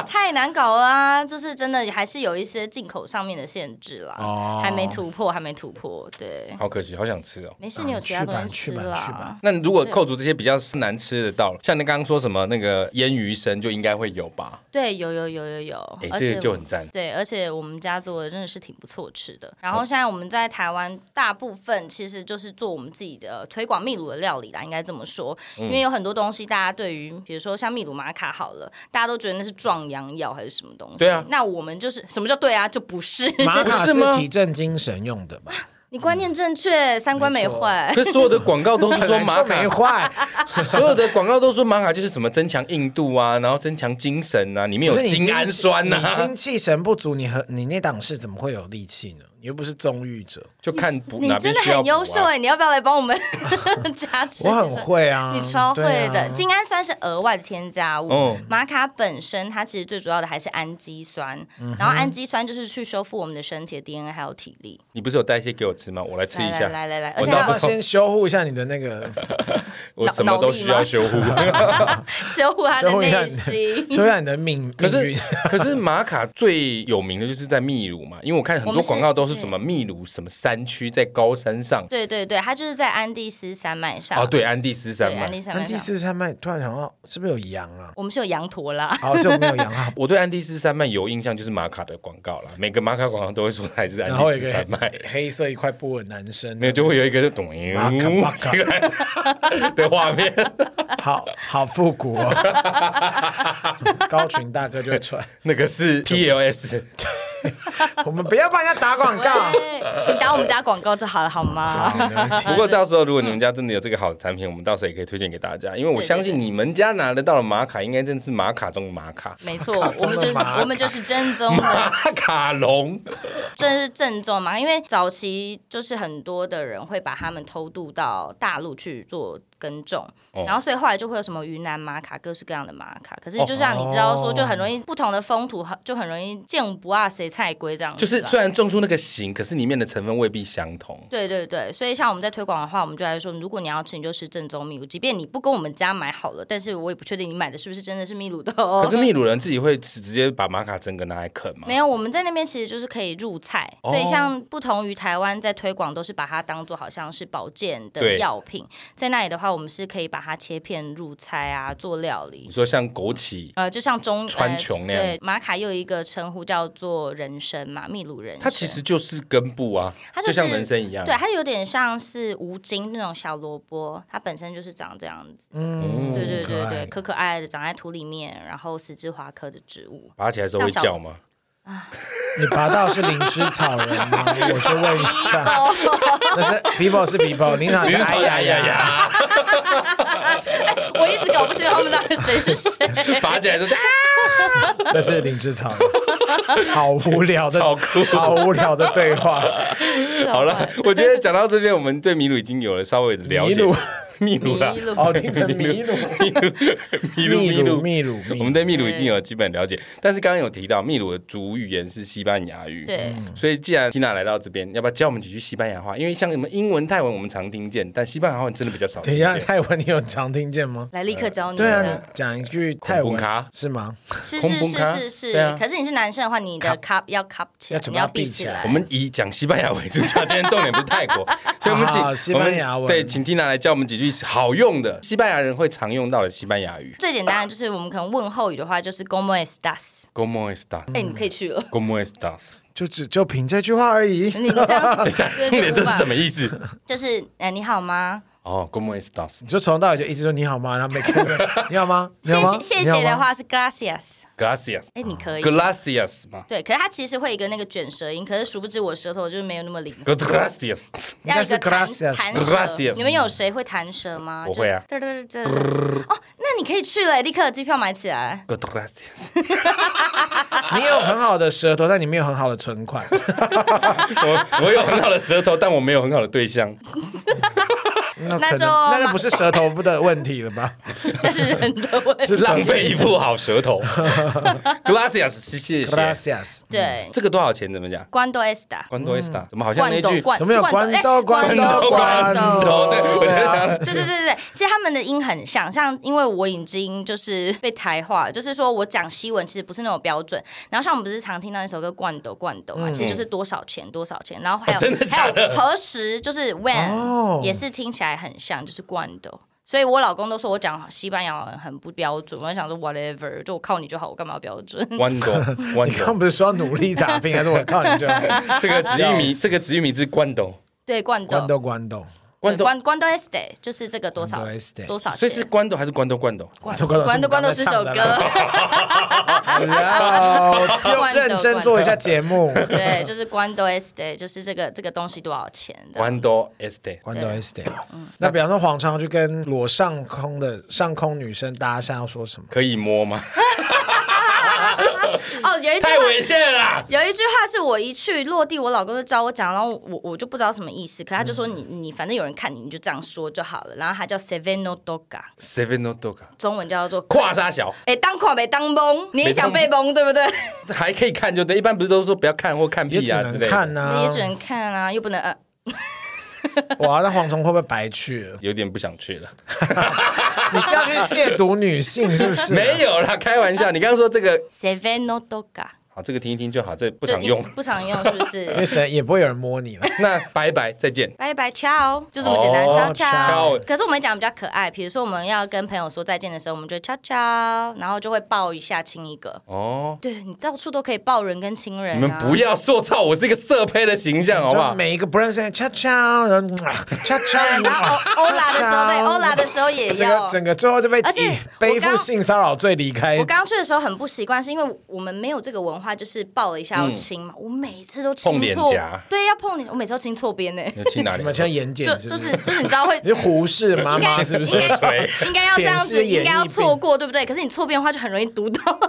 [SPEAKER 3] 太难搞了啊！就是真的还是有一些进口上面的限制啦，
[SPEAKER 2] 哦
[SPEAKER 3] 还没突破，还没突破。对，
[SPEAKER 1] 好可惜，好想吃哦。
[SPEAKER 3] 没事，你有其他东西吃
[SPEAKER 2] 啊去吧去吧去吧
[SPEAKER 3] 啦。
[SPEAKER 1] 那如果扣除这些比较难吃的到了，像你刚刚说什么那个腌鱼生，就应该会有吧？
[SPEAKER 3] 对，有有有有有
[SPEAKER 1] 哎，，
[SPEAKER 3] 哦而
[SPEAKER 1] 这
[SPEAKER 3] 且
[SPEAKER 1] 个就很赞。
[SPEAKER 3] 对，而且我们家做的真的是挺不错吃的。
[SPEAKER 1] 哦
[SPEAKER 3] 然后现在我们在台湾大部分其实就是做我们自己的推广秘鲁的料理啦，应该这么说。因
[SPEAKER 1] 嗯
[SPEAKER 3] 为有很多东西，大家对于比如说像秘鲁玛卡好了，大家都觉得那是壮阳药还是什么东西。
[SPEAKER 1] 对啊
[SPEAKER 3] 那我们就是什么叫对啊？就不是。
[SPEAKER 2] 玛卡
[SPEAKER 1] 不是吗
[SPEAKER 2] 是提振精神用的吧？
[SPEAKER 3] 你观念正确，三观没
[SPEAKER 2] 没错
[SPEAKER 3] 坏。
[SPEAKER 1] 可是所有的广告都是 说玛
[SPEAKER 2] 本来就
[SPEAKER 1] 卡，
[SPEAKER 2] 没坏，
[SPEAKER 1] 所有的广告都说玛卡就是什么增强硬度啊，然后增强精神啊，里面
[SPEAKER 2] 不
[SPEAKER 1] 有
[SPEAKER 2] 是你
[SPEAKER 1] 精氨酸啊呐、
[SPEAKER 2] 你精气神不足，你和你那档事怎么会有力气呢？你又不是纵欲者，
[SPEAKER 1] 就看补
[SPEAKER 3] 你
[SPEAKER 1] 哪
[SPEAKER 3] 真
[SPEAKER 1] 边
[SPEAKER 3] 的
[SPEAKER 1] 需要
[SPEAKER 3] 很
[SPEAKER 1] 补、啊。
[SPEAKER 3] 优秀哎、你要不要来帮我们 加持？
[SPEAKER 2] 我很会啊，
[SPEAKER 3] 你超会
[SPEAKER 2] 对
[SPEAKER 3] 的，
[SPEAKER 2] 啊
[SPEAKER 3] 精氨酸是额外的添加物，
[SPEAKER 1] 哦
[SPEAKER 3] 玛卡本身它其实最主要的还是氨基酸，
[SPEAKER 2] 嗯
[SPEAKER 3] 然后氨基酸就是去修复我们的身体的 DNA 还有体力。
[SPEAKER 1] 你不是有带一些给我吃吗？我来吃
[SPEAKER 3] 来
[SPEAKER 1] 一
[SPEAKER 3] 来
[SPEAKER 1] 下，
[SPEAKER 3] 来来来，而
[SPEAKER 1] 我
[SPEAKER 3] 且
[SPEAKER 1] 到
[SPEAKER 2] 你要
[SPEAKER 1] 时
[SPEAKER 2] 不
[SPEAKER 1] 候
[SPEAKER 3] 它
[SPEAKER 2] 要先修护一下你的那个，
[SPEAKER 1] 我什么都需要修 护。
[SPEAKER 3] 修复它 的
[SPEAKER 2] 修护一下
[SPEAKER 3] 内
[SPEAKER 2] 你的，
[SPEAKER 3] 心。
[SPEAKER 2] 修护一下你的命
[SPEAKER 1] 可
[SPEAKER 2] 命
[SPEAKER 1] 是
[SPEAKER 2] 运。
[SPEAKER 1] 可是玛卡最有名的就是在秘鲁嘛，因为我看很多广告都是什么
[SPEAKER 3] 我
[SPEAKER 1] 秘鲁什么山区在高山上
[SPEAKER 3] 对对对，它就是在安第斯山脉上。
[SPEAKER 1] 哦，对，安第斯
[SPEAKER 3] 对，
[SPEAKER 1] 山脉。
[SPEAKER 3] 安。第斯山
[SPEAKER 2] 安
[SPEAKER 3] 脉
[SPEAKER 2] 第
[SPEAKER 3] 上，
[SPEAKER 2] 四山脉突然想到，是不是有羊啊？
[SPEAKER 3] 我们是有羊驼啦。
[SPEAKER 2] 哦，就没有羊啊
[SPEAKER 1] 我对安第斯山脉有印象，就是玛卡的广告啦。每个玛卡广告都会说它是 安
[SPEAKER 2] 然
[SPEAKER 1] 第
[SPEAKER 2] 后有一
[SPEAKER 1] 斯
[SPEAKER 2] 个
[SPEAKER 1] 山脉，
[SPEAKER 2] 黑色一块布的男生，
[SPEAKER 1] 那就会有一个咚
[SPEAKER 2] 玛卡玛卡
[SPEAKER 1] 这个 的画面。
[SPEAKER 2] 好好复 古哦，高裙大哥就会穿。
[SPEAKER 1] 那个是 PLS，
[SPEAKER 2] 我们不要帮人家打广告。
[SPEAKER 3] 对请打我们家广告就好了，好吗？
[SPEAKER 1] 不过到时候如果你们家真的有这个好的产品，我们到时候也可以推荐给大家，因为我
[SPEAKER 3] 对对
[SPEAKER 1] 相信
[SPEAKER 3] 对
[SPEAKER 1] 你们家拿得到的玛卡，应该真的是玛卡中的玛卡，
[SPEAKER 3] 没错，
[SPEAKER 2] 玛卡
[SPEAKER 3] 我们就
[SPEAKER 2] 中的
[SPEAKER 3] 是
[SPEAKER 2] 玛卡
[SPEAKER 3] 我们就是正宗的
[SPEAKER 1] 玛卡龙。
[SPEAKER 3] 这是正宗嘛？因为早期就是很多的人会把他们偷渡到大陆去做耕种，
[SPEAKER 1] 哦
[SPEAKER 3] 然后所以后来就会有什么云南玛卡，各式各样的玛卡。可是就像你知道说，
[SPEAKER 2] 哦
[SPEAKER 3] 就很容易不同的风土，就很容易见不啊谁菜归这样 子
[SPEAKER 1] 就
[SPEAKER 3] 啦。
[SPEAKER 1] 是虽然种出那个型，可是里面的成分未必相同。
[SPEAKER 3] 对对对，所以像我们在推广的话，我们就来说，如果你要吃，你就吃正宗秘鲁，即便你不跟我们家买好了，但是我也不确定你买的是不是真的是秘鲁的哦。
[SPEAKER 1] 可是秘鲁人自己会吃直接把玛卡整个拿来啃吗？
[SPEAKER 3] 没有，我们在那边其实就是可以入菜，
[SPEAKER 1] 哦
[SPEAKER 3] 所以像不同于台湾在推广，都是把它当做好像是保健
[SPEAKER 1] 对
[SPEAKER 3] 的药品，在那里的话，我们是可以把它切片入菜啊，做料理
[SPEAKER 1] 你。说像枸杞，
[SPEAKER 3] 呃，就像中
[SPEAKER 1] 嗯川
[SPEAKER 3] 呃
[SPEAKER 1] 穹那样
[SPEAKER 3] 对，马卡又有一个称呼叫做人参嘛，秘鲁人参。
[SPEAKER 1] 它其实就是根部啊，
[SPEAKER 3] 它就
[SPEAKER 1] 就是像人参一样。
[SPEAKER 3] 对，它有点像是无精那种小萝卜，它本身就是长这样子。
[SPEAKER 2] 嗯，
[SPEAKER 3] 对对对
[SPEAKER 2] 可
[SPEAKER 3] 对，
[SPEAKER 2] 爱
[SPEAKER 3] 可可爱爱的长在土里面，然后十字花科的植物。
[SPEAKER 1] 拔起来的时候会叫吗？
[SPEAKER 2] 你拔到是灵芝草人吗？我去问一
[SPEAKER 3] 哦
[SPEAKER 2] 下。那是 people 是 people，林场是哎呀呀呀。
[SPEAKER 1] 呀！
[SPEAKER 3] 我一直搞不清楚他们到底谁是谁。
[SPEAKER 2] 哎
[SPEAKER 1] 拔起来 的时候啊
[SPEAKER 2] 那是灵芝草人。好无聊的，
[SPEAKER 1] 超酷
[SPEAKER 2] 好无聊的对话。
[SPEAKER 1] 好 了，我觉得讲到这边，我们对麋鹿已经有了稍微的了解 啊
[SPEAKER 2] 麋鹿。
[SPEAKER 1] 秘鲁 啦，
[SPEAKER 3] 迷路
[SPEAKER 2] 哦，听成麋鹿，
[SPEAKER 1] 秘鲁，秘鲁，
[SPEAKER 2] 秘鲁，秘鲁
[SPEAKER 1] 我们对秘鲁已经有基本了解，但是刚刚有提到秘鲁的主语言是西班牙语，
[SPEAKER 3] 对，
[SPEAKER 1] 所以既然 Tina 来到这边，要不要教我们几句西班牙话？因为像什么英文、泰文我们常听见，但西班牙话真的比较少
[SPEAKER 2] 等
[SPEAKER 1] 听
[SPEAKER 2] 一下，
[SPEAKER 1] 见。
[SPEAKER 2] 泰文你有常听见吗？
[SPEAKER 3] 来立刻教你。
[SPEAKER 2] 对啊，你讲一句泰
[SPEAKER 1] 恐怖
[SPEAKER 2] 文
[SPEAKER 1] 咖
[SPEAKER 2] 是吗？
[SPEAKER 3] 是
[SPEAKER 1] 空
[SPEAKER 3] 是
[SPEAKER 1] 蹦咖
[SPEAKER 3] 是是
[SPEAKER 1] 对啊
[SPEAKER 3] 是。可是你是男生的话，你的 cup 要 cup 起
[SPEAKER 2] 要
[SPEAKER 3] 来，
[SPEAKER 2] 嘴
[SPEAKER 3] 你
[SPEAKER 2] 巴
[SPEAKER 3] 要
[SPEAKER 2] 闭
[SPEAKER 3] 闭
[SPEAKER 2] 起
[SPEAKER 3] 起
[SPEAKER 2] 来
[SPEAKER 3] 来
[SPEAKER 1] 我。们以讲西班牙为主，今天重点不是泰 国，所以我们
[SPEAKER 2] 啊好
[SPEAKER 1] 请
[SPEAKER 2] 好西班牙文
[SPEAKER 1] 我们对，请 Tina 来教我们几句好用的西班牙人会常用到的西班牙语。
[SPEAKER 3] 最简单的就是我们可能问候语的话，就是 “Como estás”。
[SPEAKER 1] Como estas?
[SPEAKER 2] 嗯
[SPEAKER 3] 哎，你可以去了。
[SPEAKER 1] Como estas?
[SPEAKER 2] 就只就凭这句话而已。
[SPEAKER 3] 你这样
[SPEAKER 1] 等一下， 重点这是什
[SPEAKER 3] 么？
[SPEAKER 1] 么意思？
[SPEAKER 3] 就是呃，你好吗？
[SPEAKER 1] 哦，Como estas?
[SPEAKER 2] 你就从头到尾就一直说你好吗？然后每个人你好吗？你
[SPEAKER 3] 谢
[SPEAKER 2] 好吗
[SPEAKER 3] 谢？谢
[SPEAKER 2] 你好
[SPEAKER 3] 谢
[SPEAKER 2] 吗
[SPEAKER 3] 的，话是 “gracias”。
[SPEAKER 1] Gracias.
[SPEAKER 3] 哎，你可以。
[SPEAKER 1] Gracias 嘛
[SPEAKER 3] 对，可是它其实会有一个那个卷舌音，可是殊不知我舌头就是没有那么灵活，
[SPEAKER 1] ，Gracias.
[SPEAKER 2] 应该
[SPEAKER 3] 要一
[SPEAKER 2] 是
[SPEAKER 3] 个弹
[SPEAKER 2] gracias
[SPEAKER 3] 弹
[SPEAKER 1] gracias
[SPEAKER 3] 舌。你们有谁会弹舌吗？
[SPEAKER 1] 我会啊
[SPEAKER 3] 就。嘚嘚嘚嘚哦，那你可以去了，立刻机票买起来。
[SPEAKER 1] Gracias.
[SPEAKER 2] 你有很好的舌头，但你没有很好的存款。
[SPEAKER 1] 我我有很好的舌头，但我没有很好的对象。
[SPEAKER 2] 那
[SPEAKER 3] 那
[SPEAKER 2] 可
[SPEAKER 3] 就
[SPEAKER 2] 能那就不是舌头不的问题了吧？
[SPEAKER 3] 那是人的问题。
[SPEAKER 2] 是
[SPEAKER 1] 浪费一副好舌 头。Gracias，谢谢。
[SPEAKER 2] Gracias，嗯
[SPEAKER 3] 对，
[SPEAKER 1] 这个多少钱？怎么讲？
[SPEAKER 3] 关多 S 的。
[SPEAKER 1] 关多 esta，怎么好像那
[SPEAKER 3] 罐
[SPEAKER 1] 句
[SPEAKER 3] 头罐
[SPEAKER 2] 怎么有
[SPEAKER 3] 罐
[SPEAKER 2] 关刀关
[SPEAKER 3] 哎
[SPEAKER 2] 刀
[SPEAKER 3] 罐
[SPEAKER 2] 关
[SPEAKER 3] 头
[SPEAKER 2] 刀？
[SPEAKER 1] 对我就
[SPEAKER 2] 啊，
[SPEAKER 3] 对对对对对，其实他们的音很像，像因为我已经就是被台化，就是说我讲西文其实不是那种标准。然后像我们不是常听到那首歌《罐斗罐斗》嘛，其实就是多少钱多少钱。然后还
[SPEAKER 1] 嗯
[SPEAKER 3] 有、
[SPEAKER 1] 哦真的
[SPEAKER 3] 还
[SPEAKER 1] 假的
[SPEAKER 3] 有何时就是 when、
[SPEAKER 2] 哦
[SPEAKER 3] 也是听起来很像，就是罐斗。所以我老公都说我讲西班牙文很不标准，我就想说 whatever，就我靠你就好，我干嘛要标准？
[SPEAKER 1] 豌豆，
[SPEAKER 2] 你
[SPEAKER 1] 豌
[SPEAKER 2] 刚刚
[SPEAKER 1] 豆，
[SPEAKER 2] 不是说要努力打拼，还是我靠你就
[SPEAKER 1] 这个紫玉米，这个紫玉米是豌豆，
[SPEAKER 3] 对，罐斗
[SPEAKER 2] 关刀关刀？
[SPEAKER 1] 豌豆，
[SPEAKER 3] 关关斗 S day 就是这个多少
[SPEAKER 2] 关斗 este
[SPEAKER 3] 多少钱？
[SPEAKER 1] 所以是豌豆还是关豆豌豆？
[SPEAKER 2] 关刀关
[SPEAKER 3] 斗关斗是首歌。
[SPEAKER 2] 然后又认真做一下节目。
[SPEAKER 3] 对，就是关多 S 的，就是这个这个东西多少钱的？
[SPEAKER 1] 豌豆 este，
[SPEAKER 2] 关到 S 点，那比方说黄昌去跟裸上空的上空女生搭讪，要说什么？
[SPEAKER 1] 可以摸吗？
[SPEAKER 3] 哦，有一句
[SPEAKER 1] 太
[SPEAKER 3] 话。
[SPEAKER 1] 危险了！
[SPEAKER 3] 有一句话是我一去落地，我老公就找我讲，然后我我就不知道什么意思，可他
[SPEAKER 1] 嗯
[SPEAKER 3] 就说你你反正有人看你，你就这样说就好了。然后他叫 Seveno Doga，
[SPEAKER 1] seven no dog，啊
[SPEAKER 3] 中文叫做
[SPEAKER 1] 跨沙小
[SPEAKER 3] 哎当跨没当蒙，你也想被蒙对不对？
[SPEAKER 1] 还可以看就对，一般不是都说不要看或看
[SPEAKER 2] 也
[SPEAKER 1] 屁
[SPEAKER 2] 只
[SPEAKER 1] 啊之
[SPEAKER 2] 能
[SPEAKER 1] 类的，
[SPEAKER 2] 看呐、
[SPEAKER 3] 你也
[SPEAKER 2] 啊
[SPEAKER 3] 只。能看啊，又不能呃，
[SPEAKER 2] 哇，那蝗虫会不会白去了？
[SPEAKER 1] 有点不想去了。
[SPEAKER 2] 你是要去亵渎女性是不是？
[SPEAKER 1] 没有啦，开玩笑。你刚刚说这个，
[SPEAKER 3] Seveno Doga
[SPEAKER 1] 好，这个听一听就好，这不
[SPEAKER 3] 不
[SPEAKER 1] 常用。
[SPEAKER 3] 不常用是不
[SPEAKER 2] 因为
[SPEAKER 3] 是？
[SPEAKER 2] 谁也不会有人摸你了。
[SPEAKER 1] 那拜拜，再见。
[SPEAKER 3] 拜拜，ciao，就这么简单
[SPEAKER 1] 哦
[SPEAKER 3] ，ciao ciao
[SPEAKER 1] ciao。
[SPEAKER 3] 可是我们讲比较可爱，比如说我们要跟朋友说再见的时候，我们就 ciao ciao，然后就会抱一下，亲一个。
[SPEAKER 1] 哦，
[SPEAKER 3] 对你到处都可以抱人跟亲人、啊，
[SPEAKER 1] 你们不要塑造我是一个色胚的形象，好不
[SPEAKER 2] 就
[SPEAKER 1] 好？
[SPEAKER 2] 每一个不认识的人，悄悄，然后嗯啊悄悄，
[SPEAKER 3] 对。然 后哦欧欧拉的时 候，对欧拉的时候也
[SPEAKER 2] 整
[SPEAKER 3] 要
[SPEAKER 2] 个。整个最后就被
[SPEAKER 3] 而且
[SPEAKER 2] 背
[SPEAKER 3] 我刚
[SPEAKER 2] 负性骚扰罪离开
[SPEAKER 3] 我。刚刚去的时候很不习惯，是因为我们没有这个文化，就是抱了一下要亲
[SPEAKER 2] 嗯
[SPEAKER 3] 嘛。我每次都亲
[SPEAKER 1] 碰脸
[SPEAKER 3] 错
[SPEAKER 1] 颊，
[SPEAKER 3] 对，要碰脸，我每次都亲 错边呢。
[SPEAKER 1] 你要去哪
[SPEAKER 2] 你
[SPEAKER 1] 里？
[SPEAKER 2] 们像眼睑
[SPEAKER 3] 就是
[SPEAKER 2] 不
[SPEAKER 3] 就是就是，你知道会
[SPEAKER 2] 你是胡适妈
[SPEAKER 3] 应该
[SPEAKER 2] 妈是不是
[SPEAKER 3] 应？该应该要这样
[SPEAKER 2] 舔舐
[SPEAKER 3] 子，
[SPEAKER 2] 眼
[SPEAKER 3] 应该要
[SPEAKER 2] 翳
[SPEAKER 3] 错
[SPEAKER 2] 病
[SPEAKER 3] 过，对不对？可是你错边的话，就很容易读到。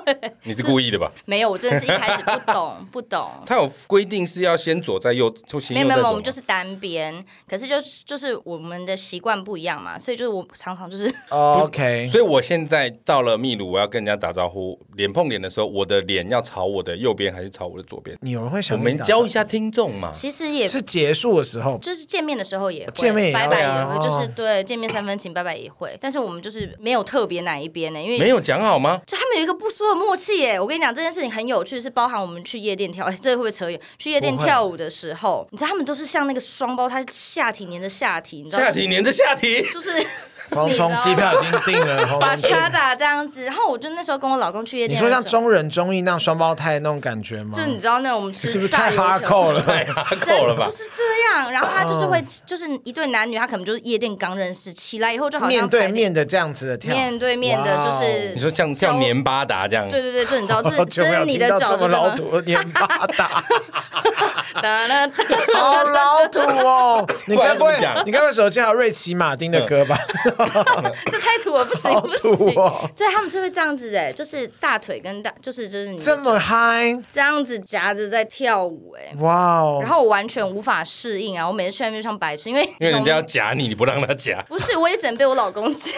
[SPEAKER 1] 你是故意的吧？
[SPEAKER 3] 没有，我真的是一开始不 懂，不懂。
[SPEAKER 1] 他有规定是要先左再右，就先
[SPEAKER 3] 没有
[SPEAKER 1] 右
[SPEAKER 3] 没
[SPEAKER 1] 再
[SPEAKER 3] 有，没有
[SPEAKER 1] 左
[SPEAKER 3] 我们
[SPEAKER 1] 吗
[SPEAKER 3] 就是单边，可是就是就是我们的习惯不一样嘛，所以就是我常常就是。
[SPEAKER 2] 哦 OK，
[SPEAKER 1] 所以我现在到了秘鲁，我要跟人家打招呼，脸碰脸的时候，我的脸要朝我的右边还是朝我的左边？
[SPEAKER 2] 你有人会
[SPEAKER 1] 我
[SPEAKER 2] 想
[SPEAKER 1] 们
[SPEAKER 2] 你打啊
[SPEAKER 1] 教一下听众嘛
[SPEAKER 3] 其实也
[SPEAKER 2] 是结束的时 候，
[SPEAKER 3] 就是见面的时候也会，
[SPEAKER 2] 见面也
[SPEAKER 3] 拜拜
[SPEAKER 2] 会
[SPEAKER 3] 也
[SPEAKER 2] 啊
[SPEAKER 3] 会，就是
[SPEAKER 2] 哦
[SPEAKER 3] 对见面三分情，拜拜也会。但是我们就是没有特别哪一边欸呢，因为
[SPEAKER 1] 没有讲好吗？
[SPEAKER 3] 就他们有一个不说的默契欸耶。我跟你讲，这件事情很有趣，是包含我们去夜店跳，哎， 这会不会扯远？去夜店
[SPEAKER 2] 不会
[SPEAKER 3] 跳舞的时候，你知道他们都是像那个双胞胎，下体黏着下体，你知道
[SPEAKER 1] 下体黏着下体，
[SPEAKER 3] 就是。
[SPEAKER 2] 蝗虫机票已经订了，
[SPEAKER 3] 把
[SPEAKER 2] 蝗虫机票
[SPEAKER 3] 叉打这样子，然后我就那时候跟我老公去夜
[SPEAKER 2] 哦你
[SPEAKER 3] 店
[SPEAKER 2] 说
[SPEAKER 3] 的时候，
[SPEAKER 2] 像中人中意那样双胞胎那种感觉吗？
[SPEAKER 3] 就你知道那种我们吃
[SPEAKER 2] 是不是太
[SPEAKER 3] 炸
[SPEAKER 2] 哈
[SPEAKER 3] 油条
[SPEAKER 2] 扣 了？
[SPEAKER 1] 啊够了吧
[SPEAKER 3] 就？是这样。然后他就是
[SPEAKER 2] 嗯
[SPEAKER 3] 会，就是一对男女，他可能就是夜店刚认识，起来以后就好像
[SPEAKER 2] 面对
[SPEAKER 3] 排练
[SPEAKER 2] 面的这样子的跳，
[SPEAKER 3] 面对面的，就
[SPEAKER 2] 哇哦
[SPEAKER 1] 你
[SPEAKER 3] 是
[SPEAKER 1] 说像像黏巴达这样，
[SPEAKER 3] 对对对，就你知 道，这
[SPEAKER 2] 好
[SPEAKER 3] 是
[SPEAKER 2] 久
[SPEAKER 3] 这
[SPEAKER 2] 没有
[SPEAKER 3] 是你
[SPEAKER 2] 听
[SPEAKER 3] 的
[SPEAKER 2] 到
[SPEAKER 3] 脚
[SPEAKER 2] 这
[SPEAKER 3] 就
[SPEAKER 2] 么老
[SPEAKER 3] 哒
[SPEAKER 2] 土的年巴达，
[SPEAKER 3] 哒 哒
[SPEAKER 2] 好老土哦！你该不会
[SPEAKER 1] 不然怎么讲
[SPEAKER 2] 你该不会手机还有瑞奇马丁的歌吧？
[SPEAKER 3] 这太土了，不行
[SPEAKER 2] 好
[SPEAKER 3] 不
[SPEAKER 2] 土
[SPEAKER 3] 行。
[SPEAKER 2] 哦！
[SPEAKER 3] 对，他们是会这样子哎，就是大腿跟大，就是就是你的
[SPEAKER 2] 这么
[SPEAKER 3] 脚
[SPEAKER 2] 嗨，
[SPEAKER 3] 这样子夹着在跳舞哎。
[SPEAKER 2] 哇哦！
[SPEAKER 3] 然后我完全无法适应啊！我每次去那边就像白痴，因为
[SPEAKER 1] 因为人家要
[SPEAKER 3] 从
[SPEAKER 1] 夹你，你不让他夹。
[SPEAKER 3] 不是，我也只能被我老公夹。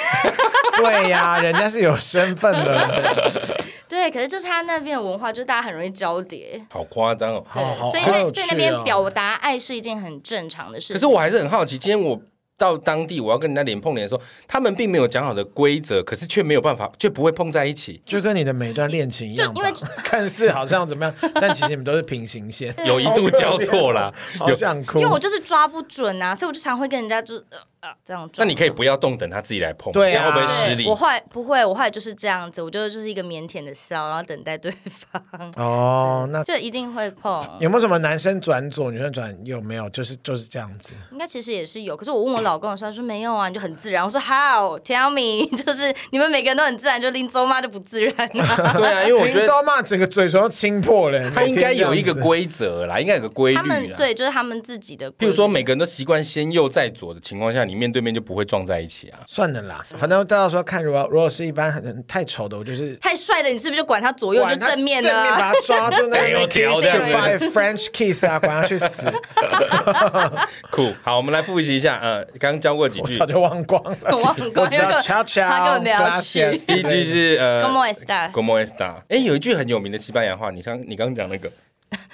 [SPEAKER 2] 对呀，人家是有身份的，
[SPEAKER 3] 对，可是就是他那边的文化，就是大家很容易交叠。
[SPEAKER 1] 好夸张哦！
[SPEAKER 2] 好好
[SPEAKER 3] 对，所以
[SPEAKER 2] 好有
[SPEAKER 3] 在
[SPEAKER 2] 趣
[SPEAKER 3] 在
[SPEAKER 2] 哦
[SPEAKER 3] 那边表达爱是一件很正常的事
[SPEAKER 1] 啊
[SPEAKER 3] 情。
[SPEAKER 1] 可是我还是很好奇，今天我到当地，我要跟人家脸碰脸的时候，他们并没有讲好的规则，可是却没有办法，却不会碰在一起。
[SPEAKER 2] 就跟你的每段恋情一样吧
[SPEAKER 3] 就因为，
[SPEAKER 2] 看似好像怎么样，但其实你们都是平行线，
[SPEAKER 1] 有一度交错 啦，
[SPEAKER 2] 好
[SPEAKER 1] 有。
[SPEAKER 2] 想哭
[SPEAKER 3] 因为。我就是抓不准啊，所以我就常会跟人家就呃呃这样抓。
[SPEAKER 1] 那你可以不要动，等他自己来碰，
[SPEAKER 2] 对啊
[SPEAKER 1] 这样会不会失
[SPEAKER 3] 对，
[SPEAKER 1] 礼
[SPEAKER 3] 我？后来不会，我后来就是这样子，我就就是一个腼腆的笑，然后等待对 方，
[SPEAKER 2] 哦，那
[SPEAKER 3] 就一定会碰。
[SPEAKER 2] 有没有什么男生转左，女生转右？没有，就是就是这样子。
[SPEAKER 3] 应该其实也是有，可是我问我老公的时候，他说没有啊，你就很自然。我说 How tell me，就是 你们每个人都很自然，就林州妈就不自然啊。
[SPEAKER 1] 对啊，因为我
[SPEAKER 2] 林
[SPEAKER 1] 觉得
[SPEAKER 2] 昭嘛，整个嘴唇都亲破 了。
[SPEAKER 1] 他应该有一个
[SPEAKER 2] 规，
[SPEAKER 1] 规则啦，应该有个规律啊
[SPEAKER 3] 他们
[SPEAKER 1] 啦。
[SPEAKER 3] 啊对，就是他们自己的规
[SPEAKER 1] 譬
[SPEAKER 3] 律。
[SPEAKER 1] 如说，每个人都习惯先右再左的情况下，你面对面就不会撞在一起啊。
[SPEAKER 2] 算了啦，反正到时候看，如果如果是一般很太丑的，我就是
[SPEAKER 3] 太帅的，你是不是就管他左右就
[SPEAKER 2] 管他
[SPEAKER 3] 正面啊
[SPEAKER 2] 正面
[SPEAKER 3] 呢？
[SPEAKER 2] 把他抓 住那
[SPEAKER 1] 丢
[SPEAKER 2] 个
[SPEAKER 1] 掉
[SPEAKER 2] kiss
[SPEAKER 1] 哎这样
[SPEAKER 2] goodbye French kiss 啊，管他 去死，
[SPEAKER 1] 酷，好，我们来复习一下，呃，刚刚教过几
[SPEAKER 2] 我
[SPEAKER 1] 句
[SPEAKER 2] 早，就忘光 了。
[SPEAKER 3] 我忘光
[SPEAKER 2] 我知
[SPEAKER 3] 因为
[SPEAKER 2] 道
[SPEAKER 3] 根
[SPEAKER 2] 悄悄，
[SPEAKER 3] 他根本没有去
[SPEAKER 2] gracias。
[SPEAKER 1] 第一句是呃
[SPEAKER 3] Como estas？
[SPEAKER 1] ，Como esta？哎，有一句很有名的西班牙话，你像你刚刚讲那个，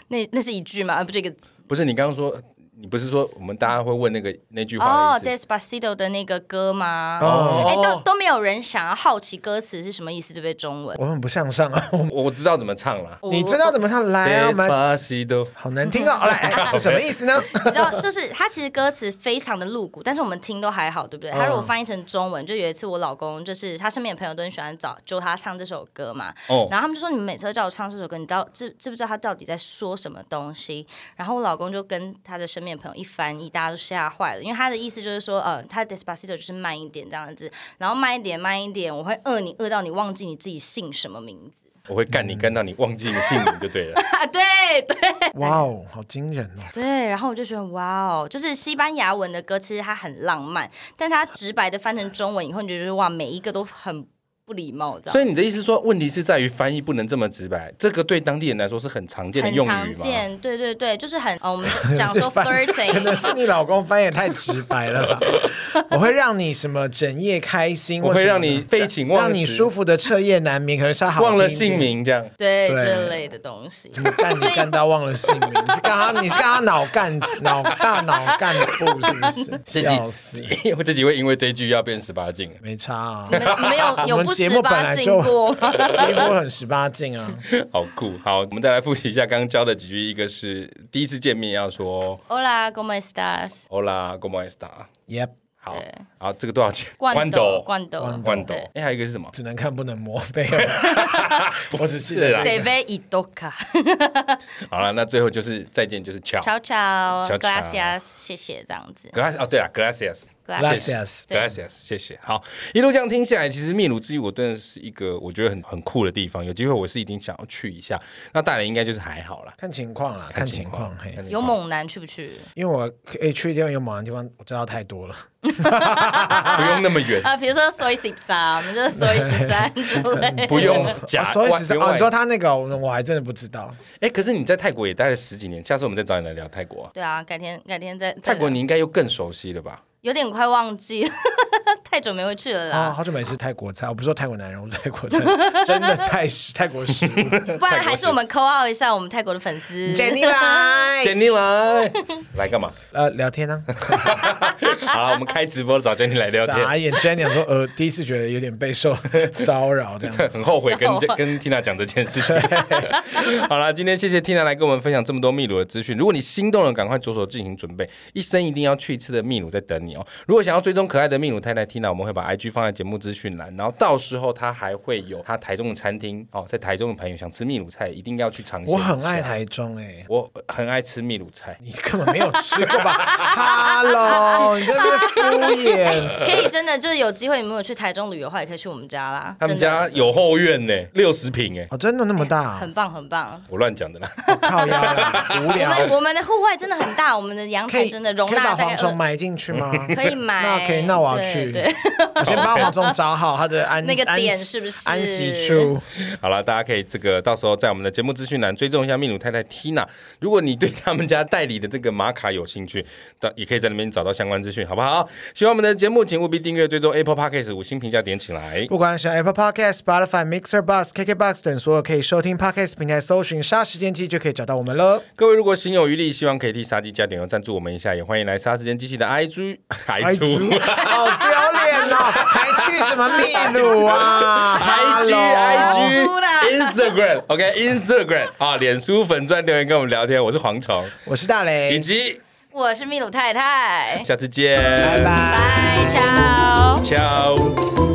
[SPEAKER 3] 那那是一句嘛，啊不是一个字
[SPEAKER 1] 不是你刚刚说，你不是说我们大家会问那个那句话
[SPEAKER 3] 哦
[SPEAKER 1] 的意思？
[SPEAKER 3] ，Despacito 的那个歌吗？
[SPEAKER 2] 哦
[SPEAKER 3] 哎，都都没有人想要好奇歌词是什么意思，对不对？中文，
[SPEAKER 2] 我很不向上啊！ 我
[SPEAKER 1] 我知道怎么唱了。
[SPEAKER 3] 我
[SPEAKER 2] 你知道怎么唱来啊？我们
[SPEAKER 1] Despacito，
[SPEAKER 2] 好难 听哦！来，哎是什么意思呢？
[SPEAKER 3] 你知道，就是它其实歌词非常的露骨，但是我们听都还好，对
[SPEAKER 1] 哦
[SPEAKER 3] 不对？它如果翻译成中文，就有一次我老公就是他身边的朋友都很喜欢找揪他唱这首歌嘛，
[SPEAKER 1] 哦
[SPEAKER 3] 然后他们就说你们每次都叫我唱这首歌，你知道知知不知道他到底在说什么东西？然后我老公就跟他的身边的朋友一翻译，大家都吓坏了，因为他的意思就是说，呃，他 despacito 就是慢一点这样子，然后慢一点，慢一点，我会饿你，饿到你忘记你自己姓什么名字。
[SPEAKER 1] 我会干你干到你忘记你姓名就对了。
[SPEAKER 3] 啊，对对
[SPEAKER 2] 哇哦，好惊人哦！
[SPEAKER 3] 对，然后我就觉得哇哦，就是西班牙文的歌，其实它很浪漫，但它直白的翻成中文以后，你就觉得哇，每一个都很不礼貌，这
[SPEAKER 1] 所
[SPEAKER 3] 样。
[SPEAKER 1] 以你的意思说，问题是在于翻译不能这么直白，这个对当地人来说是很常见的
[SPEAKER 3] 很
[SPEAKER 1] 用语
[SPEAKER 3] 常
[SPEAKER 1] 吗？
[SPEAKER 3] 见，对对对，就是很， 呃、我们 讲说
[SPEAKER 2] 可能
[SPEAKER 3] flirting，
[SPEAKER 2] 是你老公翻也太直白 了吧？我会让你什么整夜开心，
[SPEAKER 1] 我
[SPEAKER 2] 或
[SPEAKER 1] 会
[SPEAKER 2] 什么
[SPEAKER 1] 让
[SPEAKER 2] 的
[SPEAKER 1] 你废寝忘食，
[SPEAKER 2] 让你舒服的彻夜难眠，可能是他好
[SPEAKER 1] 忘了
[SPEAKER 2] 听一点
[SPEAKER 1] 姓，名这样。
[SPEAKER 3] 对
[SPEAKER 2] 对
[SPEAKER 3] 这类的东西。
[SPEAKER 2] 你干你干到忘了姓名，你是干他你是干他脑干脑大脑干部是不
[SPEAKER 1] 自
[SPEAKER 2] 是？
[SPEAKER 1] 己
[SPEAKER 2] 笑死，
[SPEAKER 1] 我自己会因为这一句要变十八禁了。
[SPEAKER 2] 没差啊
[SPEAKER 3] 你，们你们有有
[SPEAKER 2] 我
[SPEAKER 3] 不
[SPEAKER 2] 们节
[SPEAKER 3] 十
[SPEAKER 2] 目本
[SPEAKER 3] 八
[SPEAKER 2] 来
[SPEAKER 3] 禁
[SPEAKER 2] 就
[SPEAKER 3] 过吗？
[SPEAKER 2] 几乎很十八禁啊。
[SPEAKER 1] 好酷！好，我们再来复习一下刚刚教的几句，一个是第一次见面要说
[SPEAKER 3] Hola, ¿cómo estás？
[SPEAKER 1] “Hola, cómo está”，
[SPEAKER 2] Yep，
[SPEAKER 1] 好，好，这个多少钱？
[SPEAKER 3] 罐头，
[SPEAKER 1] 斗，
[SPEAKER 3] 罐头，
[SPEAKER 1] 罐头
[SPEAKER 3] 对。
[SPEAKER 1] 哎，还有一个是什么？
[SPEAKER 2] 只能看不能摸背 哦。我只记得
[SPEAKER 1] 是啊
[SPEAKER 3] Se ve y toca。
[SPEAKER 1] 好了，那最后就是再见，就是 ciao。
[SPEAKER 3] Ciao, ciao,
[SPEAKER 1] Ciao, ciao
[SPEAKER 3] gracias，谢谢，这样子。
[SPEAKER 1] Glass 哦，对了，Glacias。
[SPEAKER 2] Gracias
[SPEAKER 3] 对
[SPEAKER 1] Gracias，谢谢。好，一路这样听下来，其实秘鲁之旅我真的是一个我觉得很很酷的地方，有机会我是一定想要去一下。那大连应该就是还好啦，
[SPEAKER 2] 看情况啦，看情况嘿。
[SPEAKER 1] 看情
[SPEAKER 3] 有
[SPEAKER 1] 况
[SPEAKER 3] 猛男去不去？
[SPEAKER 2] 因为我可以去的地方有某的地方，我知道太多了。
[SPEAKER 1] 不用那么 远，
[SPEAKER 3] 啊，比如说 soy 十三，我们就是 soy 十三之 类。
[SPEAKER 1] 不用假
[SPEAKER 2] 啊，所以
[SPEAKER 1] 外
[SPEAKER 2] 其实
[SPEAKER 1] 员外
[SPEAKER 2] 哦，你说他那个，我我还真的不知道。
[SPEAKER 1] 哎，可是你在泰国也待了十几年，下次我们再找你来聊泰国啊。
[SPEAKER 3] 对啊，改天改天再再
[SPEAKER 1] 泰
[SPEAKER 3] 聊
[SPEAKER 1] 国你应该又更熟悉了吧？
[SPEAKER 3] 有点快忘记了， 太久没回去了
[SPEAKER 2] 啊，
[SPEAKER 3] 啦。
[SPEAKER 2] 好久没吃泰国菜，我不是说泰国男人，我说泰国菜真的 泰食泰国食物。
[SPEAKER 3] 不然还是我们 call out 一下我们泰国的粉丝。
[SPEAKER 2] Jenny 来，
[SPEAKER 1] Jenny 来 来干嘛？
[SPEAKER 2] 呃，聊天呢、
[SPEAKER 1] 好，我们开直播找 Jenny 来聊天。
[SPEAKER 2] 傻眼，Jenny 想说，呃，第一次觉得有点被受骚 扰这样子。
[SPEAKER 1] 很后悔跟
[SPEAKER 3] 笑啊
[SPEAKER 1] 这
[SPEAKER 3] 话
[SPEAKER 1] 跟 Tina 讲这件事情。 好了，今天谢谢 Tina 来跟我们分享这么多秘鲁的资讯。如果你心动了，赶快着手进行准备，一生一定要去一次的秘鲁在等你哦。如果想要追踪可爱的秘鲁太太 Tina，我们会把 IG 放在节目资讯栏，然后到时候她还会有她台中的餐厅哦，在台中的朋友想吃秘鲁菜，一定要去尝鲜。
[SPEAKER 2] 我很爱。台中哎、欸
[SPEAKER 1] 我很爱吃秘鲁菜，
[SPEAKER 2] 你根本没有吃过吧？Hello，你在那边敷 衍。
[SPEAKER 3] 可以真的就是有机会，你们有去台中旅游的话，也可以去我们家啦。
[SPEAKER 1] 他们
[SPEAKER 3] 真的
[SPEAKER 1] 家有后院呢，六十平哎，
[SPEAKER 2] 哦，真的那么大？
[SPEAKER 3] 很棒很棒。
[SPEAKER 1] 我乱讲的啦。
[SPEAKER 2] 靠腰啦，无
[SPEAKER 3] 我
[SPEAKER 2] 聊。
[SPEAKER 3] 们 我们的户外真的很大，我们的阳
[SPEAKER 2] 可
[SPEAKER 3] 台
[SPEAKER 2] 以
[SPEAKER 3] 真的容
[SPEAKER 2] 可以把
[SPEAKER 3] 纳大概
[SPEAKER 2] 蝗虫
[SPEAKER 3] 二
[SPEAKER 2] 买进去吗？
[SPEAKER 3] 可以买。
[SPEAKER 2] 那可以，那我要
[SPEAKER 3] 对
[SPEAKER 2] 去。
[SPEAKER 3] 对，
[SPEAKER 2] 我先帮蝗虫找好它的安
[SPEAKER 3] 那个
[SPEAKER 2] 安
[SPEAKER 3] 点是不是
[SPEAKER 2] 安息处？
[SPEAKER 1] 好了，大家可以这个到时候在我们的节目资讯栏追踪一下秘鲁太太 Tina。如果你对他们家代理的这个玛卡有兴趣，到也可以在那边找到相关资讯，好不好？喜欢我们的节目，请务必订阅、追踪 Apple Podcast 五星评价点起来。
[SPEAKER 2] 不管是 Apple Podcast、Spotify、Mixer、Bus、KKBox 等所有可以收听 Podcast 平台，搜寻“杀时间机”就可以找到我们了。
[SPEAKER 1] 各位如果心有余力，希望可以替杀鸡加点油赞助我们一下，也欢迎来杀时间机器的 IG
[SPEAKER 2] 哎
[SPEAKER 1] IG
[SPEAKER 2] 好丢脸哦！还去什么秘鲁啊
[SPEAKER 1] IG
[SPEAKER 2] Hello
[SPEAKER 1] IG
[SPEAKER 3] 出啦
[SPEAKER 1] Instagram OK Instagram 啊，脸书粉钻留言跟我们聊天，我是蝗虫，
[SPEAKER 2] 我是大
[SPEAKER 1] 以
[SPEAKER 2] 雷，
[SPEAKER 1] 及
[SPEAKER 3] 我是秘鲁太太，
[SPEAKER 1] 下次见，
[SPEAKER 2] 拜拜。
[SPEAKER 3] 拜，ciao。
[SPEAKER 1] ，ciao。